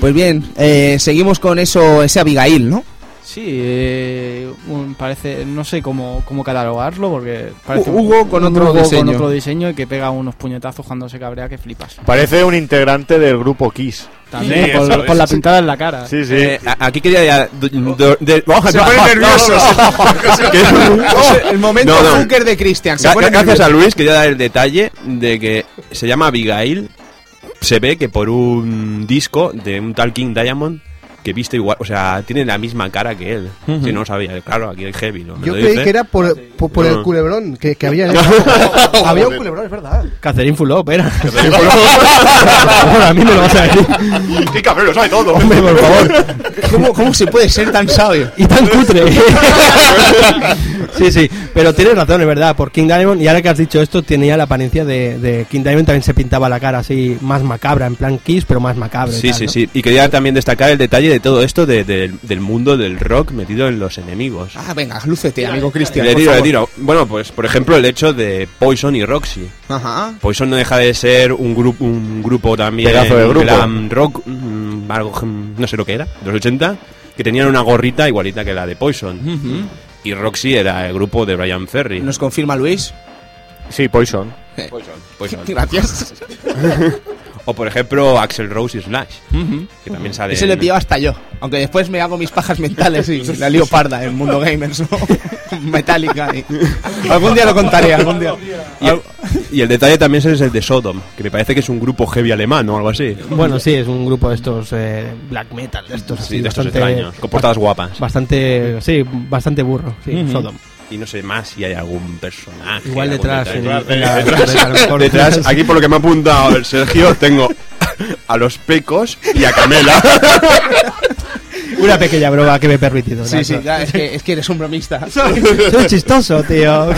[SPEAKER 1] Pues bien, eh, seguimos con eso, ese Abigail, ¿no?
[SPEAKER 5] Sí, eh, un- parece, no sé cómo, cómo catalogarlo porque parece
[SPEAKER 4] Hu- Hugo con
[SPEAKER 5] un
[SPEAKER 4] otro
[SPEAKER 5] Hugo
[SPEAKER 4] diseño.
[SPEAKER 5] con otro diseño y que pega unos puñetazos cuando se cabrea que flipas.
[SPEAKER 8] Parece un integrante del grupo Kiss.
[SPEAKER 5] También
[SPEAKER 3] Sí,
[SPEAKER 5] por,
[SPEAKER 3] eso es.
[SPEAKER 5] por la pintada en la cara.
[SPEAKER 8] Sí, sí.
[SPEAKER 4] Eh, a- aquí quería ya. do- do- de- vamos a
[SPEAKER 8] Se pone nervioso.
[SPEAKER 4] Que-
[SPEAKER 1] El momento
[SPEAKER 4] No, no.
[SPEAKER 1] Bunker de Christian. Se
[SPEAKER 4] Ga-
[SPEAKER 1] pone
[SPEAKER 4] ga- Gracias a
[SPEAKER 1] nervioso.
[SPEAKER 4] Luis quería dar el detalle de que se llama Abigail. Se ve que por un disco de un tal King Diamond que viste igual, o sea, tiene la misma cara que él. Si no lo sabía, claro, aquí el heavy. ¿no? Me
[SPEAKER 6] Yo
[SPEAKER 4] lo
[SPEAKER 6] creí
[SPEAKER 4] dice. Ah,
[SPEAKER 6] que era por, por, por el
[SPEAKER 4] No.
[SPEAKER 6] culebrón que, que había. en el- había un culebrón, es verdad.
[SPEAKER 2] Catherine Fulop, era. Por a mí me lo vas a decir.
[SPEAKER 8] ¡Qué cabrón, lo sabe todo!
[SPEAKER 2] Hombre, por favor.
[SPEAKER 1] ¿Cómo, ¿Cómo se puede ser tan sabio?
[SPEAKER 2] Y tan cutre. sí, sí. Pero tienes razón, es verdad. Por King Diamond, y ahora que has dicho esto, tenía la apariencia de, de King Diamond. También se pintaba la cara así, más macabra, en plan Kiss, pero más macabra. y
[SPEAKER 4] Sí,
[SPEAKER 2] tal,
[SPEAKER 4] sí,
[SPEAKER 2] ¿no?
[SPEAKER 4] sí. Y quería también destacar el detalle de todo esto de- de- del mundo del rock metido en los enemigos.
[SPEAKER 1] Ah, venga, lúcete, amigo Cristian.
[SPEAKER 4] le
[SPEAKER 1] por
[SPEAKER 4] tiro, le
[SPEAKER 1] favor.
[SPEAKER 4] tiro. Bueno, pues por ejemplo el hecho de Poison y Roxy.
[SPEAKER 1] Ajá.
[SPEAKER 4] Poison no deja de ser un, grupo un grupo también.
[SPEAKER 8] Pedazo de grupo.
[SPEAKER 4] glam rock, mm, algo, mm, no sé lo que era, de los 80, que tenían una gorrita igualita que la de Poison. Y Roxy era el grupo de Brian Ferry.
[SPEAKER 1] Nos confirma Luis.
[SPEAKER 8] Sí, Poison.
[SPEAKER 1] Pues
[SPEAKER 4] Poison.
[SPEAKER 1] Gracias.
[SPEAKER 4] O por ejemplo Axel Rose y Slash, que también sale.
[SPEAKER 1] Ese le pillaba hasta yo. Aunque después me hago mis pajas mentales y la lío parda en Mundo Gamers, ¿no? Metallica. y- Algún día lo contaré, algún día.
[SPEAKER 4] y, el, y el detalle también es el de Sodom, que me parece que es un grupo heavy alemán o algo así.
[SPEAKER 2] Bueno, sí, es un grupo de estos eh, black metal, de estos así,
[SPEAKER 4] Sí, de estos
[SPEAKER 2] bastante,
[SPEAKER 4] extraños, con portadas guapas.
[SPEAKER 2] bastante, sí, bastante burro, sí, Sodom.
[SPEAKER 4] Y no sé más si hay algún personaje.
[SPEAKER 2] Igual
[SPEAKER 4] algún
[SPEAKER 2] detrás,
[SPEAKER 4] detalle.
[SPEAKER 2] en- en la- a lo mejor-
[SPEAKER 4] Detrás, aquí por lo que me ha apuntado el Sergio, tengo a los pecos y a Camela.
[SPEAKER 2] Una pequeña broma que me he permitido.
[SPEAKER 1] Sí,
[SPEAKER 2] nada.
[SPEAKER 1] sí, ya, es, que, es que eres un bromista.
[SPEAKER 2] Soy chistoso, tío.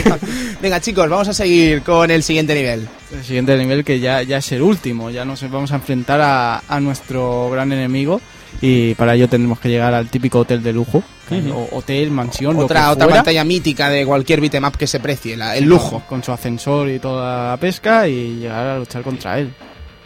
[SPEAKER 1] Venga, chicos, vamos a seguir con el siguiente nivel.
[SPEAKER 5] El siguiente nivel que ya, ya es el último, ya nos vamos a enfrentar a, a nuestro gran enemigo y para ello tendremos que llegar al típico hotel de lujo, o, hotel, mansión, lo
[SPEAKER 1] Otra,
[SPEAKER 5] que
[SPEAKER 1] otra
[SPEAKER 5] fuera.
[SPEAKER 1] pantalla mítica de cualquier bitmap que se precie, la- el lujo.
[SPEAKER 5] Con, con su ascensor y toda la pesca y llegar a luchar contra él.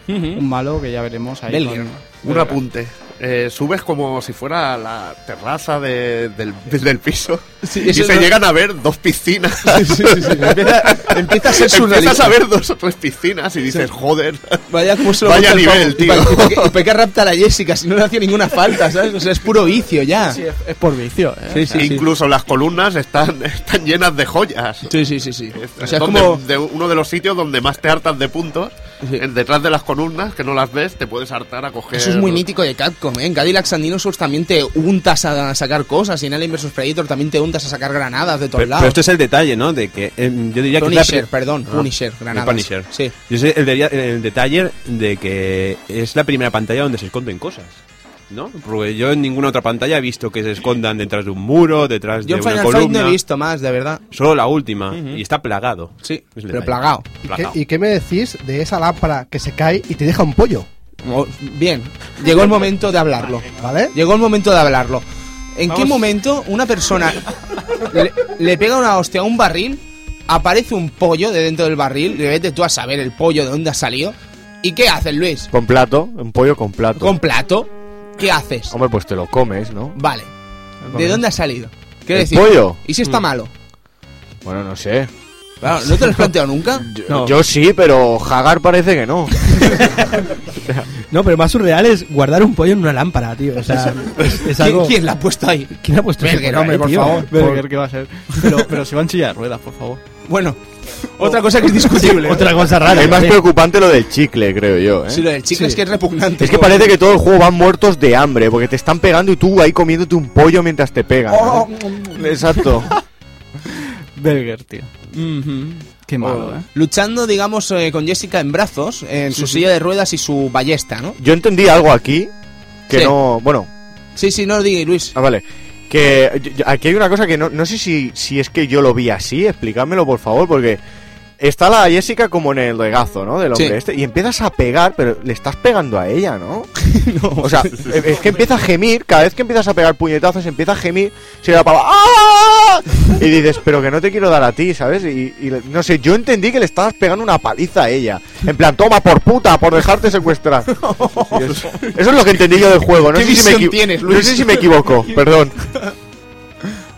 [SPEAKER 5] Un malo que ya veremos ahí.
[SPEAKER 1] Belger.
[SPEAKER 5] con-
[SPEAKER 3] Un apunte. Eh, subes como si fuera la terraza de- del, del- del piso y
[SPEAKER 1] eso
[SPEAKER 3] se
[SPEAKER 1] no-
[SPEAKER 3] llegan a ver dos piscinas.
[SPEAKER 1] Empieza, empieza a ser
[SPEAKER 3] Empiezas
[SPEAKER 1] surrealista.
[SPEAKER 3] a ver dos o tres piscinas y dices, joder.
[SPEAKER 1] Vaya, como se lo
[SPEAKER 3] Vaya
[SPEAKER 1] monta el
[SPEAKER 3] nivel,
[SPEAKER 1] pavo. Y
[SPEAKER 3] tío.
[SPEAKER 1] pa- Y para, que rapta a la Jessica si no le hacía ninguna falta, ¿sabes? O sea, es puro vicio ya.
[SPEAKER 5] Sí, es, es por vicio. ¿eh?
[SPEAKER 1] Sí, sí, sí.
[SPEAKER 3] Incluso las columnas están, están llenas de joyas.
[SPEAKER 1] Sí, sí, sí, sí. O
[SPEAKER 3] Es
[SPEAKER 1] sea, es
[SPEAKER 3] donde-
[SPEAKER 1] como...
[SPEAKER 3] de uno de los sitios donde más te hartas de puntos.
[SPEAKER 1] Sí.
[SPEAKER 3] en- Detrás de las columnas, que no las ves, te puedes hartar a coger.
[SPEAKER 1] Eso es muy mítico de Capcom, ¿eh? En Cadillac and Dinosaurs también te untas a sacar cosas y en Alien vs Predator también te untas a sacar granadas de todos
[SPEAKER 4] Pero,
[SPEAKER 1] lados.
[SPEAKER 4] pero este es el detalle, ¿no? De que em, yo diría que. es la
[SPEAKER 1] Punisher,
[SPEAKER 4] pri-
[SPEAKER 1] perdón,
[SPEAKER 4] Ah,
[SPEAKER 1] Punisher,
[SPEAKER 4] el
[SPEAKER 1] granadas.
[SPEAKER 4] Punisher.
[SPEAKER 1] Sí.
[SPEAKER 4] Yo sé el, de- el detalle de que es la primera pantalla donde se esconden cosas. ¿No? Porque yo en ninguna otra pantalla he visto que se escondan detrás de un muro, detrás
[SPEAKER 1] Yo en
[SPEAKER 4] de una
[SPEAKER 1] Final Fight
[SPEAKER 4] columna.
[SPEAKER 1] no he visto más, de verdad.
[SPEAKER 4] Solo la última. Y está plagado.
[SPEAKER 1] Sí,
[SPEAKER 4] Es el
[SPEAKER 1] pero
[SPEAKER 4] detalle.
[SPEAKER 1] plagado.
[SPEAKER 6] ¿Y qué,
[SPEAKER 4] Plagado.
[SPEAKER 6] ¿Y qué me decís de esa lámpara que se cae y te deja un pollo?
[SPEAKER 1] Mo- Bien, llegó el momento de hablarlo.
[SPEAKER 6] ¿Vale?
[SPEAKER 1] Llegó el momento de hablarlo. ¿En qué momento una persona le, le pega una hostia a un barril, aparece un pollo de dentro del barril, le vete tú a saber el pollo de dónde ha salido? ¿Y qué haces, Luis?
[SPEAKER 8] Con plato, un pollo con plato.
[SPEAKER 1] ¿Con plato? ¿Qué haces?
[SPEAKER 8] Hombre, pues te lo comes, ¿no?
[SPEAKER 1] Vale. ¿De dónde ha salido? Quiero
[SPEAKER 8] ¿El
[SPEAKER 1] decir,
[SPEAKER 8] pollo?
[SPEAKER 1] ¿y si
[SPEAKER 5] Mm.
[SPEAKER 1] está malo?
[SPEAKER 8] Bueno, no sé.
[SPEAKER 1] Claro, ¿no te lo has planteado nunca?
[SPEAKER 8] Yo,
[SPEAKER 2] No.
[SPEAKER 8] yo sí, pero Hagar parece que no.
[SPEAKER 2] No, pero más surreal es guardar un pollo en una lámpara, tío. O sea, es, es
[SPEAKER 1] ¿Quién,
[SPEAKER 2] algo.
[SPEAKER 1] quién la ha puesto ahí? eh,
[SPEAKER 2] ¿Quién ha puesto ese
[SPEAKER 1] Berger,
[SPEAKER 2] pollo
[SPEAKER 5] eh,
[SPEAKER 1] hombre,
[SPEAKER 2] ahí,
[SPEAKER 1] por
[SPEAKER 2] tío?
[SPEAKER 1] favor.
[SPEAKER 5] Belger, ¿qué va a ser? Pero, pero se van silla de ruedas, por favor. Oh.
[SPEAKER 1] Bueno, otra cosa que es discutible.
[SPEAKER 2] Otra cosa rara.
[SPEAKER 8] es más
[SPEAKER 2] sí.
[SPEAKER 8] preocupante lo del chicle, creo yo, ¿eh?
[SPEAKER 1] Sí, lo del chicle
[SPEAKER 2] Sí.
[SPEAKER 1] es que es repugnante.
[SPEAKER 8] Es que parece que todo el juego van muertos de hambre, porque te están pegando y tú ahí comiéndote un pollo mientras te pegan.
[SPEAKER 1] Oh,
[SPEAKER 8] ¿no? Exacto.
[SPEAKER 5] Belger, tío. Qué malo, ¿eh?
[SPEAKER 1] Luchando, digamos, eh, con Jessica en brazos, en su silla de ruedas y su ballesta, ¿no?
[SPEAKER 8] Yo entendí algo aquí que
[SPEAKER 1] Sí.
[SPEAKER 8] no. Bueno,
[SPEAKER 1] Sí, sí, no lo digas, Luis.
[SPEAKER 8] ah, vale. Que yo- yo- aquí hay una cosa que no, no sé si, si es que yo lo vi así, explícamelo por favor, porque está la Jessica como en el regazo, ¿no? Del hombre
[SPEAKER 1] Sí.
[SPEAKER 8] este, y empiezas a pegar, pero le estás pegando a ella, ¿no? O sea, es que empieza a gemir, cada vez que empiezas a pegar puñetazos, empieza a gemir, se da para ¡Ah! Y dices, pero que no te quiero dar a ti, ¿sabes? Y, y le- no sé, yo entendí que le estabas pegando una paliza a ella. En plan, toma por puta, por dejarte secuestrar. Eso es lo que entendí yo del juego, no,
[SPEAKER 1] ¿Qué
[SPEAKER 8] sé si, me
[SPEAKER 1] visión
[SPEAKER 8] equi-
[SPEAKER 1] tienes,
[SPEAKER 8] no
[SPEAKER 1] Luis?
[SPEAKER 8] sé si me equivoco, perdón.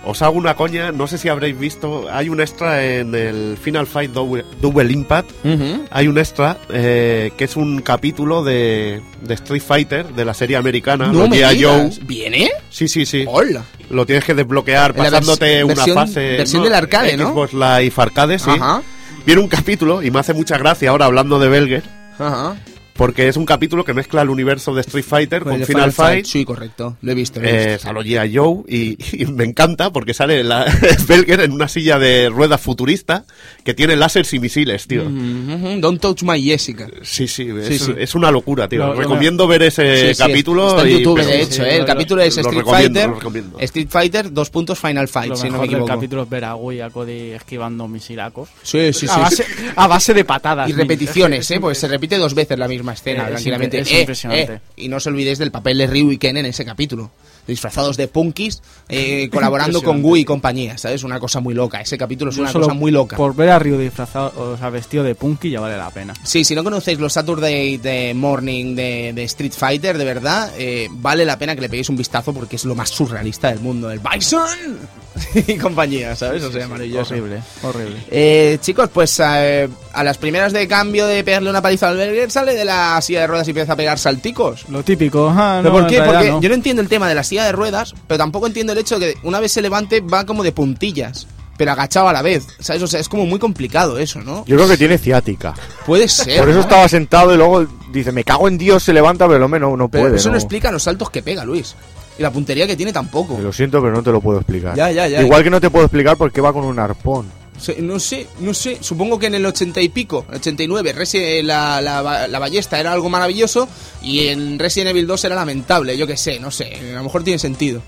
[SPEAKER 3] Os hago una coña, no sé si habréis visto, hay un extra en el Final Fight Double, Double Impact,
[SPEAKER 1] Ujú.
[SPEAKER 3] hay un extra eh, que es un capítulo de, de Street Fighter, de la serie americana,
[SPEAKER 1] No
[SPEAKER 3] los
[SPEAKER 1] me
[SPEAKER 3] G.I. Joe.
[SPEAKER 1] digas. ¿Viene?
[SPEAKER 3] Sí, sí, sí.
[SPEAKER 1] Hola.
[SPEAKER 3] Lo tienes que desbloquear
[SPEAKER 1] La vers-
[SPEAKER 3] pasándote una
[SPEAKER 1] versión-
[SPEAKER 3] fase.
[SPEAKER 1] versión del arcade, ¿no?
[SPEAKER 3] Xbox Live Arcade, sí.
[SPEAKER 1] Ajá.
[SPEAKER 3] Viene un capítulo, y me hace mucha gracia ahora hablando de Belger,
[SPEAKER 1] Ajá.
[SPEAKER 3] porque es un capítulo que mezcla el universo de Street Fighter con,
[SPEAKER 1] el de
[SPEAKER 3] Final Fight.
[SPEAKER 1] Sí, correcto. Lo he visto. lo he
[SPEAKER 3] Eh,
[SPEAKER 1] visto.
[SPEAKER 3] sale G.I. Joe y, y me encanta porque sale la, Belger en una silla de ruedas futurista que tiene láseres y misiles, tío.
[SPEAKER 1] Mhm, Don't touch my Jessica.
[SPEAKER 3] Sí, sí es,
[SPEAKER 1] Sí, sí.
[SPEAKER 3] es una locura, tío.
[SPEAKER 5] No, no,
[SPEAKER 3] recomiendo ver ese
[SPEAKER 1] Sí, sí,
[SPEAKER 3] capítulo.
[SPEAKER 1] Está en
[SPEAKER 3] y-
[SPEAKER 1] YouTube,
[SPEAKER 3] pero-
[SPEAKER 1] de hecho,
[SPEAKER 5] sí,
[SPEAKER 1] ¿eh? El
[SPEAKER 5] lo-
[SPEAKER 1] capítulo es
[SPEAKER 3] lo
[SPEAKER 1] Street
[SPEAKER 3] recomiendo,
[SPEAKER 1] Fighter.
[SPEAKER 3] lo recomiendo.
[SPEAKER 1] Street Fighter, dos puntos Final Fight,
[SPEAKER 5] Lo
[SPEAKER 1] si no me
[SPEAKER 5] mejor del
[SPEAKER 1] equivoco.
[SPEAKER 5] capítulo es ver a Guiaco de esquivando misilacos.
[SPEAKER 1] Sí, sí,
[SPEAKER 5] A,
[SPEAKER 1] sí.
[SPEAKER 5] base, a base de patadas.
[SPEAKER 1] Y repeticiones, ¿eh? Porque se repite dos veces la misma escena,
[SPEAKER 5] Eh, es
[SPEAKER 1] tranquilamente.
[SPEAKER 5] impre- es
[SPEAKER 1] Eh,
[SPEAKER 5] impresionante.
[SPEAKER 1] eh, Y no os olvidéis del papel de Ryu y Ken en ese capítulo. Disfrazados de punkis, eh, colaborando con Wu y compañía, ¿sabes? Una cosa muy loca. Ese capítulo es
[SPEAKER 5] Yo
[SPEAKER 1] una
[SPEAKER 5] solo
[SPEAKER 1] cosa muy loca.
[SPEAKER 5] Por ver a Ryu disfrazado, o sea, vestido de punky ya vale la pena.
[SPEAKER 1] Sí, si no conocéis los Saturday de Morning de, de Street Fighter, de verdad, eh, vale la pena que le peguéis un vistazo porque es lo más surrealista del mundo. El Bison y compañía, ¿sabes? O sea, maravilloso.
[SPEAKER 5] Horrible, horrible.
[SPEAKER 1] Eh, chicos, pues eh, a las primeras de cambio de pegarle una paliza al Berger sale de la silla de ruedas y empieza a pegar salticos.
[SPEAKER 5] Lo típico. Ah,
[SPEAKER 1] ¿Pero
[SPEAKER 5] no,
[SPEAKER 1] por qué?
[SPEAKER 5] en realidad
[SPEAKER 1] Porque
[SPEAKER 5] no.
[SPEAKER 1] yo no entiendo el tema de la silla de ruedas, pero tampoco entiendo el hecho de que una vez se levante va como de puntillas, pero agachado a la vez, ¿sabes? O sea, es como muy complicado eso, ¿no?
[SPEAKER 8] Yo creo que tiene ciática.
[SPEAKER 1] Puede ser.
[SPEAKER 8] Por eso
[SPEAKER 1] ¿no?
[SPEAKER 8] estaba sentado y luego dice, me cago en Dios, se levanta, pero el hombre no, no
[SPEAKER 1] Pero
[SPEAKER 8] puede.
[SPEAKER 1] eso no.
[SPEAKER 8] no.
[SPEAKER 1] explica los saltos que pega, Luis. Y la puntería que tiene tampoco.
[SPEAKER 8] Lo siento, pero no te lo puedo explicar.
[SPEAKER 1] Ya, ya, ya.
[SPEAKER 8] Igual que no te puedo explicar por qué va con un arpón.
[SPEAKER 1] Se- No sé, no sé. Supongo que en el 80 y pico, 89, Resi- eh, la, la, la ballesta era algo maravilloso y en Resident Evil 2 era lamentable. Yo qué sé, no sé. A lo mejor tiene sentido.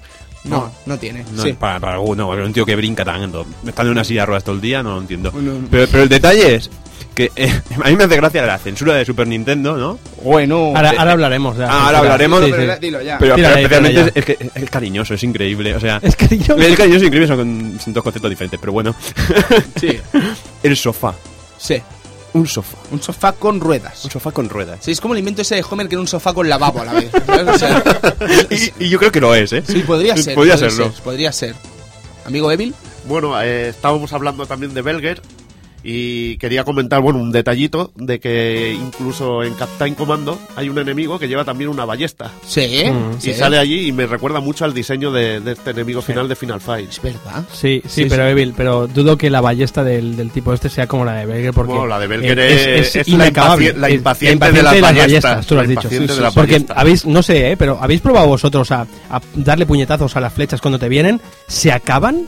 [SPEAKER 1] No, no, tiene.
[SPEAKER 4] No,
[SPEAKER 1] sí.
[SPEAKER 4] para, para alguno, porque un tío que brinca tanto, estando en una silla de ruedas todo el día, no lo entiendo.
[SPEAKER 1] No, no.
[SPEAKER 4] Pero, pero el detalle es que eh, a mí me hace gracia la censura de Super Nintendo, ¿no?
[SPEAKER 1] Bueno,
[SPEAKER 2] Ahora, ahora hablaremos. de la
[SPEAKER 4] Ah,
[SPEAKER 2] censura.
[SPEAKER 4] ahora hablaremos.
[SPEAKER 2] Sí,
[SPEAKER 4] pero
[SPEAKER 2] sí.
[SPEAKER 4] era-
[SPEAKER 1] dilo ya.
[SPEAKER 4] Pero,
[SPEAKER 2] Tírala
[SPEAKER 4] pero
[SPEAKER 2] ahí,
[SPEAKER 4] especialmente
[SPEAKER 2] tírala
[SPEAKER 4] es, es que es- es cariñoso, es increíble. O sea,
[SPEAKER 2] Es cariñoso.
[SPEAKER 4] es cariñoso e increíble, son, son dos conceptos diferentes, pero bueno.
[SPEAKER 1] sí.
[SPEAKER 4] El sofá,
[SPEAKER 1] Sí.
[SPEAKER 4] un sofá,
[SPEAKER 1] Un sofá con ruedas.
[SPEAKER 4] un sofá con ruedas.
[SPEAKER 1] Sí, es como el invento ese de Homer que era un sofá con lavabo a la vez. ¿sabes? O sea,
[SPEAKER 4] Y, y yo creo que lo es, ¿eh?
[SPEAKER 1] sí, podría ser.
[SPEAKER 4] Podría
[SPEAKER 1] podría
[SPEAKER 4] serlo.
[SPEAKER 1] ser, podría ser. Amigo Evil.
[SPEAKER 3] Bueno, eh, estábamos hablando también de Belger y quería comentar, bueno, un detallito de que incluso en Captain Commando hay un enemigo que lleva también una ballesta.
[SPEAKER 1] Sí,
[SPEAKER 2] Mm,
[SPEAKER 1] sí.
[SPEAKER 3] Y sale allí y me recuerda mucho al diseño de, de este enemigo final de Final Fight.
[SPEAKER 1] Es verdad.
[SPEAKER 2] Sí, sí,
[SPEAKER 1] Sí,
[SPEAKER 2] pero Evil, pero dudo que la ballesta del, del tipo este sea como la de Belger porque
[SPEAKER 3] Bueno, la de Belger
[SPEAKER 2] eh,
[SPEAKER 3] es- es la
[SPEAKER 2] inacabable.
[SPEAKER 3] impaci- la
[SPEAKER 2] Es-
[SPEAKER 3] impaciente de las ballestas.
[SPEAKER 2] tú lo has
[SPEAKER 3] La
[SPEAKER 2] dicho.
[SPEAKER 3] impaciente
[SPEAKER 2] Sí,
[SPEAKER 3] de las
[SPEAKER 2] porque
[SPEAKER 3] ballestas.
[SPEAKER 2] habéis no sé, eh, pero habéis probado vosotros a, a darle puñetazos a las flechas cuando te vienen, se acaban?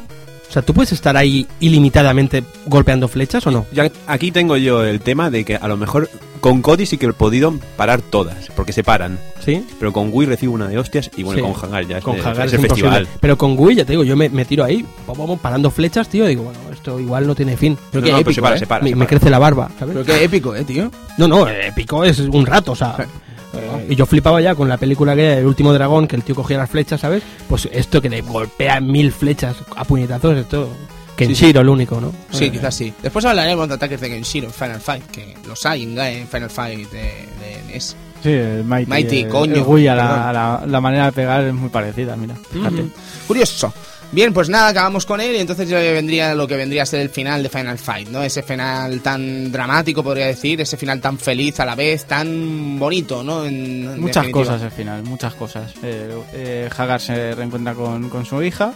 [SPEAKER 2] O sea, tú puedes estar ahí ilimitadamente golpeando flechas o no?
[SPEAKER 4] Ya- aquí tengo yo el tema de que a lo mejor con Cody sí que he podido parar todas, porque se paran.
[SPEAKER 2] Sí.
[SPEAKER 4] Pero con Wii recibo una de hostias y bueno,
[SPEAKER 2] Sí.
[SPEAKER 4] con Hangar ya es,
[SPEAKER 2] Con
[SPEAKER 4] de-
[SPEAKER 2] Hagar
[SPEAKER 4] es
[SPEAKER 2] es
[SPEAKER 4] de
[SPEAKER 2] imposible.
[SPEAKER 4] festival.
[SPEAKER 2] Pero con Gui, ya te digo, yo me, me tiro ahí, vamos parando flechas, tío, y digo, bueno, esto igual no tiene fin.
[SPEAKER 1] Pero
[SPEAKER 4] No,
[SPEAKER 1] qué
[SPEAKER 4] no, pero
[SPEAKER 1] épico,
[SPEAKER 4] se para,
[SPEAKER 1] ¿eh?
[SPEAKER 4] se para.
[SPEAKER 2] me,
[SPEAKER 4] se
[SPEAKER 2] me
[SPEAKER 4] para.
[SPEAKER 2] crece la barba, ¿sabes?
[SPEAKER 1] Pero qué épico, eh, tío.
[SPEAKER 2] No, no, épico es un rato, o sea. eh, y yo flipaba ya con la película que era El último dragón, que el tío cogía las flechas, ¿sabes? Pues esto que le golpea mil flechas a puñetazos, esto. Kenshiro, el único, ¿no?
[SPEAKER 1] Sí,
[SPEAKER 2] Eh,
[SPEAKER 1] quizás sí. Después hablaremos de ataques de Kenshiro en Final Fight, que los hay en en Final Fight de, de E NES.
[SPEAKER 5] Sí, el Mighty.
[SPEAKER 1] Mighty,
[SPEAKER 5] el-
[SPEAKER 1] coño,
[SPEAKER 5] el Wii a
[SPEAKER 1] perdón.
[SPEAKER 5] la, a la- la manera de pegar es muy parecida, mira. Fíjate.
[SPEAKER 1] Ujú. Curioso. Bien, pues nada, acabamos con él y entonces ya vendría lo que vendría a ser el final de Final Fight, ¿no? Ese final tan dramático, podría decir, ese final tan feliz a la vez, tan bonito, ¿no? En- en
[SPEAKER 5] Muchas
[SPEAKER 1] definitiva.
[SPEAKER 5] cosas eh. al final, muchas cosas. Eh, eh, Hagar se reencuentra con, con su hija.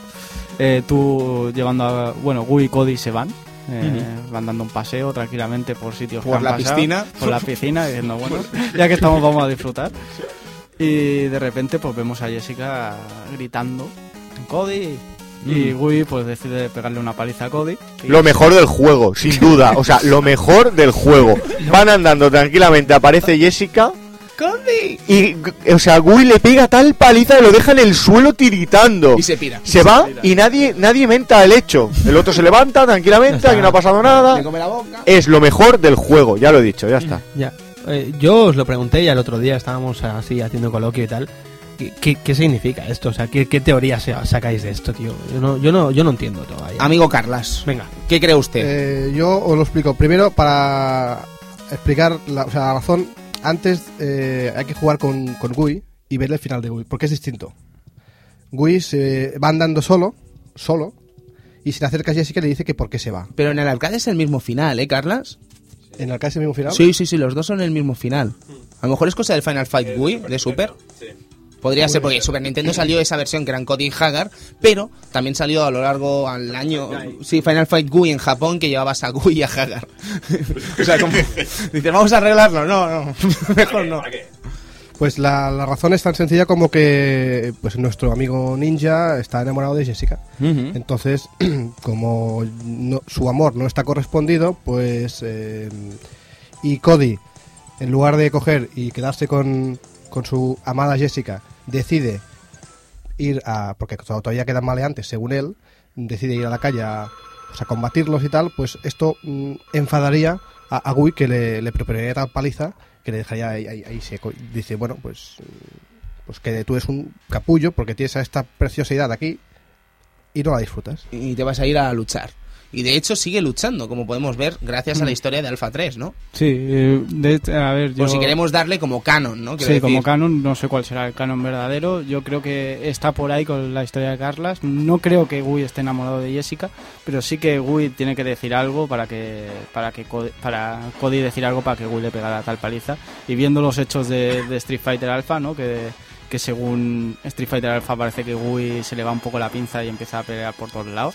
[SPEAKER 5] eh, tú llevando a. Bueno, Gui y Cody se van. eh, Van dando un paseo tranquilamente por sitios que
[SPEAKER 1] Por
[SPEAKER 5] han
[SPEAKER 1] la
[SPEAKER 5] pasado,
[SPEAKER 1] piscina.
[SPEAKER 5] Por la piscina, diciendo, bueno, ya que estamos, vamos a disfrutar. Y de repente, pues vemos a Jessica gritando: Cody. Y
[SPEAKER 1] Mm.
[SPEAKER 5] Gui, pues decide pegarle una paliza a Cody. y-
[SPEAKER 8] Lo mejor del juego, sin duda. O sea, lo mejor del juego. Van andando tranquilamente, aparece Jessica.
[SPEAKER 1] ¡Cody!
[SPEAKER 8] Y, o sea, Gui le pega tal paliza que lo deja en el suelo tiritando.
[SPEAKER 1] Y se pira.
[SPEAKER 8] Se va y nadie, nadie menta el hecho. El otro se levanta tranquilamente, que no ha pasado
[SPEAKER 1] Le
[SPEAKER 8] nada.
[SPEAKER 1] come la boca.
[SPEAKER 8] Es lo mejor del juego, ya lo he dicho, ya está.
[SPEAKER 2] Ya. Eh, yo os lo pregunté ya el otro día, estábamos así haciendo coloquio y tal. ¿Qué, qué, qué significa esto? O sea, ¿qué, qué teoría se- sacáis de esto, tío? Yo no, yo no, yo no entiendo todavía.
[SPEAKER 1] Amigo Carlas,
[SPEAKER 2] Venga.
[SPEAKER 1] ¿qué cree usted?
[SPEAKER 6] Eh, yo os lo explico. Primero, para explicar la, o sea, la razón, antes eh, hay que jugar con, con Gui y ver el final de Gui, porque es distinto. Gui se va andando solo, solo, y se le acerca a Jessica y le dice que por qué se va.
[SPEAKER 1] Pero en el alcalde es el mismo final, ¿eh, Carlas?
[SPEAKER 6] ¿En el alcalde es el mismo final?
[SPEAKER 1] Sí, sí, sí, los dos son el mismo final. A lo mejor es cosa del Final Fight Wii, de Super. Podría ser, porque Super Nintendo salió esa versión que eran Cody y Hagar, pero también salió a lo largo al año. Sí, Final Fight Gui en Japón que llevabas a Gui y a Hagar. o sea, como. Dices, vamos a arreglarlo. No, no, mejor no.
[SPEAKER 6] Pues la, la razón es tan sencilla como que pues nuestro amigo ninja está enamorado de Jessica.
[SPEAKER 1] Ujú.
[SPEAKER 6] Entonces, como no- su amor no está correspondido, pues... eh, y Cody, en lugar de coger y quedarse con, con su amada Jessica, decide ir a... Porque to- todavía quedan maleantes, según él, decide ir a la calle a, pues, a combatirlos y tal, pues esto mm, enfadaría a, a Gui, que le, le prepararía tal paliza que le dejaría ahí, ahí- ahí seco. Y Dice, bueno, pues... mm, Pues que tú eres un capullo porque tienes a esta preciosidad aquí y no la disfrutas.
[SPEAKER 1] Y te vas a ir a luchar. Y de hecho sigue luchando, como podemos ver, gracias a la historia de Alpha 3, ¿no?
[SPEAKER 5] Sí, eh, de hecho, a ver, Mm. yo...
[SPEAKER 1] Por si queremos darle como canon, ¿no?
[SPEAKER 5] Sí,
[SPEAKER 1] Quiero
[SPEAKER 5] como
[SPEAKER 1] decir,
[SPEAKER 5] canon, no sé cuál será el canon verdadero. Yo creo que está por ahí con la historia de Carlas. No creo que Guy esté enamorado de Jessica, pero sí que Guy tiene que decir algo para que para que Co- para Cody decir algo para que Guy le pegara tal paliza. Y viendo los hechos de, de Street Fighter Alpha, ¿no? Que, que según Street Fighter Alpha parece que Guy se le va un poco la pinza y empieza a pelear por todos lados.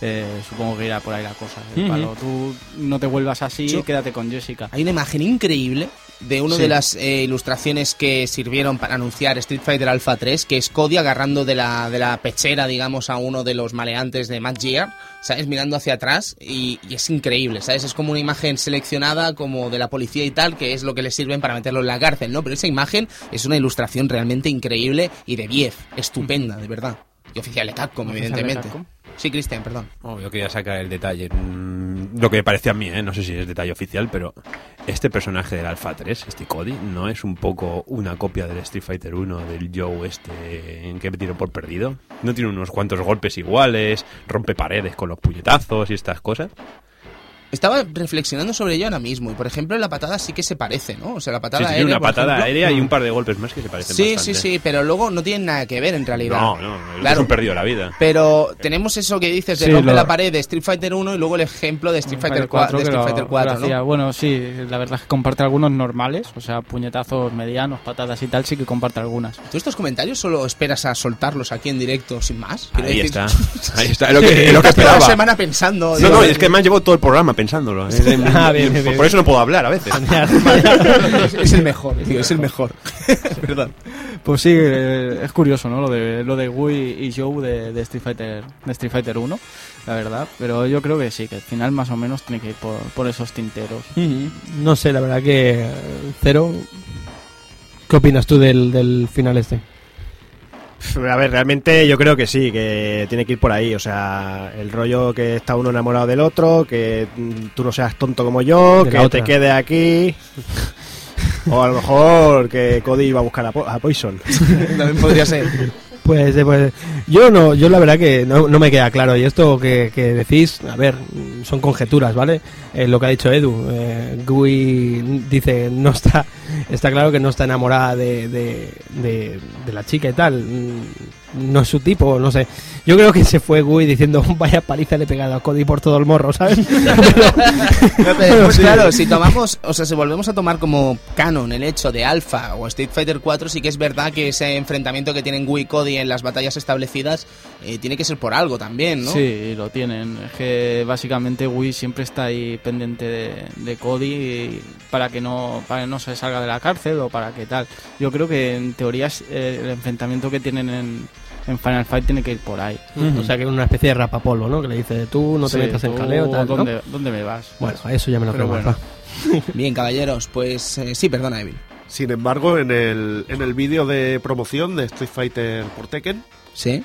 [SPEAKER 5] Eh, supongo que irá por ahí la cosa. el
[SPEAKER 1] Ujú.
[SPEAKER 5] palo, Tú no te vuelvas así,
[SPEAKER 1] Yo-
[SPEAKER 5] quédate con Jessica.
[SPEAKER 1] Hay una imagen increíble de una
[SPEAKER 5] Sí.
[SPEAKER 1] de las eh, ilustraciones que sirvieron para anunciar Street Fighter Alpha 3, que es Cody agarrando de la, de la pechera, digamos, a uno de los maleantes de Matt Gear, ¿sabes? Mirando hacia atrás y, y es increíble, ¿sabes? Es como una imagen seleccionada como de la policía y tal, que es lo que le sirven para meterlo en la cárcel, ¿no? Pero esa imagen es una ilustración realmente increíble y de 10, estupenda, de verdad. Y oficial de Capcom,
[SPEAKER 5] Oficial de
[SPEAKER 1] evidentemente.
[SPEAKER 5] Capcom.
[SPEAKER 1] Sí, Cristian, perdón.
[SPEAKER 4] Oh, yo quería sacar el detalle. Mm, Lo que me parece a mí, ¿eh? no sé si es detalle oficial, pero este personaje del Alpha 3, este Cody, no es un poco una copia del Street Fighter 1, del Joe este en que me tiro por perdido. No tiene unos cuantos golpes iguales, rompe paredes con los puñetazos y estas cosas.
[SPEAKER 1] Estaba reflexionando sobre ello ahora mismo y por ejemplo la patada sí que se parece, ¿no? O sea, la
[SPEAKER 4] Sí,
[SPEAKER 1] patada
[SPEAKER 4] sí, tiene
[SPEAKER 1] aérea,
[SPEAKER 4] una
[SPEAKER 1] por
[SPEAKER 4] patada
[SPEAKER 1] ejemplo. Mm.
[SPEAKER 4] aérea y un par de golpes más que se parecen
[SPEAKER 1] Sí, sí,
[SPEAKER 4] bastante.
[SPEAKER 1] sí, pero luego no tienen nada que ver en realidad.
[SPEAKER 4] No, no,
[SPEAKER 1] Claro.
[SPEAKER 4] es un perdido la vida.
[SPEAKER 1] Pero tenemos eso que dices de
[SPEAKER 5] Sí,
[SPEAKER 1] rompe
[SPEAKER 5] lo-
[SPEAKER 1] la pared de Street Fighter 1 y luego el ejemplo de Street Fighter 4, de
[SPEAKER 5] que
[SPEAKER 1] Street
[SPEAKER 5] lo-
[SPEAKER 1] Fighter 4
[SPEAKER 5] lo hacía.
[SPEAKER 1] ¿no?
[SPEAKER 5] Bueno, sí, la verdad es que comparte algunos normales, o sea, puñetazos medianos, patadas y tal, sí que comparte algunas.
[SPEAKER 1] ¿Tú estos comentarios solo esperas a soltarlos aquí en directo sin más? Quiero
[SPEAKER 4] Ahí
[SPEAKER 1] decir,
[SPEAKER 4] está, ahí está, es lo que, es lo que
[SPEAKER 1] Estás toda la
[SPEAKER 4] esperaba.
[SPEAKER 1] semana pensando.
[SPEAKER 4] No,
[SPEAKER 1] digo,
[SPEAKER 4] no, es que además llevo todo el programa pensándolo. Es de-
[SPEAKER 2] Ah, bien, bien,
[SPEAKER 4] por
[SPEAKER 2] bien.
[SPEAKER 4] eso no puedo hablar a veces.
[SPEAKER 1] es- es el mejor, tío, es el mejor. Perdón.
[SPEAKER 5] Pues sí, eh, es curioso, ¿no? Lo de lo de Wu y Joe de, de Street Fighter de Street Fighter 1, la verdad, pero yo creo que sí, que al final más o menos tiene que ir por, por esos tinteros.
[SPEAKER 2] No sé, la verdad que eh, cero. ¿Qué opinas tú del, del final este?
[SPEAKER 7] A ver, realmente yo creo que sí, que tiene que ir por ahí. O sea, el rollo que está uno enamorado del otro, que mm, tú no seas tonto como yo,
[SPEAKER 2] De
[SPEAKER 7] que
[SPEAKER 2] la
[SPEAKER 7] no
[SPEAKER 2] otra.
[SPEAKER 7] te quede aquí. O a lo mejor que Cody iba a buscar a, Po- a Poison.
[SPEAKER 1] También podría ser.
[SPEAKER 2] Pues, eh, pues, yo no, yo la verdad que no, no me queda claro. Y esto que, que decís, a ver, mm, son conjeturas, ¿vale? Eh, lo que ha dicho Edu, eh, Gui dice, no está, está claro que no está enamorada de, de, de- de la chica y tal. Mm, No es su tipo, no sé. Yo creo que se fue Gui diciendo, vaya paliza le he pegado a Cody por todo el morro, ¿sabes?
[SPEAKER 1] No, pero, pues
[SPEAKER 2] Sí.
[SPEAKER 1] claro, si tomamos, o sea, si volvemos a tomar como canon el hecho de Alpha o Street Fighter 4, sí que es verdad que ese enfrentamiento que tienen Wii y Cody en las batallas establecidas eh, tiene que ser por algo también, ¿no?
[SPEAKER 5] Sí, lo tienen. Es que básicamente Wii siempre está ahí pendiente de, de Cody y- para que no para que no se salga de la cárcel o para que tal. Yo creo que en teoría es, eh, el enfrentamiento que tienen en, en Final Fight tiene que ir por ahí.
[SPEAKER 2] O sea, que una especie de rapapolvo, ¿no? Que le dice, tú no te
[SPEAKER 5] Sí,
[SPEAKER 2] metas en
[SPEAKER 5] tú,
[SPEAKER 2] jaleo, tal, ¿no?
[SPEAKER 5] Oh, ¿dónde, dónde me vas?
[SPEAKER 2] Bueno, a eso ya me lo
[SPEAKER 5] Pero
[SPEAKER 2] creo
[SPEAKER 5] bueno.
[SPEAKER 2] más, va.
[SPEAKER 1] Bien, caballeros, pues eh, sí, perdona, Evil.
[SPEAKER 3] Sin embargo, en el, en el vídeo de promoción de Street Fighter por Tekken,
[SPEAKER 1] ¿Sí?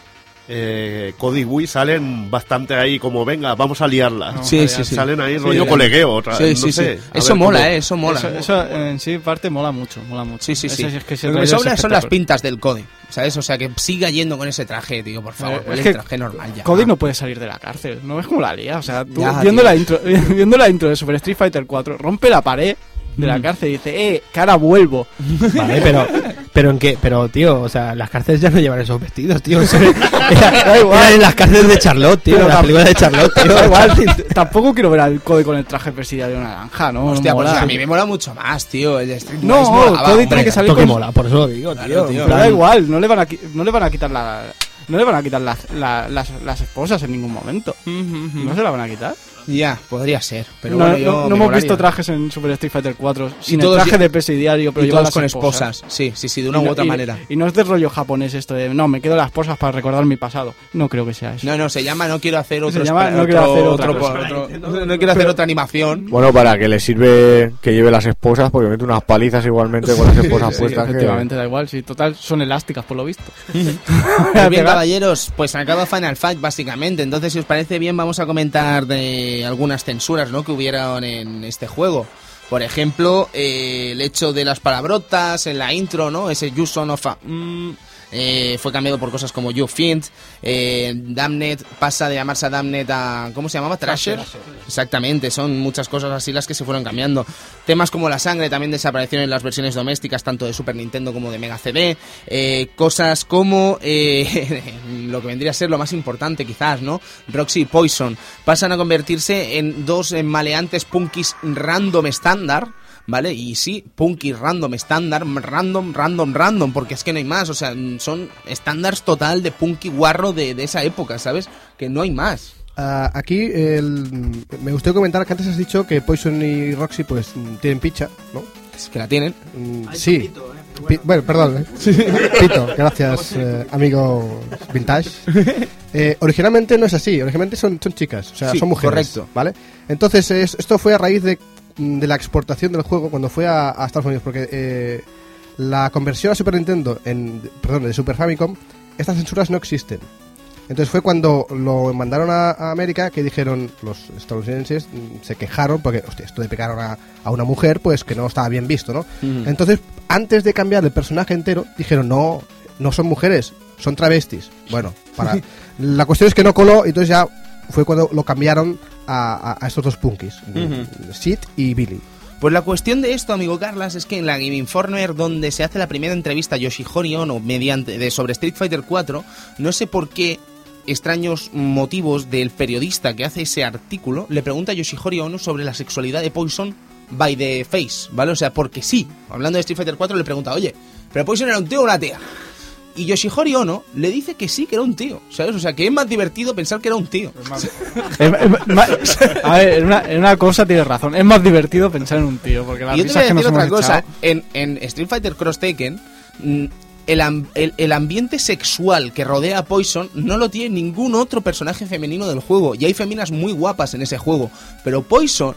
[SPEAKER 3] eh, Cody y Wii salen bastante ahí como, venga, vamos a liarla.
[SPEAKER 5] No,
[SPEAKER 1] Sí,
[SPEAKER 5] joder,
[SPEAKER 1] sí, sí.
[SPEAKER 3] Salen ahí rollo
[SPEAKER 1] la-
[SPEAKER 3] colegueo. Otra,
[SPEAKER 1] sí,
[SPEAKER 3] no
[SPEAKER 1] sí,
[SPEAKER 3] sé.
[SPEAKER 1] sí.
[SPEAKER 3] A
[SPEAKER 1] Eso
[SPEAKER 3] ver
[SPEAKER 1] mola,
[SPEAKER 3] cómo-
[SPEAKER 1] eh, eso mola.
[SPEAKER 5] Eso, eso en sí parte mola mucho, mola mucho.
[SPEAKER 1] Sí, sí, sí.
[SPEAKER 5] Ese- es que ese
[SPEAKER 1] Lo que me
[SPEAKER 5] trailer es
[SPEAKER 1] sobra son las
[SPEAKER 5] espectacular.
[SPEAKER 1] pintas del Cody, ¿sabes? O sea, que siga yendo con ese traje, tío, por favor,
[SPEAKER 5] Eh,
[SPEAKER 1] con
[SPEAKER 5] es
[SPEAKER 1] el
[SPEAKER 5] que
[SPEAKER 1] traje normal ya.
[SPEAKER 5] Cody no puede salir de la cárcel, no es como la lía. O sea, tú
[SPEAKER 1] Ya,
[SPEAKER 5] viendo,
[SPEAKER 1] tío.
[SPEAKER 5] la intro, viendo la intro de Super Street
[SPEAKER 1] Mm.
[SPEAKER 5] Fighter 4, rompe la pared de la cárcel y dice, eh, cara, vuelvo.
[SPEAKER 2] Vale, pero, Pero en qué, pero tío, o sea, las cárceles ya no llevan esos vestidos, tío. Eso era-
[SPEAKER 8] Da igual.
[SPEAKER 2] eran en las cárceles de Charlotte, tío,
[SPEAKER 8] Pero
[SPEAKER 2] en las
[SPEAKER 8] tam-
[SPEAKER 2] películas de Charlotte, tío.
[SPEAKER 5] Da igual, t- tampoco quiero ver al Cody con el traje persillado de naranja, ¿no?
[SPEAKER 1] Hostia,
[SPEAKER 5] no
[SPEAKER 1] pues
[SPEAKER 5] mola.
[SPEAKER 1] a mí me mola mucho más, tío. El Street
[SPEAKER 5] No,
[SPEAKER 1] Boys molaba,
[SPEAKER 5] Cody
[SPEAKER 1] hombre.
[SPEAKER 5] tiene que salir
[SPEAKER 2] Toque
[SPEAKER 5] con-
[SPEAKER 2] mola, por eso lo digo, tío.
[SPEAKER 1] Claro, tío.
[SPEAKER 2] en
[SPEAKER 5] Pero
[SPEAKER 2] plan-
[SPEAKER 5] da igual, no le van a, qui- no le van a quitar la... No le van a quitar las, la- las, las esposas en ningún momento. No se la van a quitar.
[SPEAKER 1] Ya, podría ser. Pero
[SPEAKER 5] no
[SPEAKER 1] bueno,
[SPEAKER 5] no-
[SPEAKER 1] yo
[SPEAKER 5] no
[SPEAKER 1] me
[SPEAKER 5] hemos
[SPEAKER 1] molaría.
[SPEAKER 5] visto trajes en Super Street Fighter 4 sin el
[SPEAKER 1] todos
[SPEAKER 5] traje
[SPEAKER 1] ya-
[SPEAKER 5] de presidiario, pero
[SPEAKER 1] y
[SPEAKER 5] llevan
[SPEAKER 1] todas
[SPEAKER 5] las
[SPEAKER 1] con
[SPEAKER 5] esposas.
[SPEAKER 1] esposas. Sí, sí, sí, de una
[SPEAKER 5] Y
[SPEAKER 1] u
[SPEAKER 5] no-
[SPEAKER 1] otra
[SPEAKER 5] y-
[SPEAKER 1] manera.
[SPEAKER 5] Y no es de rollo japonés esto de, no, me quedo las posas para recordar mi pasado. No creo que sea eso.
[SPEAKER 1] No, no, se llama No quiero hacer otro.
[SPEAKER 5] llama
[SPEAKER 1] espe-
[SPEAKER 5] No quiero
[SPEAKER 1] otro-
[SPEAKER 5] hacer otra
[SPEAKER 1] otro-
[SPEAKER 5] cosa.
[SPEAKER 1] otro- No quiero hacer otra animación.
[SPEAKER 8] Bueno, para que le sirve que lleve las esposas, porque mete unas palizas igualmente con las esposas
[SPEAKER 5] Sí,
[SPEAKER 8] puestas. que-
[SPEAKER 5] efectivamente, da igual. Sí, total, son elásticas por lo visto.
[SPEAKER 1] Pues bien, caballeros, pues acaba Final Fight, básicamente. Entonces, si os parece bien, vamos a comentar de algunas censuras ¿no? que hubieron en este juego. Por ejemplo, eh, el hecho de las palabrotas en la intro, ¿no? Ese You Son of a... mm, eh, fue cambiado por cosas como You Fiend. eh, Damned pasa de llamarse a Damned a... ¿Cómo se llamaba? Thrasher. Exactamente, son muchas cosas así las que se fueron cambiando. Temas como la sangre también desaparecieron en las versiones domésticas, tanto de Super Nintendo como de Mega CD. Eh, cosas como eh, lo que vendría a ser lo más importante, quizás, ¿no? Roxy y Poison pasan a convertirse en dos eh, maleantes punkis random estándar. ¿Vale? Y sí, punky random, estándar, random, random, random, porque es que no hay más, o sea, son estándares total de punky guarro de, de esa época, ¿sabes? Que no hay más.
[SPEAKER 6] Ah, aquí el- me gustaría comentar que antes has dicho que Poison y Roxy pues mm, tienen picha, ¿no?
[SPEAKER 1] Es que la tienen.
[SPEAKER 6] Mm, sí. Pi- bueno. perdón. ¿eh? Pito, gracias, eh, amigo Vintage. Eh, originalmente no es así, originalmente son, son chicas, o sea,
[SPEAKER 1] Sí,
[SPEAKER 6] son mujeres.
[SPEAKER 1] correcto.
[SPEAKER 6] ¿Vale? Entonces, es- esto fue a raíz de, de la exportación del juego cuando fue a, a Estados Unidos, porque eh, la conversión a Super Nintendo, en, perdón, de Super Famicom, estas censuras no existen. Entonces fue cuando lo mandaron a, a América que dijeron los estadounidenses mm, se quejaron porque hostia, esto de pegar a, una- a una mujer pues que no estaba bien visto, ¿no?
[SPEAKER 1] Mm.
[SPEAKER 6] Entonces antes de cambiar el personaje entero dijeron no no son mujeres son travestis. Bueno para la cuestión es que no coló y entonces ya fue cuando lo cambiaron a, a- a estos dos punkis, Sid y Billy.
[SPEAKER 1] Pues la cuestión de esto, amigo Carlas, es que en la Game Informer, donde se hace la primera entrevista a Yoshihori Ono mediante, de, sobre Street Fighter 4, no sé por qué extraños motivos del periodista que hace ese artículo, le pregunta a Yoshihori Ono sobre la sexualidad de Poison by the face, ¿vale? O sea, porque sí, hablando de Street Fighter 4, le pregunta, oye, ¿pero Poison era un tío o una tía? Y Yoshihori Ono le dice que sí, que era un tío, ¿sabes? O sea, que es más divertido pensar que era un tío.
[SPEAKER 5] Es- es más- a ver, en una, en una cosa tienes razón. Es más divertido pensar en un tío, porque las
[SPEAKER 1] Y yo te voy
[SPEAKER 5] risas
[SPEAKER 1] a
[SPEAKER 5] que
[SPEAKER 1] decir
[SPEAKER 5] nos
[SPEAKER 1] otra
[SPEAKER 5] hemos
[SPEAKER 1] cosa. eh.
[SPEAKER 5] echado-
[SPEAKER 1] En, en Street Fighter Cross Taken, mm, el, am- el- el ambiente sexual que rodea a Poison no lo tiene ningún otro personaje femenino del juego. Y hay feminas muy guapas en ese juego. Pero Poison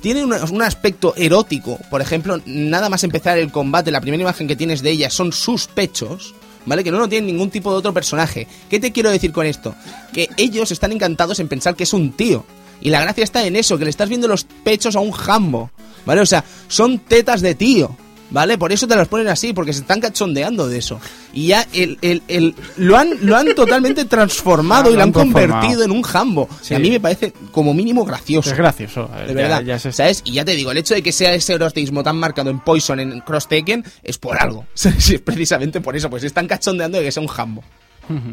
[SPEAKER 1] tiene una- un aspecto erótico. Por ejemplo, nada más empezar el combate, la primera imagen que tienes de ella son sus pechos. ¿Vale? Que no lo tiene ningún tipo de otro personaje. ¿Qué te quiero decir con esto? Que ellos están encantados en pensar que es un tío. Y la gracia está en eso, que le estás viendo los pechos a un jambo, ¿vale? O sea, son tetas de tío, ¿vale? Por eso te las ponen así, porque se están cachondeando de eso. Y ya el, el, el- lo, han, lo han totalmente transformado Ah, y
[SPEAKER 5] Lo
[SPEAKER 1] lo
[SPEAKER 5] han
[SPEAKER 1] han
[SPEAKER 5] transformado.
[SPEAKER 1] convertido en un jambo. Y a mí me parece como mínimo gracioso.
[SPEAKER 5] Es gracioso. a ver,
[SPEAKER 1] De
[SPEAKER 5] ya-
[SPEAKER 1] verdad,
[SPEAKER 5] ya se-
[SPEAKER 1] ¿sabes? Y ya te digo, el hecho de que sea ese erotismo tan marcado en Poison, en Cross Taken, es por algo. ¿sabes? Es precisamente por eso, pues se están cachondeando de que sea un jambo.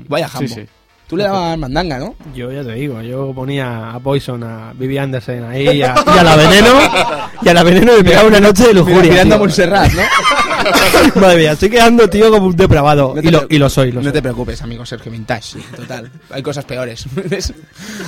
[SPEAKER 1] Vaya jambo.
[SPEAKER 5] Mm. Sí, sí.
[SPEAKER 1] Tú le dabas mandanga, ¿no?
[SPEAKER 2] Yo ya te digo, yo ponía a Poison, a Vivi Anderson ahí y a, y a la Veneno. Y a la Veneno me pegaba una noche de lujuria.
[SPEAKER 1] Mirando a
[SPEAKER 2] tío.
[SPEAKER 1] Montserrat, ¿no?
[SPEAKER 2] Madre mía, estoy quedando, tío, como un depravado.
[SPEAKER 1] No te
[SPEAKER 2] y, lo,
[SPEAKER 1] pre-
[SPEAKER 2] y lo soy, lo
[SPEAKER 1] no
[SPEAKER 2] soy.
[SPEAKER 1] te preocupes, amigo Sergio Vintage. Total, hay cosas peores. ¿ves?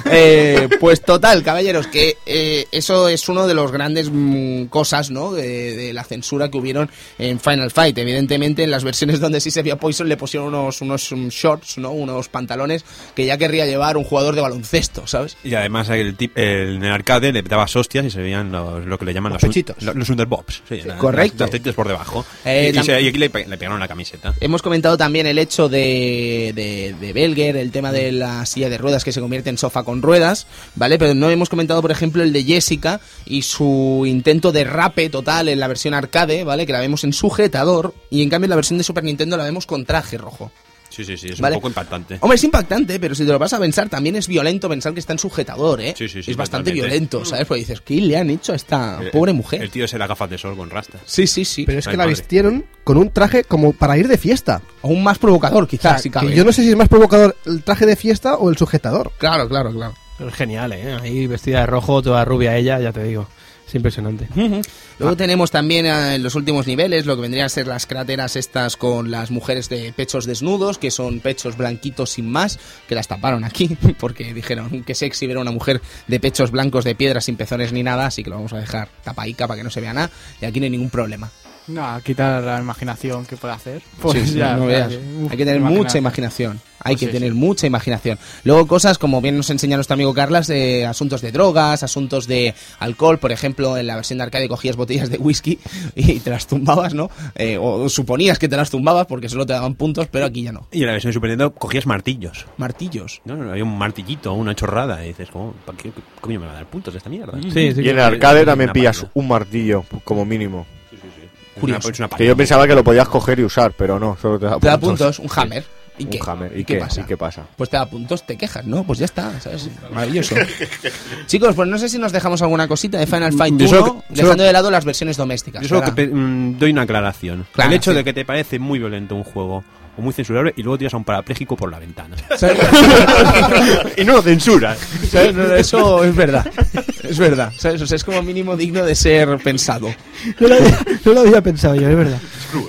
[SPEAKER 1] Eh, pues total, caballeros, que eh, eso es uno de los grandes mm, cosas, ¿no? De, de la censura que hubieron en Final Fight. Evidentemente, en las versiones donde sí se veía Poison le pusieron unos, unos mm, shorts, ¿no? Unos pantalones que ya querría llevar un jugador de baloncesto, ¿sabes?
[SPEAKER 4] Y además el tip, el, en el arcade le dabas hostias y se veían los, lo que le llaman
[SPEAKER 6] Los
[SPEAKER 4] los, un-
[SPEAKER 6] pechitos.
[SPEAKER 4] lo- los underbobs. sí, la-
[SPEAKER 1] correcto.
[SPEAKER 4] Los tetillos por debajo.
[SPEAKER 1] Eh,
[SPEAKER 4] y, y
[SPEAKER 1] tam-
[SPEAKER 4] se- y aquí le, pe- le pegaron la camiseta.
[SPEAKER 1] Hemos comentado también el hecho de, de, de Belger, el tema de la silla de ruedas que se convierte en sofá con ruedas, ¿vale? Pero no hemos comentado, por ejemplo, el de Jessica y su intento de rape total en la versión arcade, ¿vale? Que la vemos en sujetador y en cambio en la versión de Super Nintendo la vemos con traje rojo.
[SPEAKER 9] Sí, sí, sí, es
[SPEAKER 1] ¿Vale?
[SPEAKER 9] un poco impactante.
[SPEAKER 1] Hombre, es impactante, pero si te lo vas a pensar, también es violento pensar que está en sujetador, ¿eh?
[SPEAKER 9] Sí, sí, sí,
[SPEAKER 1] Es
[SPEAKER 9] totalmente.
[SPEAKER 1] bastante
[SPEAKER 9] Eh,
[SPEAKER 1] violento, ¿sabes? Porque dices, ¿qué le han hecho a esta pobre mujer?
[SPEAKER 9] El tío es el gafas de sol con rastas.
[SPEAKER 1] Sí, sí, sí.
[SPEAKER 6] Pero es
[SPEAKER 9] Ay,
[SPEAKER 6] que la
[SPEAKER 9] madre.
[SPEAKER 6] vistieron con un traje como para ir de fiesta.
[SPEAKER 1] Aún más provocador,
[SPEAKER 6] O sea,
[SPEAKER 1] quizás, si
[SPEAKER 6] que
[SPEAKER 1] cabe.
[SPEAKER 6] yo no sé si es más provocador el traje de fiesta o el sujetador.
[SPEAKER 1] Claro, claro, claro.
[SPEAKER 2] Pero es genial, ¿eh? Ahí vestida de rojo, toda rubia ella, ya te digo. Es impresionante. Ah.
[SPEAKER 1] Luego tenemos también eh, en los últimos niveles lo que vendrían a ser las cráteras estas con las mujeres de pechos desnudos, que son pechos blanquitos sin más, que las taparon aquí porque dijeron que sexy ver a una mujer de pechos blancos de piedra sin pezones ni nada, así que lo vamos a dejar tapaica para que no se vea nada y aquí no hay ningún problema.
[SPEAKER 5] No, quitar la imaginación que pueda hacer. Pues
[SPEAKER 1] Sí,
[SPEAKER 5] ya,
[SPEAKER 1] no
[SPEAKER 5] ya,
[SPEAKER 1] veas.
[SPEAKER 5] uf,
[SPEAKER 1] Hay que tener
[SPEAKER 5] imagina-
[SPEAKER 1] mucha imaginación. Hay
[SPEAKER 5] Pues
[SPEAKER 1] que
[SPEAKER 5] sí,
[SPEAKER 1] tener mucha imaginación. Luego cosas como bien nos enseña nuestro amigo Carlas de asuntos de drogas, asuntos de alcohol, por ejemplo, en la versión de arcade cogías botellas de whisky y te las tumbabas, ¿no? Eh, o suponías que te las tumbabas porque solo te daban puntos, pero aquí ya no.
[SPEAKER 9] Y en la versión de Super Nintendo cogías martillos.
[SPEAKER 1] Martillos.
[SPEAKER 9] No, no, no, había un martillito, una chorrada. Y dices, ¿cómo, ¿para qué coño me va a dar puntos esta mierda?
[SPEAKER 2] Sí, sí.
[SPEAKER 8] Y en el
[SPEAKER 2] claro.
[SPEAKER 8] arcade
[SPEAKER 9] Una
[SPEAKER 8] también pillas
[SPEAKER 9] máquina.
[SPEAKER 8] un martillo, como mínimo.
[SPEAKER 1] Curioso.
[SPEAKER 9] Es una- es una
[SPEAKER 8] Que yo pensaba que lo podías coger y usar, pero no, solo te da
[SPEAKER 1] Te da
[SPEAKER 8] puntos.
[SPEAKER 1] puntos, un hammer. ¿Y qué?
[SPEAKER 8] Un hammer.
[SPEAKER 1] ¿Y qué pasa?
[SPEAKER 8] ¿Y qué pasa?
[SPEAKER 1] Pues te da puntos, te quejas, ¿no? Pues ya está, ¿sabes? Maravilloso. Chicos, pues no sé si nos dejamos alguna cosita de Final Fight 1,
[SPEAKER 9] Yo solo que-
[SPEAKER 1] dejando
[SPEAKER 9] solo-
[SPEAKER 1] de lado las versiones domésticas.
[SPEAKER 9] Yo solo que
[SPEAKER 1] ¿verdad?
[SPEAKER 9] pe- mm, doy una aclaración.
[SPEAKER 1] Claro,
[SPEAKER 9] el hecho
[SPEAKER 1] sí.
[SPEAKER 9] de que te parece muy violento un juego o muy censurable y luego tiras a un parapléjico por la ventana. y no lo censuras.
[SPEAKER 1] ¿Sabes? No, no, Eso es verdad. Es verdad. ¿Sabes? O sea, es como mínimo digno de ser pensado.
[SPEAKER 2] No lo, había, no lo había pensado yo, es verdad.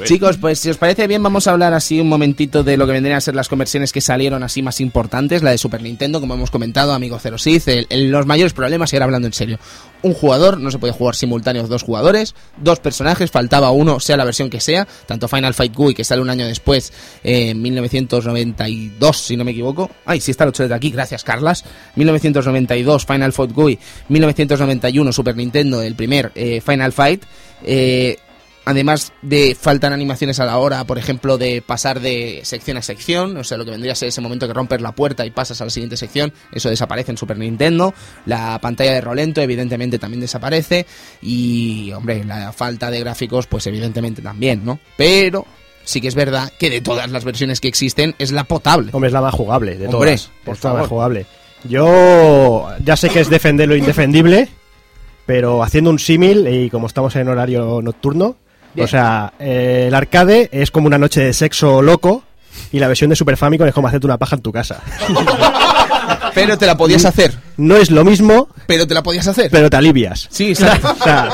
[SPEAKER 1] Chicos, pues si os parece bien, vamos a hablar así un momentito de lo que vendrían a ser las conversiones que salieron así más importantes. La de Super Nintendo, como hemos comentado, amigo Zero Sith. el- el- los mayores problemas, y ahora hablando en serio. Un jugador, no se puede jugar simultáneos dos jugadores, dos personajes, faltaba uno, sea la versión que sea. Tanto Final Fight GUI, que sale un año después, eh, en 1992, si no me equivoco. Ay, sí está el 8 de aquí, gracias Carlas. 1992, Final Fight GUI. 1991, Super Nintendo, el primer eh, Final Fight. Eh, Además de faltan animaciones a la hora, por ejemplo, de pasar de sección a sección, o sea, lo que vendría a ser ese momento que rompes la puerta y pasas a la siguiente sección, eso desaparece en Super Nintendo. La pantalla de rolento, evidentemente, también desaparece. Y, hombre, la falta de gráficos, pues evidentemente también, ¿no? Pero sí que es verdad que de todas las versiones que existen, es la potable.
[SPEAKER 7] Hombre, es la más jugable de
[SPEAKER 1] Hombre,
[SPEAKER 7] todas.
[SPEAKER 1] por
[SPEAKER 7] es la más
[SPEAKER 1] favor.
[SPEAKER 7] jugable. Yo ya sé que es defender lo indefendible, pero haciendo un símil y como estamos en horario nocturno,
[SPEAKER 1] Bien.
[SPEAKER 7] o sea, eh, el arcade es como una noche de sexo loco y la versión de Super Famicom es como hacerte una paja en tu casa. Mm,
[SPEAKER 1] Pero te la podías hacer,
[SPEAKER 7] No es lo mismo,
[SPEAKER 1] pero te la podías hacer.
[SPEAKER 7] pero te alivias.
[SPEAKER 1] Sí, exacto.
[SPEAKER 7] O sea,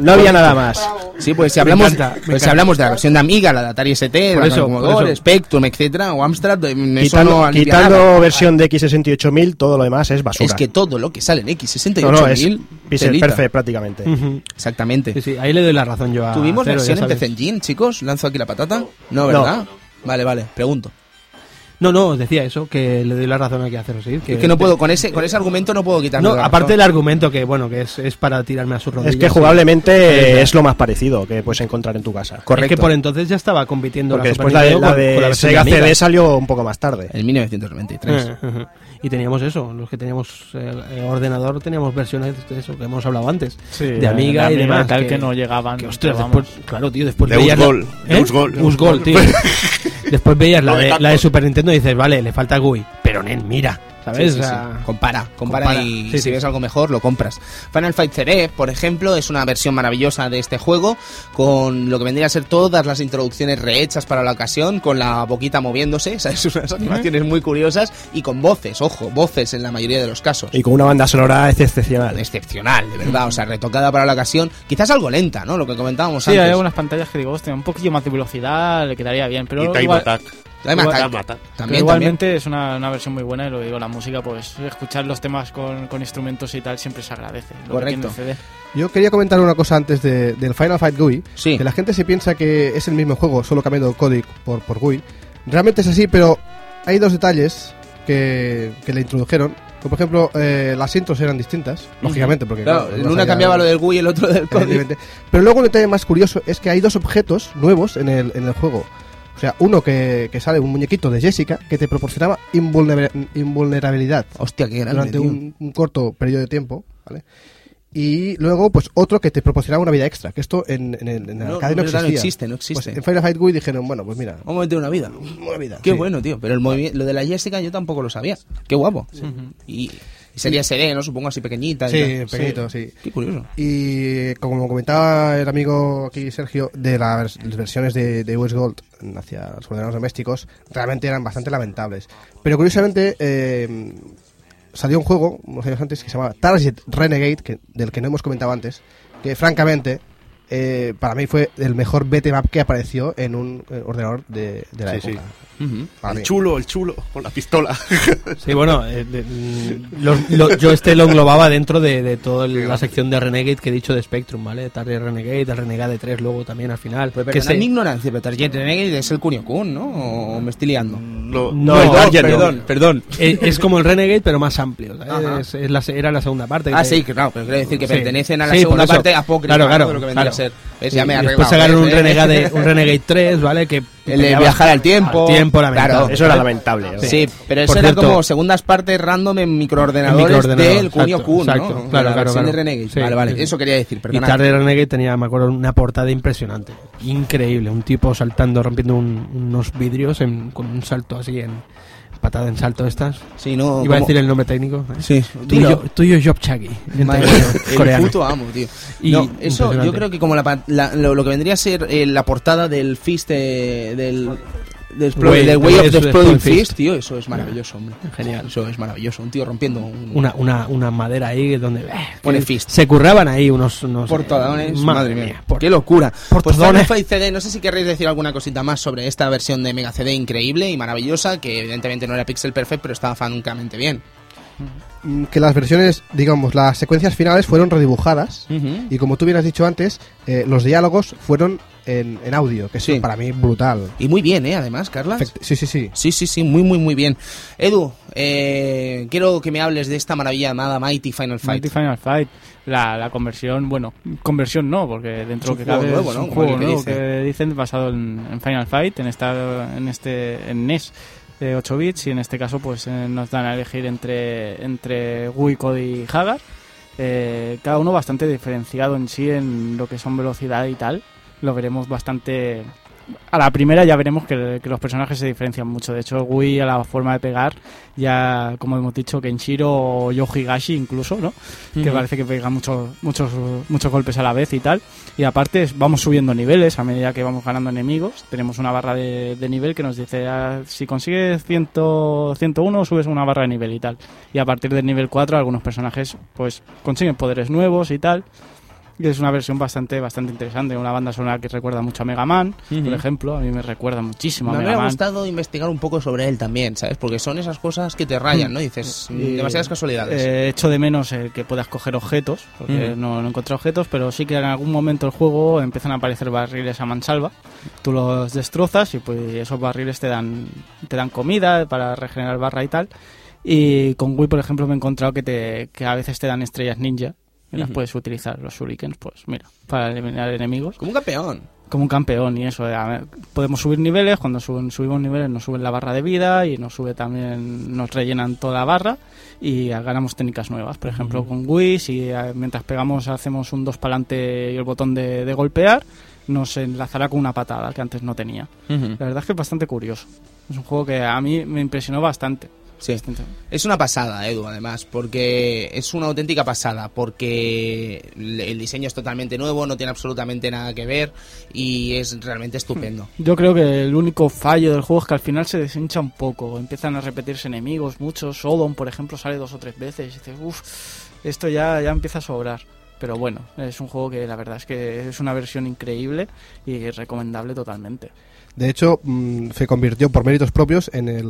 [SPEAKER 7] no había nada más.
[SPEAKER 1] Sí, pues si hablamos,
[SPEAKER 2] encanta, me
[SPEAKER 1] pues si
[SPEAKER 2] encanta.
[SPEAKER 1] hablamos de la versión de Amiga, la de Atari ST,
[SPEAKER 2] Por
[SPEAKER 1] la
[SPEAKER 2] eso,
[SPEAKER 1] de Commodore,
[SPEAKER 2] por eso.
[SPEAKER 1] Spectrum, etcétera, o Amstrad, eh, eso no
[SPEAKER 7] Quitando,
[SPEAKER 1] alivia
[SPEAKER 7] quitando
[SPEAKER 1] nada.
[SPEAKER 7] versión de X68000, todo lo demás es basura.
[SPEAKER 1] Es que todo lo que sale en X68000
[SPEAKER 7] no, no, es pixel perfect prácticamente.
[SPEAKER 2] Ujú.
[SPEAKER 1] Exactamente.
[SPEAKER 2] Sí, sí, ahí le doy la razón yo a.
[SPEAKER 1] ¿Tuvimos
[SPEAKER 2] Cero,
[SPEAKER 1] versión
[SPEAKER 2] ya
[SPEAKER 1] en
[SPEAKER 2] sabes.
[SPEAKER 1] PC Engine, chicos? ¿Lanzo aquí la patata? No, ¿verdad? Vale, vale, pregunto.
[SPEAKER 2] No, no, os decía eso, que le doy la razón aquí a Cero Sith,
[SPEAKER 1] Es que no puedo, con ese, con ese argumento no puedo quitarme
[SPEAKER 2] No,
[SPEAKER 1] la
[SPEAKER 2] aparte
[SPEAKER 1] razón.
[SPEAKER 2] del argumento que, bueno, que es, es para tirarme a su rodillas.
[SPEAKER 7] Es que jugablemente eh, es lo más parecido que puedes encontrar en tu casa.
[SPEAKER 1] Correcto.
[SPEAKER 2] Es que por entonces ya estaba compitiendo
[SPEAKER 7] Porque
[SPEAKER 2] la Super
[SPEAKER 7] después la de,
[SPEAKER 2] Nintendo
[SPEAKER 7] la
[SPEAKER 2] con-
[SPEAKER 7] de
[SPEAKER 2] con la versión
[SPEAKER 7] Sega
[SPEAKER 2] de Amiga.
[SPEAKER 7] CD salió un poco más tarde.
[SPEAKER 1] En 1993.
[SPEAKER 2] Eh, ujú. Y teníamos eso, los que teníamos eh, eh, ordenador, teníamos versiones de eso que hemos hablado antes,
[SPEAKER 5] Sí,
[SPEAKER 2] de Amiga y demás.
[SPEAKER 5] Tal que, no llegaban.
[SPEAKER 2] que, ostras,
[SPEAKER 5] pero vamos.
[SPEAKER 2] después- claro, tío, después
[SPEAKER 3] De
[SPEAKER 2] veías. la-
[SPEAKER 3] Usgol, de
[SPEAKER 2] ¿Eh?
[SPEAKER 3] Usgol.
[SPEAKER 2] Usgol, tío. después veías la
[SPEAKER 3] No, de
[SPEAKER 2] de,
[SPEAKER 3] tacto.
[SPEAKER 2] la de Super Nintendo y dices, vale, le falta GUI. Pero nen, mira, ¿sabes?
[SPEAKER 1] Sí, sí,
[SPEAKER 2] O
[SPEAKER 1] sí.
[SPEAKER 2] sea,
[SPEAKER 1] Compara, compara,
[SPEAKER 2] compara.
[SPEAKER 1] y
[SPEAKER 2] Sí,
[SPEAKER 1] si
[SPEAKER 2] sí.
[SPEAKER 1] ves algo mejor lo compras. Final Fight CD, por ejemplo, es una versión maravillosa de este juego con lo que vendría a ser todas las introducciones rehechas para la ocasión, con la boquita moviéndose, ¿sabes? unas animaciones muy curiosas y con voces, ojo, voces en la mayoría de los casos.
[SPEAKER 7] Y con una banda sonora excepcional.
[SPEAKER 1] Excepcional, de verdad, o sea, retocada para la ocasión, quizás algo lenta, ¿no? Lo que comentábamos
[SPEAKER 5] Sí, hay
[SPEAKER 1] antes.
[SPEAKER 5] algunas pantallas que digo, hostia, un poquillo más de velocidad le quedaría bien, pero.
[SPEAKER 3] y Time
[SPEAKER 5] igual-
[SPEAKER 3] Attack.
[SPEAKER 1] Time Attack.
[SPEAKER 3] Time Attack.
[SPEAKER 1] También,
[SPEAKER 5] Pero
[SPEAKER 1] también.
[SPEAKER 5] igualmente es una, una versión muy buena y lo digo, la música, pues escuchar los temas con, con instrumentos y tal siempre se agradece. lo que
[SPEAKER 1] Correcto.
[SPEAKER 5] tiene el CD.
[SPEAKER 6] Yo quería comentar una cosa antes de- del Final Fight GUI.
[SPEAKER 1] Sí.
[SPEAKER 6] Que la gente se piensa que es el mismo juego, solo cambiando el código por, por GUI. Realmente es así, pero hay dos detalles que, que le introdujeron. Como por ejemplo, eh, las intros eran distintas, lógicamente, porque...
[SPEAKER 1] Claro,
[SPEAKER 6] claro,
[SPEAKER 1] en
[SPEAKER 6] vas
[SPEAKER 1] una
[SPEAKER 6] allá-
[SPEAKER 1] cambiaba lo del GUI y el otro del código.
[SPEAKER 6] Evidentemente. Pero luego un detalle más curioso es que hay dos objetos nuevos en el, en el juego. O sea, uno que, que sale un muñequito de Jessica que te proporcionaba invulnera- invulnerabilidad
[SPEAKER 1] Hostia, qué grande.
[SPEAKER 6] durante
[SPEAKER 1] tío.
[SPEAKER 6] un, un corto periodo de tiempo, ¿vale? Y luego, pues otro que te proporcionaba una vida extra, que esto en, en el, en el
[SPEAKER 1] No,
[SPEAKER 6] arcade
[SPEAKER 1] no,
[SPEAKER 6] no
[SPEAKER 1] no
[SPEAKER 6] existía.
[SPEAKER 1] existe, no existe.
[SPEAKER 6] Pues en Final Fight Wii dijeron, bueno, pues mira,
[SPEAKER 1] Vamos a meter una vida.
[SPEAKER 6] una vida.
[SPEAKER 1] Qué
[SPEAKER 6] sí.
[SPEAKER 1] bueno, tío. Pero el movi- lo de la Jessica yo tampoco lo sabía. Qué guapo. Y, y sería sereno, ¿no? Supongo así pequeñita. y
[SPEAKER 6] Sí,
[SPEAKER 1] tal.
[SPEAKER 6] pequeñito, sí.
[SPEAKER 1] Qué curioso.
[SPEAKER 6] Y como comentaba el amigo aquí Sergio, de las las versiones de, de US Gold hacia los ordenadores domésticos, realmente eran bastante lamentables. Pero curiosamente eh, salió un juego unos años antes que se llamaba Target Renegade, que- del que no hemos comentado antes, que francamente eh, para mí fue el mejor beatmap que apareció en un eh, ordenador de, de la
[SPEAKER 3] Sí, sí.
[SPEAKER 6] época.
[SPEAKER 1] Ujú.
[SPEAKER 6] Para mí.
[SPEAKER 3] El chulo, el chulo, con la pistola.
[SPEAKER 2] Sí, bueno, eh, de- mm, lo- lo- yo este lo englobaba dentro de, de toda la sección de Renegade que he dicho de Spectrum, ¿vale? De Target Renegade, de Renegade 3 luego también al final.
[SPEAKER 1] Pues
[SPEAKER 2] que
[SPEAKER 1] perdonad
[SPEAKER 2] se-
[SPEAKER 1] mi ignorancia, pero Target Renegade es el Kunio Kun, ¿no? ¿O me estoy liando?
[SPEAKER 3] No,
[SPEAKER 2] No,
[SPEAKER 9] el
[SPEAKER 2] no,
[SPEAKER 9] Target,
[SPEAKER 2] pero-
[SPEAKER 9] perdón, perdón.
[SPEAKER 2] Es, es como el Renegade, pero más amplio. ¿sabes?
[SPEAKER 1] Ajá.
[SPEAKER 2] Es- es la se- era la segunda parte.
[SPEAKER 1] Ah,
[SPEAKER 2] que-
[SPEAKER 1] sí, claro, pero quiero decir que
[SPEAKER 2] Sí.
[SPEAKER 1] pertenecen a la
[SPEAKER 2] Sí, por
[SPEAKER 1] segunda
[SPEAKER 2] eso.
[SPEAKER 1] parte apócrifa
[SPEAKER 2] Claro,
[SPEAKER 1] ¿no?
[SPEAKER 2] claro,
[SPEAKER 1] de lo que vendría
[SPEAKER 2] claro.
[SPEAKER 1] a ser. ¿Ves?
[SPEAKER 2] Sí,
[SPEAKER 1] Ya me he
[SPEAKER 2] y
[SPEAKER 1] arreglado.
[SPEAKER 2] después sacaron un
[SPEAKER 1] ¿ves?
[SPEAKER 2] Renegade, un Renegade 3, ¿vale? Que
[SPEAKER 1] ¿eh? El de
[SPEAKER 2] peleaba-
[SPEAKER 1] viajar al tiempo.
[SPEAKER 2] Al tiempo, lamentable.
[SPEAKER 1] Claro.
[SPEAKER 7] Eso era lamentable. ¿eh? ¿no?
[SPEAKER 1] Sí, pero eso
[SPEAKER 2] Por
[SPEAKER 1] era
[SPEAKER 2] cierto-
[SPEAKER 1] como segundas partes random en microordenadores,
[SPEAKER 2] En microordenador,
[SPEAKER 1] del Kunio
[SPEAKER 2] exacto,
[SPEAKER 1] Kun, ¿no?
[SPEAKER 2] exacto,
[SPEAKER 1] De
[SPEAKER 2] claro,
[SPEAKER 1] la
[SPEAKER 2] claro,
[SPEAKER 1] versión de
[SPEAKER 2] claro.
[SPEAKER 1] Renegade.
[SPEAKER 2] Sí,
[SPEAKER 1] vale, vale,
[SPEAKER 2] sí, sí.
[SPEAKER 1] eso quería decir,
[SPEAKER 2] Y
[SPEAKER 1] perdón.
[SPEAKER 2] Target Renegade tenía, me acuerdo, una portada impresionante. Increíble. Un tipo saltando, rompiendo un- unos vidrios en- con un salto así en. Patada en salto estas.
[SPEAKER 1] Sí, no,
[SPEAKER 2] Iba a
[SPEAKER 1] como-
[SPEAKER 2] decir el nombre técnico. ¿eh?
[SPEAKER 1] Sí,
[SPEAKER 2] Tuyo, tuyo Job Chagi.
[SPEAKER 1] Madre mía, el puto amo, tío.
[SPEAKER 2] Y
[SPEAKER 1] no, eso yo
[SPEAKER 2] impresionante.
[SPEAKER 1] creo que como la, pa- la- lo, lo que vendría a ser eh, la portada del Fist eh, del del Explo-
[SPEAKER 2] Way-
[SPEAKER 1] del Way
[SPEAKER 2] Way
[SPEAKER 1] of
[SPEAKER 2] of
[SPEAKER 1] the
[SPEAKER 2] the
[SPEAKER 1] Exploding
[SPEAKER 2] Exploding
[SPEAKER 1] Fist,
[SPEAKER 2] Fist.
[SPEAKER 1] tío, eso es maravilloso, hombre. Genial, eso es maravilloso, un tío rompiendo un,
[SPEAKER 2] Una, una, una madera ahí donde.
[SPEAKER 1] Pone
[SPEAKER 2] eh,
[SPEAKER 1] fist.
[SPEAKER 2] Se curraban ahí unos. unos
[SPEAKER 1] portadones,
[SPEAKER 2] eh,
[SPEAKER 1] madre mía,
[SPEAKER 2] por-
[SPEAKER 1] qué locura. Pues
[SPEAKER 2] Portadones.
[SPEAKER 1] Final Fight CD, no sé si querréis decir alguna cosita más sobre esta versión de Mega CD increíble y maravillosa que evidentemente no era pixel perfect, pero estaba francamente bien.
[SPEAKER 6] Mm, Que las versiones, digamos, las secuencias finales fueron redibujadas
[SPEAKER 1] Ujú.
[SPEAKER 6] Y como tú bien has dicho antes, eh, los diálogos fueron en, en audio, que es
[SPEAKER 1] Sí.
[SPEAKER 6] para mí brutal.
[SPEAKER 1] Y muy bien, eh, además, Carlas.
[SPEAKER 6] Efect- Sí, sí, sí.
[SPEAKER 1] Sí, sí, sí, muy, muy, muy bien. Edu, eh, quiero que me hables de esta maravilla llamada Mighty Final Fight.
[SPEAKER 5] Mighty Final Fight, la, la conversión, bueno, conversión no, porque dentro
[SPEAKER 1] Es un
[SPEAKER 5] que
[SPEAKER 1] juego
[SPEAKER 5] cabe
[SPEAKER 1] nuevo,
[SPEAKER 5] es
[SPEAKER 1] ¿no?
[SPEAKER 5] un
[SPEAKER 1] Como el
[SPEAKER 5] juego
[SPEAKER 1] que
[SPEAKER 5] nuevo
[SPEAKER 1] dice.
[SPEAKER 5] que dicen basado en, en Final Fight, en esta, en este, en NES de 8 bits y en este caso pues eh, nos dan a elegir entre entre Wii, Cody y Hagar, eh, cada uno bastante diferenciado en sí en lo que son velocidad y tal, lo veremos bastante a la primera ya veremos que, que los personajes se diferencian mucho. De hecho, Wii a la forma de pegar, ya como hemos dicho, Kenshiro o Yohigashi incluso, ¿no? Que parece que pega muchos, muchos, muchos golpes a la vez y tal. Y aparte es- vamos subiendo niveles a medida que vamos ganando enemigos. Tenemos una barra de, de nivel que nos dice, ah, si consigues 100, 101, subes una barra de nivel y tal. Y a partir del nivel 4 algunos personajes pues consiguen poderes nuevos y tal. Y es una versión bastante, bastante interesante, una banda sonora que recuerda mucho a Mega Man, por ejemplo, a mí me recuerda muchísimo a
[SPEAKER 1] Me
[SPEAKER 5] Mega
[SPEAKER 1] hubiera
[SPEAKER 5] Man.
[SPEAKER 1] gustado investigar un poco sobre él también, ¿sabes? Porque son esas cosas que te rayan, ¿no? Dices,
[SPEAKER 5] Eh,
[SPEAKER 1] demasiadas casualidades.
[SPEAKER 5] Eh, echo de menos el que puedas coger objetos, porque
[SPEAKER 1] Mm.
[SPEAKER 5] no, no encontré objetos, pero sí que en algún momento del juego empiezan a aparecer barriles a mansalva. Tú los destrozas y pues esos barriles te dan, te dan comida para regenerar barra y tal. Y con Wii, por ejemplo, me he encontrado que, te, que a veces te dan estrellas ninja. Y las
[SPEAKER 1] Ujú.
[SPEAKER 5] puedes utilizar, los shurikens, pues mira, para eliminar enemigos
[SPEAKER 1] Como un campeón.
[SPEAKER 5] como un campeón y eso. eh, a ver, Podemos subir niveles, cuando suben- subimos niveles nos suben la barra de vida y nos sube también, nos rellenan toda la barra y ah, ganamos técnicas nuevas. Por ejemplo, con Wii, si ah, mientras pegamos hacemos un dos pa'lante y el botón de, de golpear, nos enlazará con una patada que antes no tenía. La verdad es que es bastante curioso. Es un juego que a mí me impresionó bastante.
[SPEAKER 1] Sí.
[SPEAKER 5] Bastante.
[SPEAKER 1] Es una pasada, Edu, además, porque es una auténtica pasada, porque le- el diseño es totalmente nuevo, no tiene absolutamente nada que ver y es realmente estupendo.
[SPEAKER 5] Yo creo que el único fallo del juego es que al final se deshincha un poco. Empiezan a repetirse enemigos, muchos. Sodom, por ejemplo, sale dos o tres veces. Y dices, uff, esto ya, ya empieza a sobrar. Pero bueno, es un juego que la verdad es que es una versión increíble y recomendable totalmente.
[SPEAKER 6] De hecho, mm, se convirtió por méritos propios en el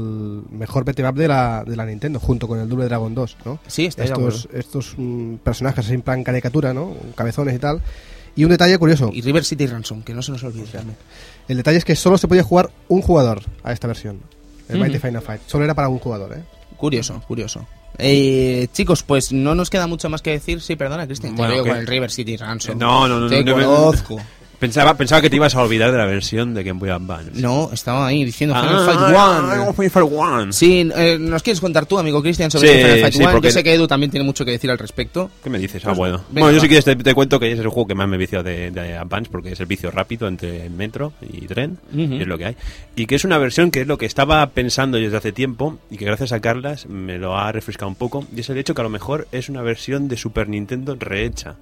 [SPEAKER 6] mejor beatmap de la, de la Nintendo, junto con el Double Dragon 2, ¿no?
[SPEAKER 1] Sí, está
[SPEAKER 6] Estos, estos mm, personajes así en plan caricatura, ¿no? Cabezones y tal. Y un detalle curioso,
[SPEAKER 1] Y River City Ransom, que no se nos olvide también.
[SPEAKER 6] el detalle es que solo se podía jugar un jugador a esta versión, el
[SPEAKER 1] Ujú.
[SPEAKER 6] Mighty Final Fight. Solo era para un jugador, ¿eh?
[SPEAKER 5] Hmm.
[SPEAKER 1] Curioso, curioso. Eh, chicos, pues no nos queda mucho más que decir. Sí, perdona, Cristian. Te
[SPEAKER 4] Bueno,
[SPEAKER 1] veo
[SPEAKER 4] que-
[SPEAKER 1] con el River City Ransom.
[SPEAKER 4] No, no, no,
[SPEAKER 1] Te
[SPEAKER 4] no, no,
[SPEAKER 1] conozco.
[SPEAKER 4] Pensaba, pensaba que te ibas a olvidar de la versión de Game Boy Advance.
[SPEAKER 1] No, estaba ahí diciendo
[SPEAKER 4] Ah,
[SPEAKER 1] Final Fight
[SPEAKER 4] ah,
[SPEAKER 1] One.
[SPEAKER 4] ah, Final Fight One.
[SPEAKER 1] Sí, eh, ¿nos quieres contar tú, amigo Cristian, sobre
[SPEAKER 4] Sí,
[SPEAKER 1] este Final Fight
[SPEAKER 4] sí,
[SPEAKER 1] One?
[SPEAKER 4] porque-
[SPEAKER 1] Yo sé que Edu también tiene mucho que decir al respecto.
[SPEAKER 4] ¿Qué me dices? Ah,
[SPEAKER 1] Pues,
[SPEAKER 4] bueno.
[SPEAKER 1] venga,
[SPEAKER 4] bueno, yo
[SPEAKER 1] va.
[SPEAKER 4] si quieres te, te cuento que es el juego que más me vicio de, de Advance porque es el vicio rápido entre metro y tren,
[SPEAKER 1] Ujú.
[SPEAKER 4] y es lo que hay. Y que es una versión que es lo que estaba pensando yo desde hace tiempo y que gracias a Carlas me lo ha refrescado un poco. Y es el hecho que a lo mejor es una versión de Super Nintendo rehecha.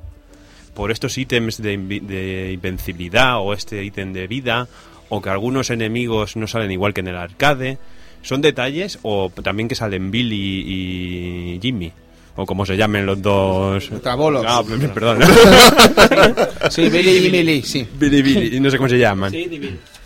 [SPEAKER 4] Por estos ítems de, invi- de invencibilidad o este ítem de vida o que algunos enemigos no salen igual que en el arcade. Son detalles o también que salen Billy y Jimmy. O como se llamen los dos.
[SPEAKER 1] Ultrabolos.
[SPEAKER 4] Ah, per- perdón.
[SPEAKER 1] Sí, Billy y Billy, sí.
[SPEAKER 4] Billy, Billy, no sé cómo se llaman.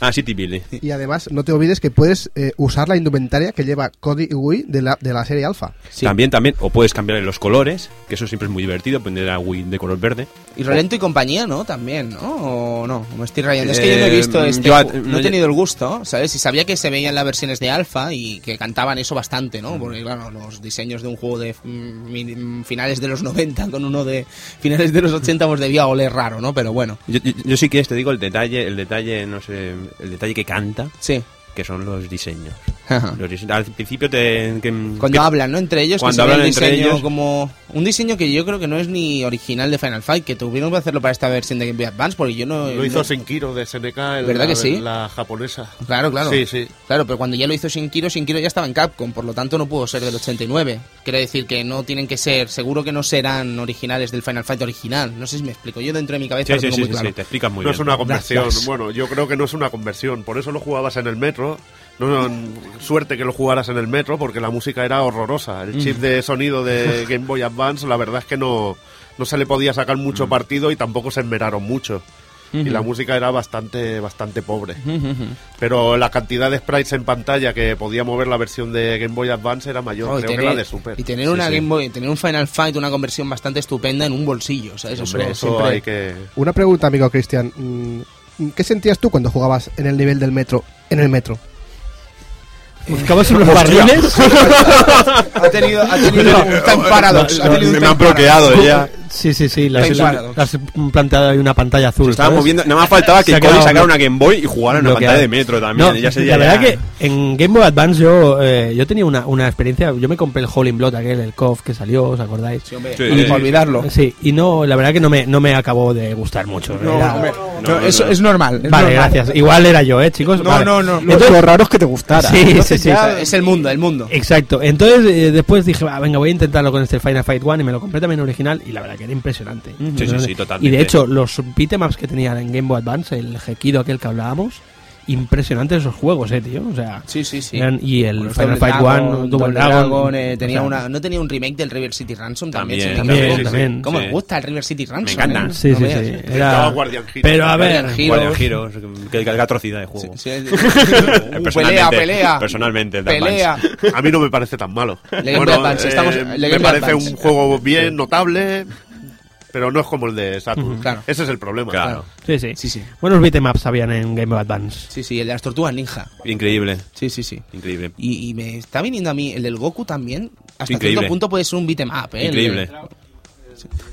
[SPEAKER 4] Ah, City Billy.
[SPEAKER 6] Y además, no te olvides que puedes eh, usar la indumentaria que lleva Cody Wii de la, de la serie Alpha.
[SPEAKER 1] Sí.
[SPEAKER 4] También, también. O puedes cambiarle los colores, que eso siempre es muy divertido, poner a Wii de color verde.
[SPEAKER 1] Y Rolento y compañía, ¿no? También, ¿no? ¿O no? Me estoy rayando. Es
[SPEAKER 4] Eh,
[SPEAKER 1] que yo no he visto este.
[SPEAKER 4] yo a-
[SPEAKER 1] ju-
[SPEAKER 4] no,
[SPEAKER 1] no he
[SPEAKER 4] yo-
[SPEAKER 1] tenido el gusto, ¿sabes? Y sabía que se veían las versiones de alfa y que cantaban eso bastante, ¿no? Porque, claro, los diseños de un juego de mm, min- finales de los 90 con uno de finales de los 80 pues debía oler raro, ¿no? Pero bueno,
[SPEAKER 4] Yo, yo, yo sí que te digo el detalle, el detalle, no sé, el detalle que canta,
[SPEAKER 1] sí.
[SPEAKER 4] que son los diseños.
[SPEAKER 1] Ajá.
[SPEAKER 4] Los dise- al principio te... que-
[SPEAKER 1] Cuando
[SPEAKER 4] que-
[SPEAKER 1] hablan, ¿no? Entre ellos, que
[SPEAKER 4] Cuando
[SPEAKER 1] se ve
[SPEAKER 4] hablan
[SPEAKER 1] el
[SPEAKER 4] entre
[SPEAKER 1] diseño
[SPEAKER 4] ellos.
[SPEAKER 1] como un diseño que yo creo que no es ni original de Final Fight, que tuvieron que hacerlo para esta versión de Game Boy Advance, porque yo no...
[SPEAKER 3] Lo hizo
[SPEAKER 1] no-
[SPEAKER 3] Senkiro de SNK, el-
[SPEAKER 1] ¿Verdad
[SPEAKER 3] la,
[SPEAKER 1] que sí?
[SPEAKER 3] la japonesa.
[SPEAKER 1] Claro, claro.
[SPEAKER 3] Sí, sí.
[SPEAKER 1] Claro, pero cuando ya lo hizo Shinkiro, Shinkiro ya estaba en Capcom, por lo tanto no pudo ser del 89. Quiere decir que no tienen que ser, seguro que no serán originales del Final Fight original. No sé si me explico, yo dentro de mi cabeza
[SPEAKER 4] Sí,
[SPEAKER 1] lo
[SPEAKER 4] sí,
[SPEAKER 1] tengo
[SPEAKER 4] sí,
[SPEAKER 1] muy
[SPEAKER 4] sí,
[SPEAKER 1] claro.
[SPEAKER 4] sí, te explicas muy
[SPEAKER 3] no
[SPEAKER 4] bien.
[SPEAKER 3] es una conversión.
[SPEAKER 1] Gracias.
[SPEAKER 3] Bueno, yo creo que no es una conversión. Por eso lo jugabas en el metro. No, no, suerte que lo jugaras en el metro porque la música era horrorosa. El
[SPEAKER 1] Mm.
[SPEAKER 3] chip de sonido de Game Boy Advance, la verdad es que no, no se le podía sacar mucho
[SPEAKER 1] Mm.
[SPEAKER 3] partido y tampoco se enmeraron mucho. Y
[SPEAKER 1] Mm-hmm.
[SPEAKER 3] la música era bastante, bastante pobre. Pero la cantidad de sprites en pantalla que podía mover la versión de Game Boy Advance era mayor,
[SPEAKER 1] Oh, y
[SPEAKER 3] creo que la de Super.
[SPEAKER 1] y tener
[SPEAKER 4] Sí,
[SPEAKER 1] una
[SPEAKER 4] sí.
[SPEAKER 1] Game Boy, tener un Final Fight, una conversión bastante estupenda en un bolsillo, ¿sabes? Eso
[SPEAKER 3] Hombre, eso
[SPEAKER 1] siempre-
[SPEAKER 3] hay que.
[SPEAKER 6] Una pregunta, amigo Cristian. Mm, ¿Qué sentías tú cuando jugabas en el nivel del metro? En el metro.
[SPEAKER 2] Buscabas unos barriles.
[SPEAKER 1] Ha tenido, ha tenido un time paradox. ha tenido un
[SPEAKER 4] me, me
[SPEAKER 1] time
[SPEAKER 4] han bloqueado ya.
[SPEAKER 2] Sí, sí, sí. Las,
[SPEAKER 1] Time
[SPEAKER 2] las-
[SPEAKER 1] Paradox.
[SPEAKER 2] las planteado ahí una pantalla azul.
[SPEAKER 4] Se estaba
[SPEAKER 2] ¿sabes?
[SPEAKER 4] moviendo, nada más faltaba
[SPEAKER 2] Se
[SPEAKER 4] que
[SPEAKER 2] ha
[SPEAKER 4] Cody
[SPEAKER 2] quedado
[SPEAKER 4] sacara una Game Boy y jugara en una
[SPEAKER 2] bloqueado.
[SPEAKER 4] pantalla de metro también.
[SPEAKER 2] No,
[SPEAKER 4] ya sería
[SPEAKER 2] la verdad
[SPEAKER 4] ya-
[SPEAKER 2] que en Game Boy Advance yo, eh, yo tenía una, una experiencia. Yo me compré el Howling Blood, aquel, el KOF que salió, ¿os acordáis? Eh,
[SPEAKER 1] Sí, hombre,
[SPEAKER 4] Sí,
[SPEAKER 1] y
[SPEAKER 4] sí,
[SPEAKER 1] para
[SPEAKER 4] sí.
[SPEAKER 1] olvidarlo.
[SPEAKER 2] Sí, y no, la verdad que no me, no me acabó de gustar mucho. Era-
[SPEAKER 4] No,
[SPEAKER 1] No,
[SPEAKER 4] no,
[SPEAKER 1] eso
[SPEAKER 4] no.
[SPEAKER 1] es normal. es
[SPEAKER 2] Vale,
[SPEAKER 1] normal.
[SPEAKER 2] gracias. Igual era yo, ¿eh, chicos?
[SPEAKER 1] No,
[SPEAKER 2] Vale.
[SPEAKER 1] no, no.
[SPEAKER 2] Entonces-
[SPEAKER 7] lo raro es que te gustara.
[SPEAKER 2] Sí, sí, sí.
[SPEAKER 1] Ya es el mundo, el mundo.
[SPEAKER 2] Exacto. Entonces eh, después dije, "Va, venga, voy a intentarlo con este Final Fight One y me lo compré también original y la verdad que era impresionante.
[SPEAKER 4] Sí, sí, sí, totalmente.
[SPEAKER 2] Y de hecho, los beatemaps que tenían en Game Boy Advance, el Gekido aquel que hablábamos, impresionantes esos juegos, eh, tío. O sea,
[SPEAKER 1] Sí, sí, sí.
[SPEAKER 2] eran- y el
[SPEAKER 1] Bueno,
[SPEAKER 2] Final
[SPEAKER 1] Double
[SPEAKER 2] Fight
[SPEAKER 1] Dragon,
[SPEAKER 2] One,
[SPEAKER 1] Double
[SPEAKER 2] Double
[SPEAKER 1] Dragon,
[SPEAKER 2] Dragon,
[SPEAKER 1] eh, tenía
[SPEAKER 2] o sea,
[SPEAKER 1] una, no tenía un remake del River City Ransom también.
[SPEAKER 4] También,
[SPEAKER 1] si me
[SPEAKER 2] también,
[SPEAKER 1] equivoco?
[SPEAKER 2] también,
[SPEAKER 1] ¿Cómo
[SPEAKER 4] sí.
[SPEAKER 1] me gusta el River City Ransom?
[SPEAKER 4] encanta.
[SPEAKER 1] eh?
[SPEAKER 2] Sí,
[SPEAKER 1] No
[SPEAKER 2] sí,
[SPEAKER 1] veas.
[SPEAKER 2] sí.
[SPEAKER 3] Estaba
[SPEAKER 2] Era...
[SPEAKER 3] Guardian Hero.
[SPEAKER 2] Pero a ver,
[SPEAKER 1] Guardian Hero.
[SPEAKER 4] Guardian Heroes, qué, qué atrocidad de juego.
[SPEAKER 1] Sí, sí, sí. Uh, pelea, pelea.
[SPEAKER 4] Personalmente, el de
[SPEAKER 1] Pelea.
[SPEAKER 4] Advance.
[SPEAKER 3] A mí no me parece tan malo. eh,
[SPEAKER 1] Game Boy Advance, estamos- Game
[SPEAKER 3] me
[SPEAKER 1] Boy
[SPEAKER 3] parece
[SPEAKER 1] Advance.
[SPEAKER 3] un juego bien notable, pero no es como el de Saturn.
[SPEAKER 1] Claro.
[SPEAKER 3] Ese es el problema.
[SPEAKER 4] Claro.
[SPEAKER 2] Sí, sí.
[SPEAKER 1] Sí, sí.
[SPEAKER 2] Buenos beatemaps habían en Game Boy Advance.
[SPEAKER 1] Sí, sí, el de las tortugas ninja.
[SPEAKER 4] Increíble,
[SPEAKER 1] Sí, sí, sí.
[SPEAKER 4] increíble.
[SPEAKER 1] Y, y me está viniendo a mí el del Goku también. Hasta
[SPEAKER 4] Increíble.
[SPEAKER 1] cierto punto puede ser un beat'em up, ¿eh? El de-
[SPEAKER 4] Increíble.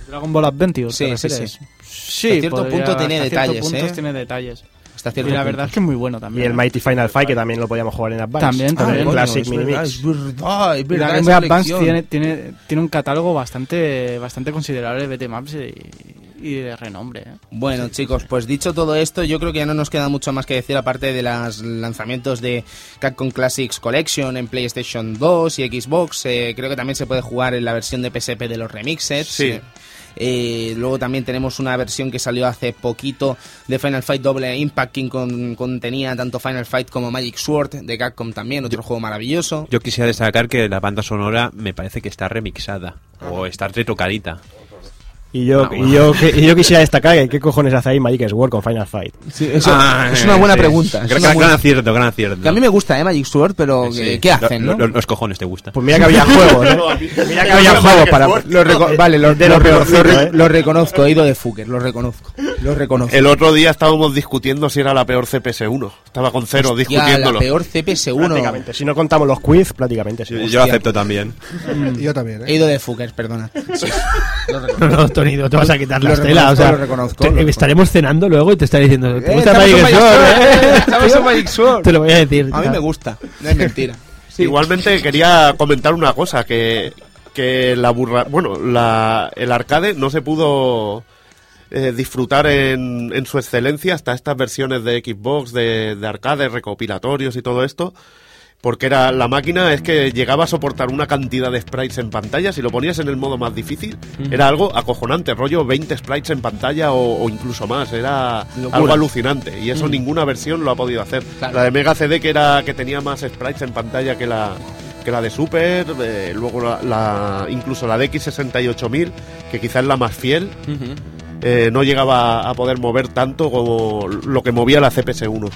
[SPEAKER 5] Dragon Ball Adventure,
[SPEAKER 1] Sí,
[SPEAKER 5] ¿te
[SPEAKER 1] sí,
[SPEAKER 5] refieres?
[SPEAKER 1] sí.
[SPEAKER 5] Sí,
[SPEAKER 1] Hasta cierto punto tiene
[SPEAKER 5] hasta cierto
[SPEAKER 1] detalles,
[SPEAKER 5] punto
[SPEAKER 1] ¿eh?
[SPEAKER 5] tiene detalles.
[SPEAKER 1] Hasta
[SPEAKER 5] Y
[SPEAKER 1] cierto
[SPEAKER 5] la
[SPEAKER 1] punto.
[SPEAKER 5] verdad es que es muy bueno también.
[SPEAKER 7] Y el
[SPEAKER 5] ¿eh?
[SPEAKER 7] Mighty Final Fight, que también lo podíamos jugar en Advance.
[SPEAKER 5] También,
[SPEAKER 1] Ah,
[SPEAKER 5] también.
[SPEAKER 1] coño,
[SPEAKER 7] Classic
[SPEAKER 1] es
[SPEAKER 7] Mini
[SPEAKER 1] verdad,
[SPEAKER 7] Mix.
[SPEAKER 1] es verdad, es
[SPEAKER 5] La
[SPEAKER 1] verdad,
[SPEAKER 5] Game
[SPEAKER 1] esa
[SPEAKER 5] Boy Advance
[SPEAKER 1] colección.
[SPEAKER 5] tiene, tiene, tiene un catálogo bastante, bastante considerable de BTMAPs y, y de renombre. ¿eh?
[SPEAKER 1] Bueno, chicos, pues dicho todo esto, yo creo que ya no nos queda mucho más que decir aparte de los lanzamientos de Capcom Classics Collection en PlayStation 2 y Xbox. eh, creo que también se puede jugar en la versión de PSP de los remixes.
[SPEAKER 3] Sí.
[SPEAKER 1] Eh, eh, luego también tenemos una versión que salió hace poquito de Final Fight Double Impact que con- contenía tanto Final Fight como Magic Sword de Capcom también, otro juego maravilloso.
[SPEAKER 4] Yo quisiera destacar que la banda sonora me parece que está remixada o está retocadita.
[SPEAKER 7] Y yo,
[SPEAKER 4] Ah,
[SPEAKER 7] y, yo, y yo quisiera destacar que qué cojones hace ahí Magic Sword con Final Fight.
[SPEAKER 4] Ah,
[SPEAKER 1] es una buena
[SPEAKER 4] sí.
[SPEAKER 1] pregunta. es
[SPEAKER 4] Gran,
[SPEAKER 1] una
[SPEAKER 4] gran-
[SPEAKER 1] buena-
[SPEAKER 4] gran acierto, gran acierto.
[SPEAKER 1] Que a mí me gusta, ¿eh? Magic Sword, pero
[SPEAKER 4] Sí.
[SPEAKER 1] eh, ¿qué hacen?
[SPEAKER 4] Lo-
[SPEAKER 1] no?
[SPEAKER 4] lo- los cojones te gustan.
[SPEAKER 7] Pues mira que había juegos, ¿eh? Mira que había juegos para...
[SPEAKER 1] Lo reco- vale, lo,
[SPEAKER 7] de
[SPEAKER 1] lo
[SPEAKER 7] lo
[SPEAKER 1] re-
[SPEAKER 7] peorcito,
[SPEAKER 1] lo re-
[SPEAKER 7] ¿eh?
[SPEAKER 1] lo reconozco, he ido de fucker, lo reconozco. Lo reconozco.
[SPEAKER 3] El otro día estábamos discutiendo si era la peor CPS1. Estaba con cero
[SPEAKER 1] Ya, la
[SPEAKER 3] discutiéndolo.
[SPEAKER 1] peor CPS1.
[SPEAKER 7] Prácticamente, si no contamos los quiz, prácticamente
[SPEAKER 4] Yo,
[SPEAKER 7] sí.
[SPEAKER 4] yo lo acepto también.
[SPEAKER 6] Yo también,
[SPEAKER 1] He
[SPEAKER 6] ¿eh?
[SPEAKER 1] ido de fuckers, perdona. Sí, lo reconozco.
[SPEAKER 2] No, no, Tony venido, te vas a quitar
[SPEAKER 10] Lo
[SPEAKER 2] las telas. O
[SPEAKER 10] reconozco,
[SPEAKER 2] sea,
[SPEAKER 10] lo reconozco,
[SPEAKER 2] te-
[SPEAKER 10] lo reconozco.
[SPEAKER 2] estaremos cenando luego y te estaré diciendo, ¿te
[SPEAKER 10] Eh,
[SPEAKER 2] gusta
[SPEAKER 10] estamos en
[SPEAKER 2] Magic Sword,
[SPEAKER 10] Magic Sword,
[SPEAKER 2] eh?
[SPEAKER 10] eh, estamos en Magic Sword.
[SPEAKER 2] Te lo voy a decir.
[SPEAKER 1] A mí me gusta, no es mentira. Sí.
[SPEAKER 3] Igualmente quería comentar una cosa, que, que la burra... Bueno, la, el arcade no se pudo eh, disfrutar en, en su excelencia hasta estas versiones de Xbox, de, de arcade, recopilatorios y todo esto. Porque era la máquina es que llegaba a soportar una cantidad de sprites en pantalla. Si lo ponías en el modo más difícil, era algo acojonante, rollo 20 sprites en pantalla o, o incluso más. Era
[SPEAKER 1] Locura.
[SPEAKER 3] algo alucinante. Y eso ninguna versión lo ha podido hacer.
[SPEAKER 1] Claro.
[SPEAKER 3] La de Mega CD que era que tenía más sprites en pantalla que la que la de Super, eh, luego la, la- incluso la de X68000, que quizás es la más fiel,
[SPEAKER 1] Ujú.
[SPEAKER 3] eh, no llegaba a poder mover tanto como lo que movía la CPS1.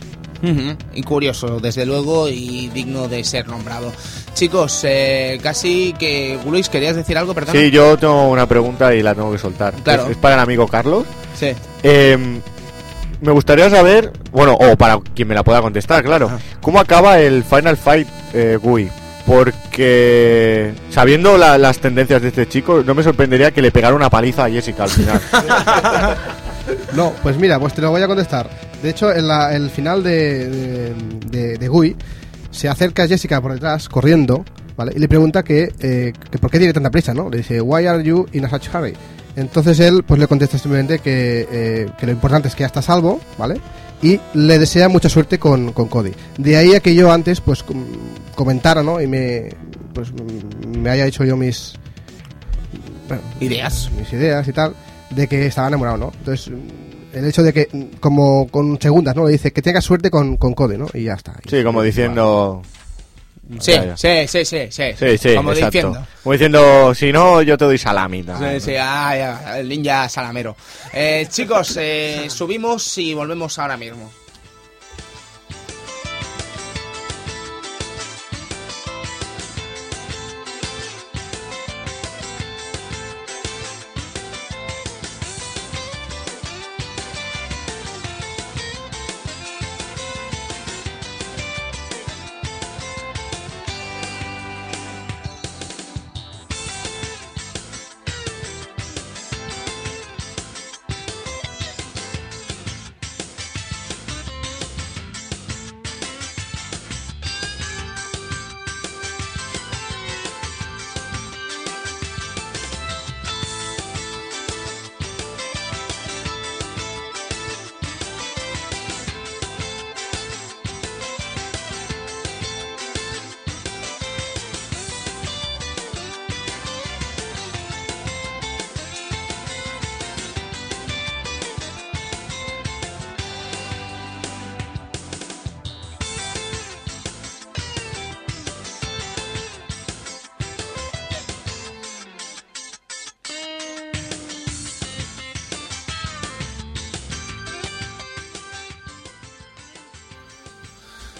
[SPEAKER 1] Ujú, Y curioso, desde luego, y digno de ser nombrado. Chicos, eh, casi que Luis, querías decir algo, perdón.
[SPEAKER 8] Sí, yo tengo una pregunta y la tengo que soltar.
[SPEAKER 1] Claro.
[SPEAKER 8] Es, es para el amigo Carlos.
[SPEAKER 1] Sí.
[SPEAKER 8] Eh, me gustaría saber, bueno, o para quien me la pueda contestar, claro,
[SPEAKER 1] Ah.
[SPEAKER 8] ¿cómo acaba el Final Fight eh, GUI? Porque sabiendo la- las tendencias de este chico, no me sorprendería que le pegara una paliza a Jessica al final.
[SPEAKER 6] No, pues mira, pues te lo voy a contestar. De hecho, en la- el final de, de, de- de Gui se acerca Jessica por detrás, corriendo, ¿vale? Y le pregunta que, eh, que por qué tiene tanta prisa, ¿no? Le dice, why are you in a such hurry? Entonces él, pues le contesta simplemente que, eh, que lo importante es que ya está a salvo, ¿vale? Y le desea mucha suerte con, con Cody. De ahí a que yo antes, pues, com- comentara, ¿no? Y me, pues, mm, me haya hecho yo mis... bueno,
[SPEAKER 1] Ideas.
[SPEAKER 6] mis ideas y tal, de que estaba enamorado, ¿no? Entonces, mm, el hecho de que, mm, como con segundas, ¿no? Le dice que tenga suerte con, con Cody, ¿no? Y ya está.
[SPEAKER 8] Sí, como diciendo...
[SPEAKER 1] Sí,
[SPEAKER 8] Ya, ya.
[SPEAKER 1] sí, sí, sí, sí.
[SPEAKER 8] Sí, sí,
[SPEAKER 1] Como
[SPEAKER 8] exacto.
[SPEAKER 1] diciendo.
[SPEAKER 8] Como diciendo, si no, yo te doy salami. tal.
[SPEAKER 1] Sí, sí, ah, ya, el ninja salamero. Eh, chicos, eh, subimos y volvemos ahora mismo.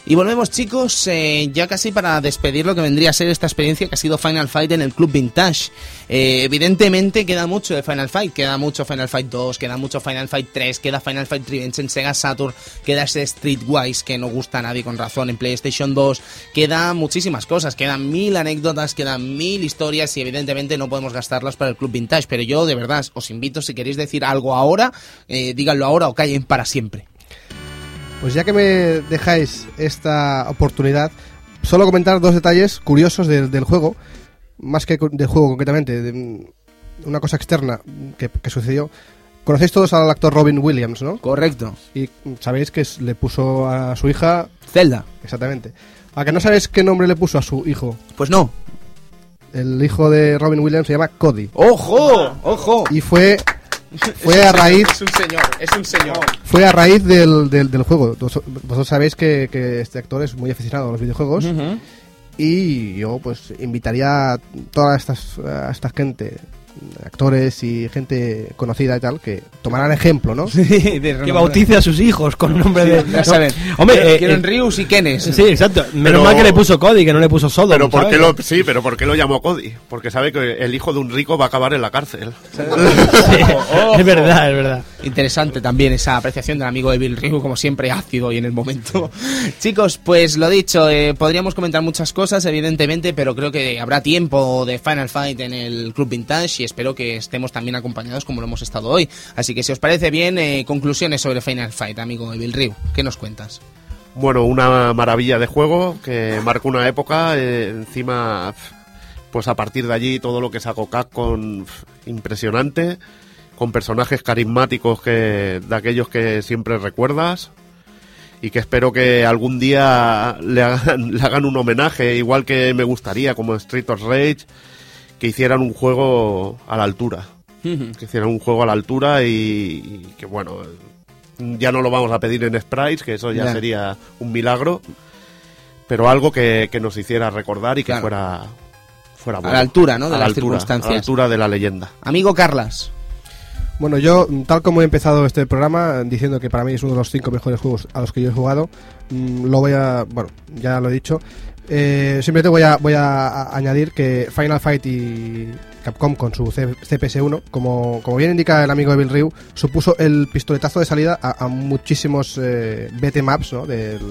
[SPEAKER 1] Y volvemos chicos, eh, ya casi para despedir lo que vendría a ser esta experiencia que ha sido Final Fight en el Club Vintage. Eh, evidentemente queda mucho de Final Fight, queda mucho Final Fight 2, queda mucho Final Fight 3, queda Final Fight Revenge en Sega Saturn, queda ese Streetwise que no gusta a nadie con razón en PlayStation 2, queda muchísimas cosas, quedan mil anécdotas, quedan mil historias y evidentemente no podemos gastarlas para el Club Vintage, pero yo de verdad os invito si queréis decir algo ahora, eh, díganlo ahora o callen para siempre.
[SPEAKER 6] Pues ya que me dejáis esta oportunidad, solo comentar dos detalles curiosos del, del juego, más que cu- del juego concretamente, de mm, una cosa externa mm, que, que sucedió. Conocéis todos al actor Robin Williams, ¿no?
[SPEAKER 1] Correcto.
[SPEAKER 6] Y mm, sabéis que es- le puso a su hija,
[SPEAKER 1] Zelda.
[SPEAKER 6] exactamente. ¿A que no sabéis qué nombre le puso a su hijo?
[SPEAKER 1] Pues no,
[SPEAKER 6] El hijo de Robin Williams se llama Cody.
[SPEAKER 1] ¡Ojo! ¡Ojo!
[SPEAKER 6] y fue fue a raíz
[SPEAKER 1] Es un señor, es un señor.
[SPEAKER 6] fue a raíz del, del, del juego Vos- vosotros sabéis que, que este actor es muy aficionado a los videojuegos y yo pues invitaría a toda estas a esta gente actores y gente conocida y tal que tomaran ejemplo no
[SPEAKER 2] Que bautice a sus hijos con nombre de...
[SPEAKER 1] Ya saben.
[SPEAKER 2] Hombre, eh,
[SPEAKER 1] quieren
[SPEAKER 2] eh,
[SPEAKER 1] Rius y Kenes.
[SPEAKER 2] Sí, exacto. Menos
[SPEAKER 3] Pero-
[SPEAKER 2] mal que le puso Cody, que no le puso Sodom.
[SPEAKER 3] Pero ¿por
[SPEAKER 2] ¿sabes?
[SPEAKER 3] qué lo, sí, pero ¿por qué lo llamó Cody? Porque sabe que el hijo de un rico va a acabar en la cárcel.
[SPEAKER 2] Sí, Es verdad, es verdad.
[SPEAKER 1] Interesante también esa apreciación del amigo de Bill Ryu, como siempre ácido y en el momento. Chicos, pues lo dicho, eh, podríamos comentar muchas cosas, evidentemente, pero creo que habrá tiempo de Final Fight en el Club Vintage y espero que estemos también acompañados como lo hemos estado hoy. Así que si os parece bien, eh, conclusiones sobre Final Fight, amigo Evil Ryu. ¿Qué nos cuentas?
[SPEAKER 3] Bueno, una maravilla de juego que marcó una época. eh, encima, pf, pues a partir de allí todo lo que sacó Capcom, pf, impresionante. Con personajes carismáticos que, de aquellos que siempre recuerdas. Y que espero que algún día le hagan, le hagan un homenaje, igual que me gustaría, como Street of Rage, que hicieran un juego a la altura. Que hicieran un juego a la altura y, y que, bueno, ya no lo vamos a pedir en sprites, que eso ya,
[SPEAKER 1] Ya.
[SPEAKER 3] sería un milagro, pero algo que, que nos hiciera recordar y que
[SPEAKER 1] Claro.
[SPEAKER 3] fuera, fuera
[SPEAKER 1] la altura, ¿no? De
[SPEAKER 3] a
[SPEAKER 1] las
[SPEAKER 3] la altura,
[SPEAKER 1] circunstancias. Ah,
[SPEAKER 3] A la altura de la leyenda.
[SPEAKER 1] Amigo Carlas.
[SPEAKER 6] Bueno, yo, mm, tal como he empezado este programa, diciendo que para mí es uno de los cinco mejores juegos a los que yo he jugado, mm, lo voy a. Bueno, ya lo he dicho. Eh, simplemente voy a, voy a a- añadir que Final Fight y Capcom con su C- CPS-1, como, como bien indica el amigo de Bill Ryu, supuso el pistoletazo de salida a, a muchísimos eh, maps, ¿no? Del,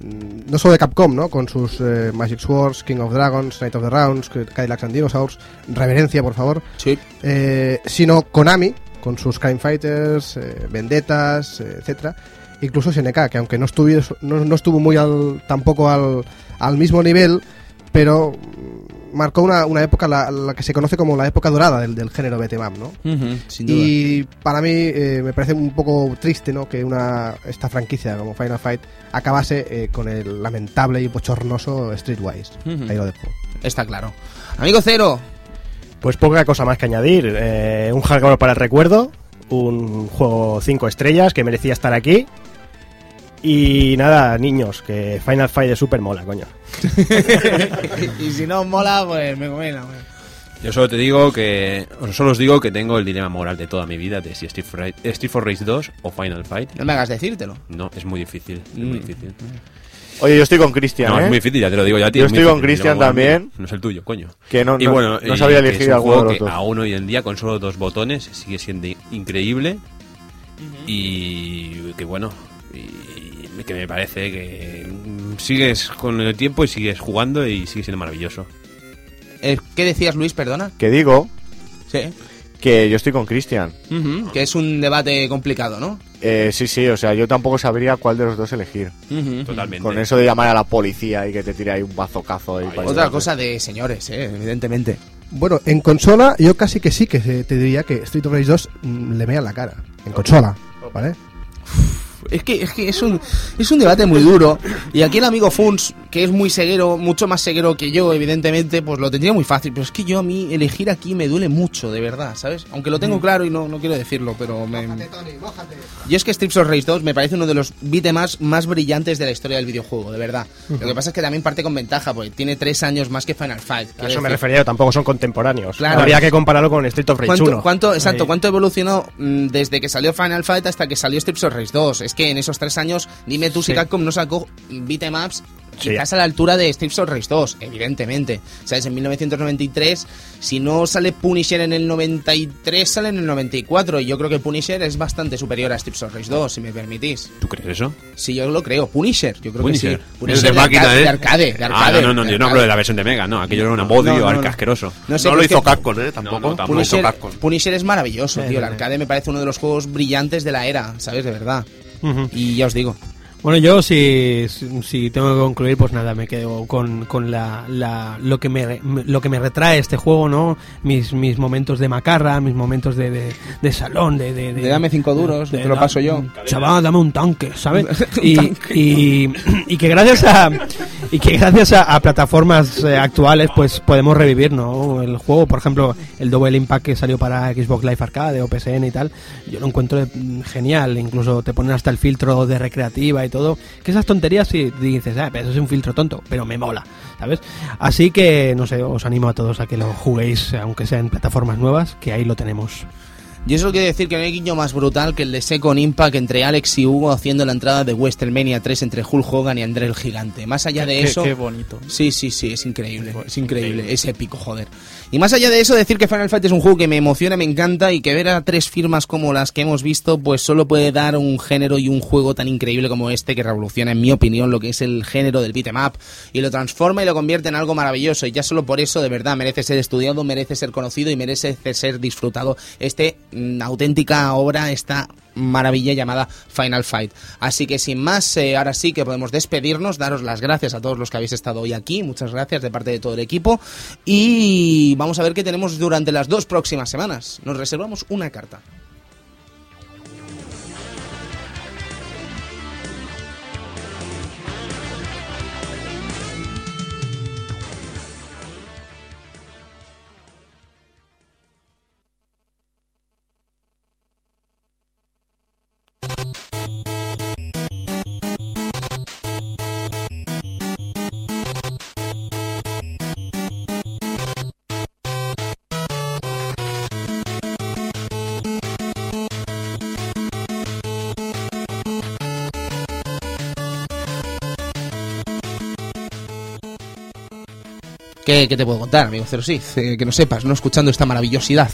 [SPEAKER 6] mm, no solo de Capcom, ¿no? Con sus eh, Magic Swords, King of Dragons, Knight of the Rounds, Cadillacs and Dinosaurs, Reverencia, por favor
[SPEAKER 1] Sí.
[SPEAKER 6] eh, sino Konami, con sus Crime Fighters, eh, Vendetas, eh, etcétera. Incluso SNK, que aunque no, estuvies- no, no estuvo muy al, tampoco al, al mismo nivel, pero mm, marcó una, una época, la, la que se conoce como la época dorada del, del género beat'em up, ¿no?
[SPEAKER 1] Sin duda.
[SPEAKER 6] Y para mí eh, me parece un poco triste ¿no? que una esta franquicia como Final Fight acabase eh, con el lamentable y bochornoso Streetwise.
[SPEAKER 1] Ujú.
[SPEAKER 6] Ahí lo dejo.
[SPEAKER 1] Está claro. Amigo Cero.
[SPEAKER 7] Pues poca cosa más que añadir. Eh, un hardcore para el recuerdo, un juego 5 estrellas que merecía estar aquí. Y nada, niños, que Final Fight es super mola, coño.
[SPEAKER 1] y si no os mola, pues me comena.
[SPEAKER 9] Yo solo te digo que. o solo os digo que tengo el dilema moral de toda mi vida de si Street for, Ra- Street for Rage 2 o Final Fight.
[SPEAKER 1] No me hagas decírtelo.
[SPEAKER 9] No, es muy difícil. Es muy difícil.
[SPEAKER 8] Oye, yo estoy con Cristian,
[SPEAKER 9] No,
[SPEAKER 8] ¿eh?
[SPEAKER 9] es muy difícil, ya te lo digo yo a ti.
[SPEAKER 8] Yo
[SPEAKER 9] es muy
[SPEAKER 8] estoy con
[SPEAKER 9] difícil,
[SPEAKER 8] Cristian
[SPEAKER 9] dilema moral
[SPEAKER 8] también.
[SPEAKER 9] mío. No es el tuyo, coño.
[SPEAKER 8] Que no-
[SPEAKER 9] y
[SPEAKER 8] no-
[SPEAKER 9] bueno,
[SPEAKER 8] no
[SPEAKER 9] y
[SPEAKER 8] sabía
[SPEAKER 9] que es
[SPEAKER 8] elegir
[SPEAKER 9] un
[SPEAKER 8] alguno de
[SPEAKER 9] juego
[SPEAKER 8] los
[SPEAKER 9] que
[SPEAKER 8] dos.
[SPEAKER 9] Aún hoy en día, con solo dos botones, sigue siendo increíble. Y que bueno. Y que me parece que mm, sigues con el tiempo y sigues jugando y sigue siendo maravilloso.
[SPEAKER 1] Eh, ¿Qué decías, Luis?
[SPEAKER 9] ah.
[SPEAKER 1] Perdona.
[SPEAKER 8] Que digo
[SPEAKER 1] Sí.
[SPEAKER 8] que yo estoy con Cristian.
[SPEAKER 1] Que es un debate complicado, ¿no?
[SPEAKER 8] Eh, sí, sí, o sea, yo tampoco sabría cuál de los dos elegir.
[SPEAKER 9] Totalmente.
[SPEAKER 8] Con eso de llamar a la policía y que te tire ahí un bazocazo. ahí para
[SPEAKER 1] Otra
[SPEAKER 8] ayudarte.
[SPEAKER 1] cosa de señores, eh, evidentemente.
[SPEAKER 6] Bueno, en consola yo casi que sí que se- te diría que Street of Rage 2 mm, le mea la cara. En consola, ¿vale?
[SPEAKER 1] Es que, es que es un es un debate muy duro. Y aquí el amigo Funs, que es muy ceguero, mucho más ceguero que yo, evidentemente, pues lo tendría muy fácil. Pero es que yo a mí elegir aquí me duele mucho, de verdad, ¿sabes? Aunque lo tengo claro y no, no quiero decirlo, pero me. Y es que Strips of Rage 2 me parece uno de los beatemaps más brillantes de la historia del videojuego, de verdad. Lo que pasa es que también parte con ventaja, porque tiene tres años más que Final Fight.
[SPEAKER 7] A eso me refería yo, tampoco son contemporáneos.
[SPEAKER 1] Claro.
[SPEAKER 7] Habría que compararlo con Street of Rage Eh,
[SPEAKER 1] ¿Cuánto,
[SPEAKER 7] 1.
[SPEAKER 1] cuánto, exacto, ¿Cuánto evolucionó mm, desde que salió Final Fight hasta que salió Strips of Rage 2? Es que en esos tres años, dime tú si
[SPEAKER 7] Sí.
[SPEAKER 1] Capcom no sacó beatemaps
[SPEAKER 7] Sí.
[SPEAKER 1] quizás a la altura de Strips of Rage 2, evidentemente. ¿Sabes? En 1993, si no sale Punisher en el 93, sale en el 94. Y yo creo que Punisher es bastante superior a Strips of Rage 2, si me permitís.
[SPEAKER 9] ¿Tú crees eso?
[SPEAKER 1] Sí, yo lo creo. Punisher, yo creo
[SPEAKER 9] Punisher.
[SPEAKER 1] que sí.
[SPEAKER 9] Es
[SPEAKER 1] Punisher
[SPEAKER 9] de máquina,
[SPEAKER 1] arca-
[SPEAKER 9] ¿eh?
[SPEAKER 1] de arcade, de arcade.
[SPEAKER 9] Ah, no, no, no,
[SPEAKER 1] de
[SPEAKER 9] yo no
[SPEAKER 1] arcade.
[SPEAKER 9] hablo de la versión de Mega, no. Aquello era un
[SPEAKER 1] No,
[SPEAKER 9] abodio
[SPEAKER 1] no, no, no.
[SPEAKER 9] asqueroso.
[SPEAKER 1] No sé,
[SPEAKER 3] no
[SPEAKER 1] pero
[SPEAKER 3] lo
[SPEAKER 1] es
[SPEAKER 3] hizo
[SPEAKER 1] que-
[SPEAKER 3] Capcom, ¿eh? Tampoco.
[SPEAKER 9] no, tampoco.
[SPEAKER 3] Lo hizo
[SPEAKER 1] Punisher,
[SPEAKER 3] Capcom.
[SPEAKER 1] Punisher es maravilloso,
[SPEAKER 2] Sí,
[SPEAKER 1] tío. El
[SPEAKER 2] sí, sí.
[SPEAKER 1] arcade me parece uno de los juegos brillantes de la era, ¿sabes? De verdad.
[SPEAKER 2] Ujú.
[SPEAKER 1] Y ya os digo.
[SPEAKER 2] Bueno, yo si, si tengo que concluir, pues nada, me quedo con, con la, la- lo, que me, re- me- lo que me retrae este juego, ¿no? Mis, mis momentos de macarra, mis momentos de, de, de salón, de, de,
[SPEAKER 1] De dame cinco duros, que te lo
[SPEAKER 2] da-
[SPEAKER 1] paso yo.
[SPEAKER 2] Chaval, dame un tanque, ¿sabes? y, y, y que gracias a y que gracias a, a plataformas eh, actuales, pues podemos revivir, ¿no? El juego, por ejemplo, el Double Impact que salió para Xbox Live Arcade o PSN y tal, yo lo encuentro mm, genial. Incluso te ponen hasta el filtro de recreativa y todo. Que esas tonterías si dices, ah, pero eso es un filtro tonto, pero me mola, ¿sabes? Así que, no sé, os animo a todos a que lo juguéis, aunque sea en plataformas nuevas, que ahí lo tenemos.
[SPEAKER 1] Yo solo quiero decir que no hay guiño más brutal que el de Second Impact entre Alex y Hugo haciendo la entrada de WrestleMania 3 entre Hulk Hogan y André el Gigante. Más allá de
[SPEAKER 5] Qué-
[SPEAKER 1] eso...
[SPEAKER 5] Qué bonito.
[SPEAKER 1] Sí, sí, sí, es increíble, es increíble, es épico, joder. Y más allá de eso, decir que Final Fight es un juego que me emociona, me encanta y que ver a tres firmas como las que hemos visto, pues solo puede dar un género y un juego tan increíble como este que revoluciona, en mi opinión, lo que es el género del beat'em up y lo transforma y lo convierte en algo maravilloso. Y ya solo por eso, de verdad, merece ser estudiado, merece ser conocido y merece ser disfrutado. Este mm, auténtica obra, esta maravilla llamada Final Fight. Así que sin más, eh, ahora sí que podemos despedirnos, daros las gracias a todos los que habéis estado hoy aquí, muchas gracias de parte de todo el equipo y vamos a ver qué tenemos durante las dos próximas semanas. Nos reservamos una carta. ¿Qué, qué te puedo contar, amigo Cero Sí? Eh, que no sepas, no escuchando esta maravillosidad.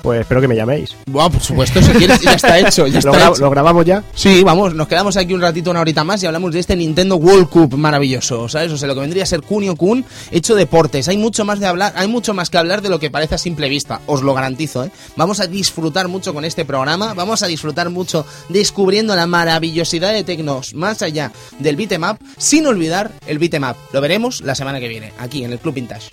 [SPEAKER 7] Pues espero que me llaméis.
[SPEAKER 1] Buah, por supuesto, si quieres, ya está hecho, ya está
[SPEAKER 7] ¿Lo, gra-
[SPEAKER 1] hecho.
[SPEAKER 7] lo grabamos ya?
[SPEAKER 1] Sí, vamos, nos quedamos aquí un ratito, una horita más y hablamos de este Nintendo World Cup maravilloso, ¿sabes? O sea, lo que vendría a ser Kunio Kun hecho deportes. Hay mucho más de hablar, hay mucho más que hablar de lo que parece a simple vista, os lo garantizo, ¿eh? Vamos a disfrutar mucho con este programa, vamos a disfrutar mucho descubriendo la maravillosidad de Tecnos más allá del beat'em up, sin olvidar el beat'em up. Lo veremos la semana que viene, aquí en el Club Vintage.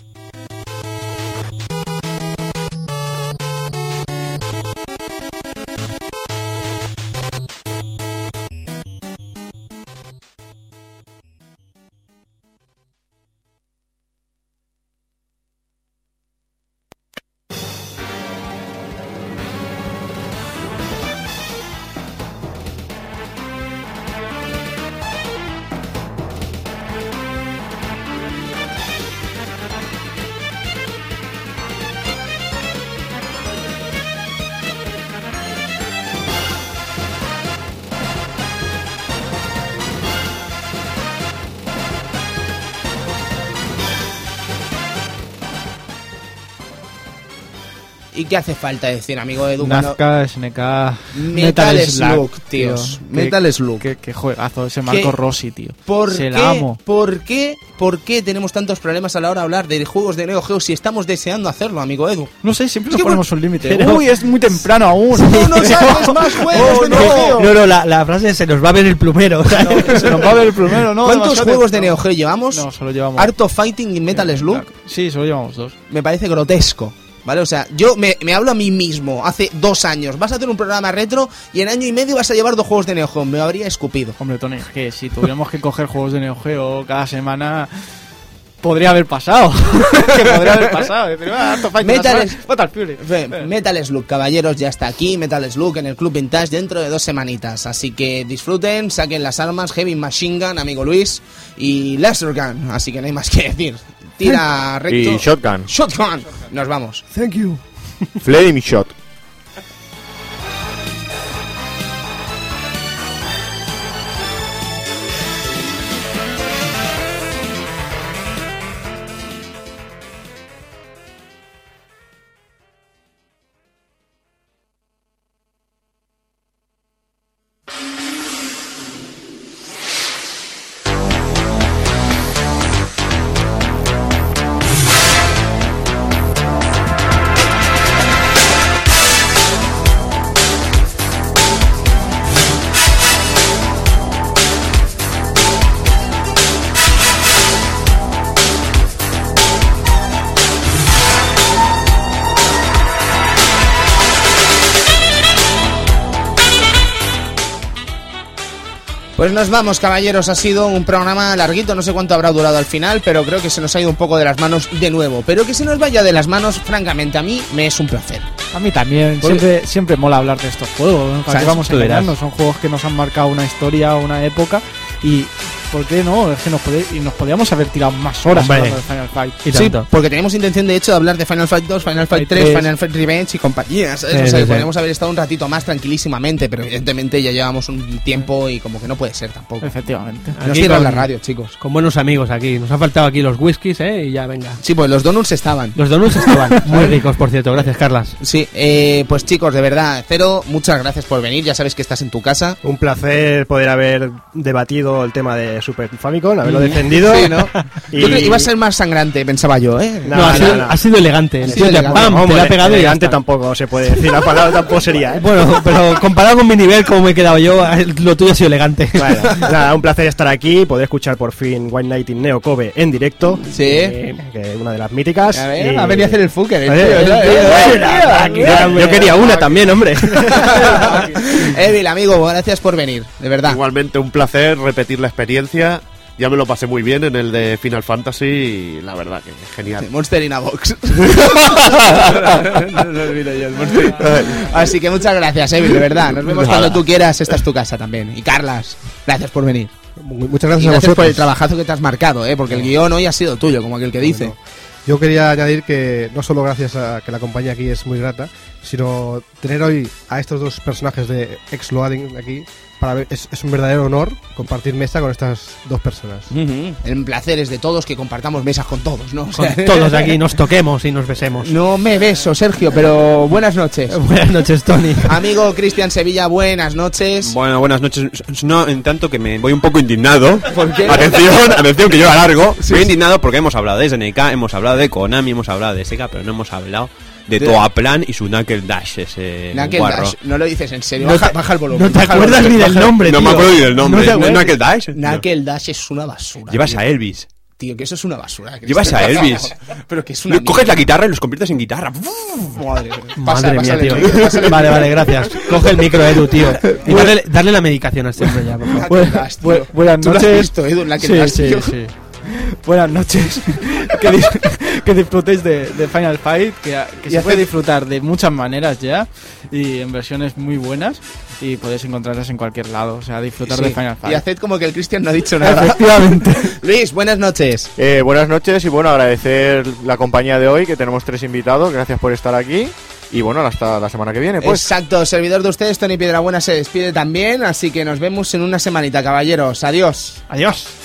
[SPEAKER 1] ¿Y qué hace falta decir, amigo Edu? cuando-
[SPEAKER 5] Nazca, SNK,
[SPEAKER 1] Metal
[SPEAKER 5] Slug,
[SPEAKER 1] Slug, tíos.
[SPEAKER 5] tío.
[SPEAKER 1] Metal
[SPEAKER 5] Qué-
[SPEAKER 1] Slug.
[SPEAKER 5] Qué, qué juegazo ese
[SPEAKER 1] Qué-
[SPEAKER 5] Marco Rossi, tío.
[SPEAKER 1] ¿Por
[SPEAKER 5] Se
[SPEAKER 1] qué,
[SPEAKER 5] la amo.
[SPEAKER 1] ¿Por qué? ¿Por qué tenemos tantos problemas a la hora de hablar de juegos de Neo Geo si estamos deseando hacerlo, amigo Edu?
[SPEAKER 5] No sé, siempre
[SPEAKER 1] Es
[SPEAKER 5] nos
[SPEAKER 1] que
[SPEAKER 5] ponemos un límite. ¿eh?
[SPEAKER 1] pero-
[SPEAKER 5] Uy, es muy temprano aún.
[SPEAKER 1] ¡No nos hables más
[SPEAKER 5] Oh,
[SPEAKER 1] juegos de Neo Geo!
[SPEAKER 2] Pues No, no, la, la frase es, se nos va a ver el plumero.
[SPEAKER 5] Se nos va a ver el primero, ¿no?
[SPEAKER 1] ¿Cuántos
[SPEAKER 5] Demasiado
[SPEAKER 1] juegos de
[SPEAKER 5] temprano.
[SPEAKER 1] Neo Geo llevamos?
[SPEAKER 5] No, solo llevamos. Eh,
[SPEAKER 1] Art of Fighting y Metal Slug
[SPEAKER 5] Sí, solo llevamos dos.
[SPEAKER 1] me parece grotesco. ¿Vale? O sea, yo me, me hablo a mí mismo hace dos años. Vas a hacer un programa retro y en año y medio vas a llevar dos juegos de Neo Geo. Me habría escupido.
[SPEAKER 5] Hombre, Tony, es que si tuviéramos que coger juegos de Neo Geo cada semana, podría haber pasado. que podría haber pasado. Decir, ah, Art of Fighting,
[SPEAKER 1] Metal
[SPEAKER 5] la semana-
[SPEAKER 1] es-
[SPEAKER 5] Metal Fury. Eh.
[SPEAKER 1] Fe- Metal Slug, caballeros, ya está aquí. Metal Slug en el Club Vintage dentro de dos semanitas. Así que disfruten, saquen las armas, Heavy Machine Gun, amigo Luis, y Laser Gun. Así que no hay más que decir. Tira recto.
[SPEAKER 8] Y Shotgun.
[SPEAKER 1] Shotgun. Nos vamos.
[SPEAKER 6] Thank you.
[SPEAKER 8] Flame Shot.
[SPEAKER 1] Pues nos vamos, caballeros. Ha sido un programa larguito, no sé cuánto habrá durado al final, pero creo que se nos ha ido un poco de las manos de nuevo. Pero que se nos vaya de las manos, francamente, a mí me es un placer.
[SPEAKER 5] A mí también. Siempre, siempre mola hablar de estos juegos. ¿no? ¿Para
[SPEAKER 1] ¿Sabes?
[SPEAKER 5] qué vamos a
[SPEAKER 4] Tú verás.
[SPEAKER 5] engañarnos? Son juegos que nos han marcado una historia, una época. Y ¿por qué no? Es que nos, podéis- y nos podíamos haber tirado más horas
[SPEAKER 2] Hombre.
[SPEAKER 5] hablando de Final Fight.
[SPEAKER 2] Y
[SPEAKER 1] Sí,
[SPEAKER 2] tanto.
[SPEAKER 1] porque tenemos intención de hecho de hablar de Final Fight 2, Final Fight
[SPEAKER 2] Fight
[SPEAKER 1] 3,
[SPEAKER 2] 3.
[SPEAKER 1] Final Fight Revenge y compañías. ¿sabes?
[SPEAKER 2] Sí,
[SPEAKER 1] o sea,
[SPEAKER 2] sí,
[SPEAKER 1] que
[SPEAKER 2] sí.
[SPEAKER 1] podríamos haber estado un ratito más tranquilísimamente, pero evidentemente ya llevamos un tiempo y como que no puede ser tampoco.
[SPEAKER 5] Efectivamente.
[SPEAKER 1] Nos
[SPEAKER 2] Aquí
[SPEAKER 1] cierran
[SPEAKER 2] con-
[SPEAKER 1] la radio, chicos.
[SPEAKER 2] Con buenos amigos aquí. Nos han faltado aquí los whiskies, ¿eh? Y ya, venga.
[SPEAKER 1] Sí, pues los donuts estaban.
[SPEAKER 2] Los donuts estaban muy ricos, por cierto. Gracias, Carlas.
[SPEAKER 1] Sí, eh, pues chicos, de verdad, Cero, muchas gracias por venir. Ya sabes que estás en tu casa.
[SPEAKER 7] Un placer poder haber debatido el tema de Super Famicom, haberlo
[SPEAKER 1] Mm.
[SPEAKER 7] defendido.
[SPEAKER 1] Sí, ¿no?
[SPEAKER 7] Y-
[SPEAKER 1] Yo creo que iba a ser más sangrante, pensaba yo, ¿eh?
[SPEAKER 7] No,
[SPEAKER 2] No, ha,
[SPEAKER 7] no,
[SPEAKER 2] sido,
[SPEAKER 7] no.
[SPEAKER 2] ha sido elegante.
[SPEAKER 1] Ha
[SPEAKER 2] Sí,
[SPEAKER 1] sido
[SPEAKER 2] te-
[SPEAKER 1] elegante.
[SPEAKER 2] ¡pam!
[SPEAKER 7] Hombre,
[SPEAKER 2] te la ha pegado y ya
[SPEAKER 7] elegante
[SPEAKER 2] está.
[SPEAKER 7] tampoco se puede decir. La palabra tampoco sería. ¿eh?
[SPEAKER 2] Bueno, pero comparado con mi nivel, como me he quedado yo, lo tuyo ha sido elegante.
[SPEAKER 7] Bueno, nada, un placer estar aquí, poder escuchar por fin White Night in Neo Kobe en directo.
[SPEAKER 1] Sí.
[SPEAKER 7] eh, que es una de las míticas.
[SPEAKER 1] A ver,
[SPEAKER 7] y-
[SPEAKER 1] ha venido a hacer el fucker, el
[SPEAKER 7] Eh,
[SPEAKER 1] tío,
[SPEAKER 7] eh,
[SPEAKER 1] ¿no?
[SPEAKER 7] eh,
[SPEAKER 1] Eh,
[SPEAKER 7] eh,
[SPEAKER 1] tío.
[SPEAKER 7] eh,
[SPEAKER 9] Yo quería una también, hombre.
[SPEAKER 1] Evil, amigo, gracias por venir, de verdad.
[SPEAKER 3] Igualmente un placer repetir la experiencia. Ya me lo pasé muy bien en el de Final Fantasy y la verdad que es genial.
[SPEAKER 1] Monster in a Box. Así que muchas gracias, Evil, de verdad. Nos vemos cuando tú quieras. Esta es tu casa también. Y Carlas, gracias por venir.
[SPEAKER 6] Mu-
[SPEAKER 1] Y
[SPEAKER 6] Muchas gracias a
[SPEAKER 1] gracias
[SPEAKER 6] vosotros.
[SPEAKER 1] por el trabajazo que te has marcado, ¿eh? porque el guión hoy ha sido tuyo, como aquel que dice.
[SPEAKER 6] Bueno, yo quería añadir que no solo gracias a que la compañía aquí es muy grata, sino tener hoy a estos dos personajes de Exloading aquí, para ver- es, es un verdadero honor compartir mesa con estas dos personas.
[SPEAKER 1] El placer es de todos que compartamos mesas con todos, ¿no? O sea,
[SPEAKER 2] Con todos aquí nos toquemos y nos besemos.
[SPEAKER 1] no me beso, Sergio, pero buenas noches.
[SPEAKER 2] Buenas noches, Tony.
[SPEAKER 1] Amigo Cristian Sevilla, buenas noches.
[SPEAKER 9] Bueno, buenas noches. No, en tanto que me voy un poco indignado.
[SPEAKER 1] ¿Por qué?
[SPEAKER 9] Atención, atención, que yo alargo. Estoy indignado porque hemos hablado de SNK, hemos hablado de Konami, hemos hablado de Sega, pero no hemos hablado de,
[SPEAKER 1] De-
[SPEAKER 9] Toaplan y su Knuckle Dash, ese
[SPEAKER 1] Knuckle
[SPEAKER 9] guarro.
[SPEAKER 1] Dash, no lo dices en serio.
[SPEAKER 2] No
[SPEAKER 1] Baja,
[SPEAKER 2] te-
[SPEAKER 1] baja el volumen.
[SPEAKER 2] No te
[SPEAKER 1] baja el
[SPEAKER 2] acuerdas ni
[SPEAKER 1] volumen,
[SPEAKER 2] del
[SPEAKER 1] baja-
[SPEAKER 2] nombre,
[SPEAKER 9] No
[SPEAKER 2] tío.
[SPEAKER 9] me acuerdo ni del nombre.
[SPEAKER 2] No te
[SPEAKER 9] ¿No es
[SPEAKER 2] acuerdas.
[SPEAKER 9] Knuckle Dash? No.
[SPEAKER 1] Knuckle Dash es una basura.
[SPEAKER 9] Llevas
[SPEAKER 1] tío.
[SPEAKER 9] a Elvis.
[SPEAKER 1] Tío, que eso es una basura. que
[SPEAKER 9] Llevas
[SPEAKER 1] esto-
[SPEAKER 9] a Elvis.
[SPEAKER 1] Pero que es una.
[SPEAKER 9] Coges la guitarra y los conviertes en guitarra.
[SPEAKER 1] mierda. Madre,
[SPEAKER 2] Madre mía, tío.
[SPEAKER 1] mía,
[SPEAKER 2] Vale, vale, gracias. Coge el micro, Edu, tío. Y darle, darle la medicación a este hombre ya, por favor.
[SPEAKER 1] Buenas,
[SPEAKER 5] Bu- buenas
[SPEAKER 1] Tú lo has
[SPEAKER 5] noches.
[SPEAKER 1] visto, Edu, la que
[SPEAKER 5] Sí,
[SPEAKER 1] das,
[SPEAKER 5] sí,
[SPEAKER 1] tío.
[SPEAKER 5] sí. Buenas noches. que, dis- que disfrutéis de, de Final Fight, que, que se puede disfrutar de muchas maneras ya y en versiones muy buenas y podéis encontrarlas en cualquier lado, o sea, disfrutar de
[SPEAKER 1] Sí,
[SPEAKER 5] Final
[SPEAKER 1] Y
[SPEAKER 5] Fight.
[SPEAKER 1] haced como que el Cristian no ha dicho nada.
[SPEAKER 5] Efectivamente.
[SPEAKER 1] Luis, buenas noches.
[SPEAKER 8] Eh, buenas noches y bueno, agradecer la compañía de hoy, que tenemos tres invitados. Gracias por estar aquí. Y bueno, hasta la semana que viene, pues.
[SPEAKER 1] Exacto, servidor de ustedes, Tony Piedrabuena se despide también, así que nos vemos en una semanita, caballeros. Adiós.
[SPEAKER 5] Adiós.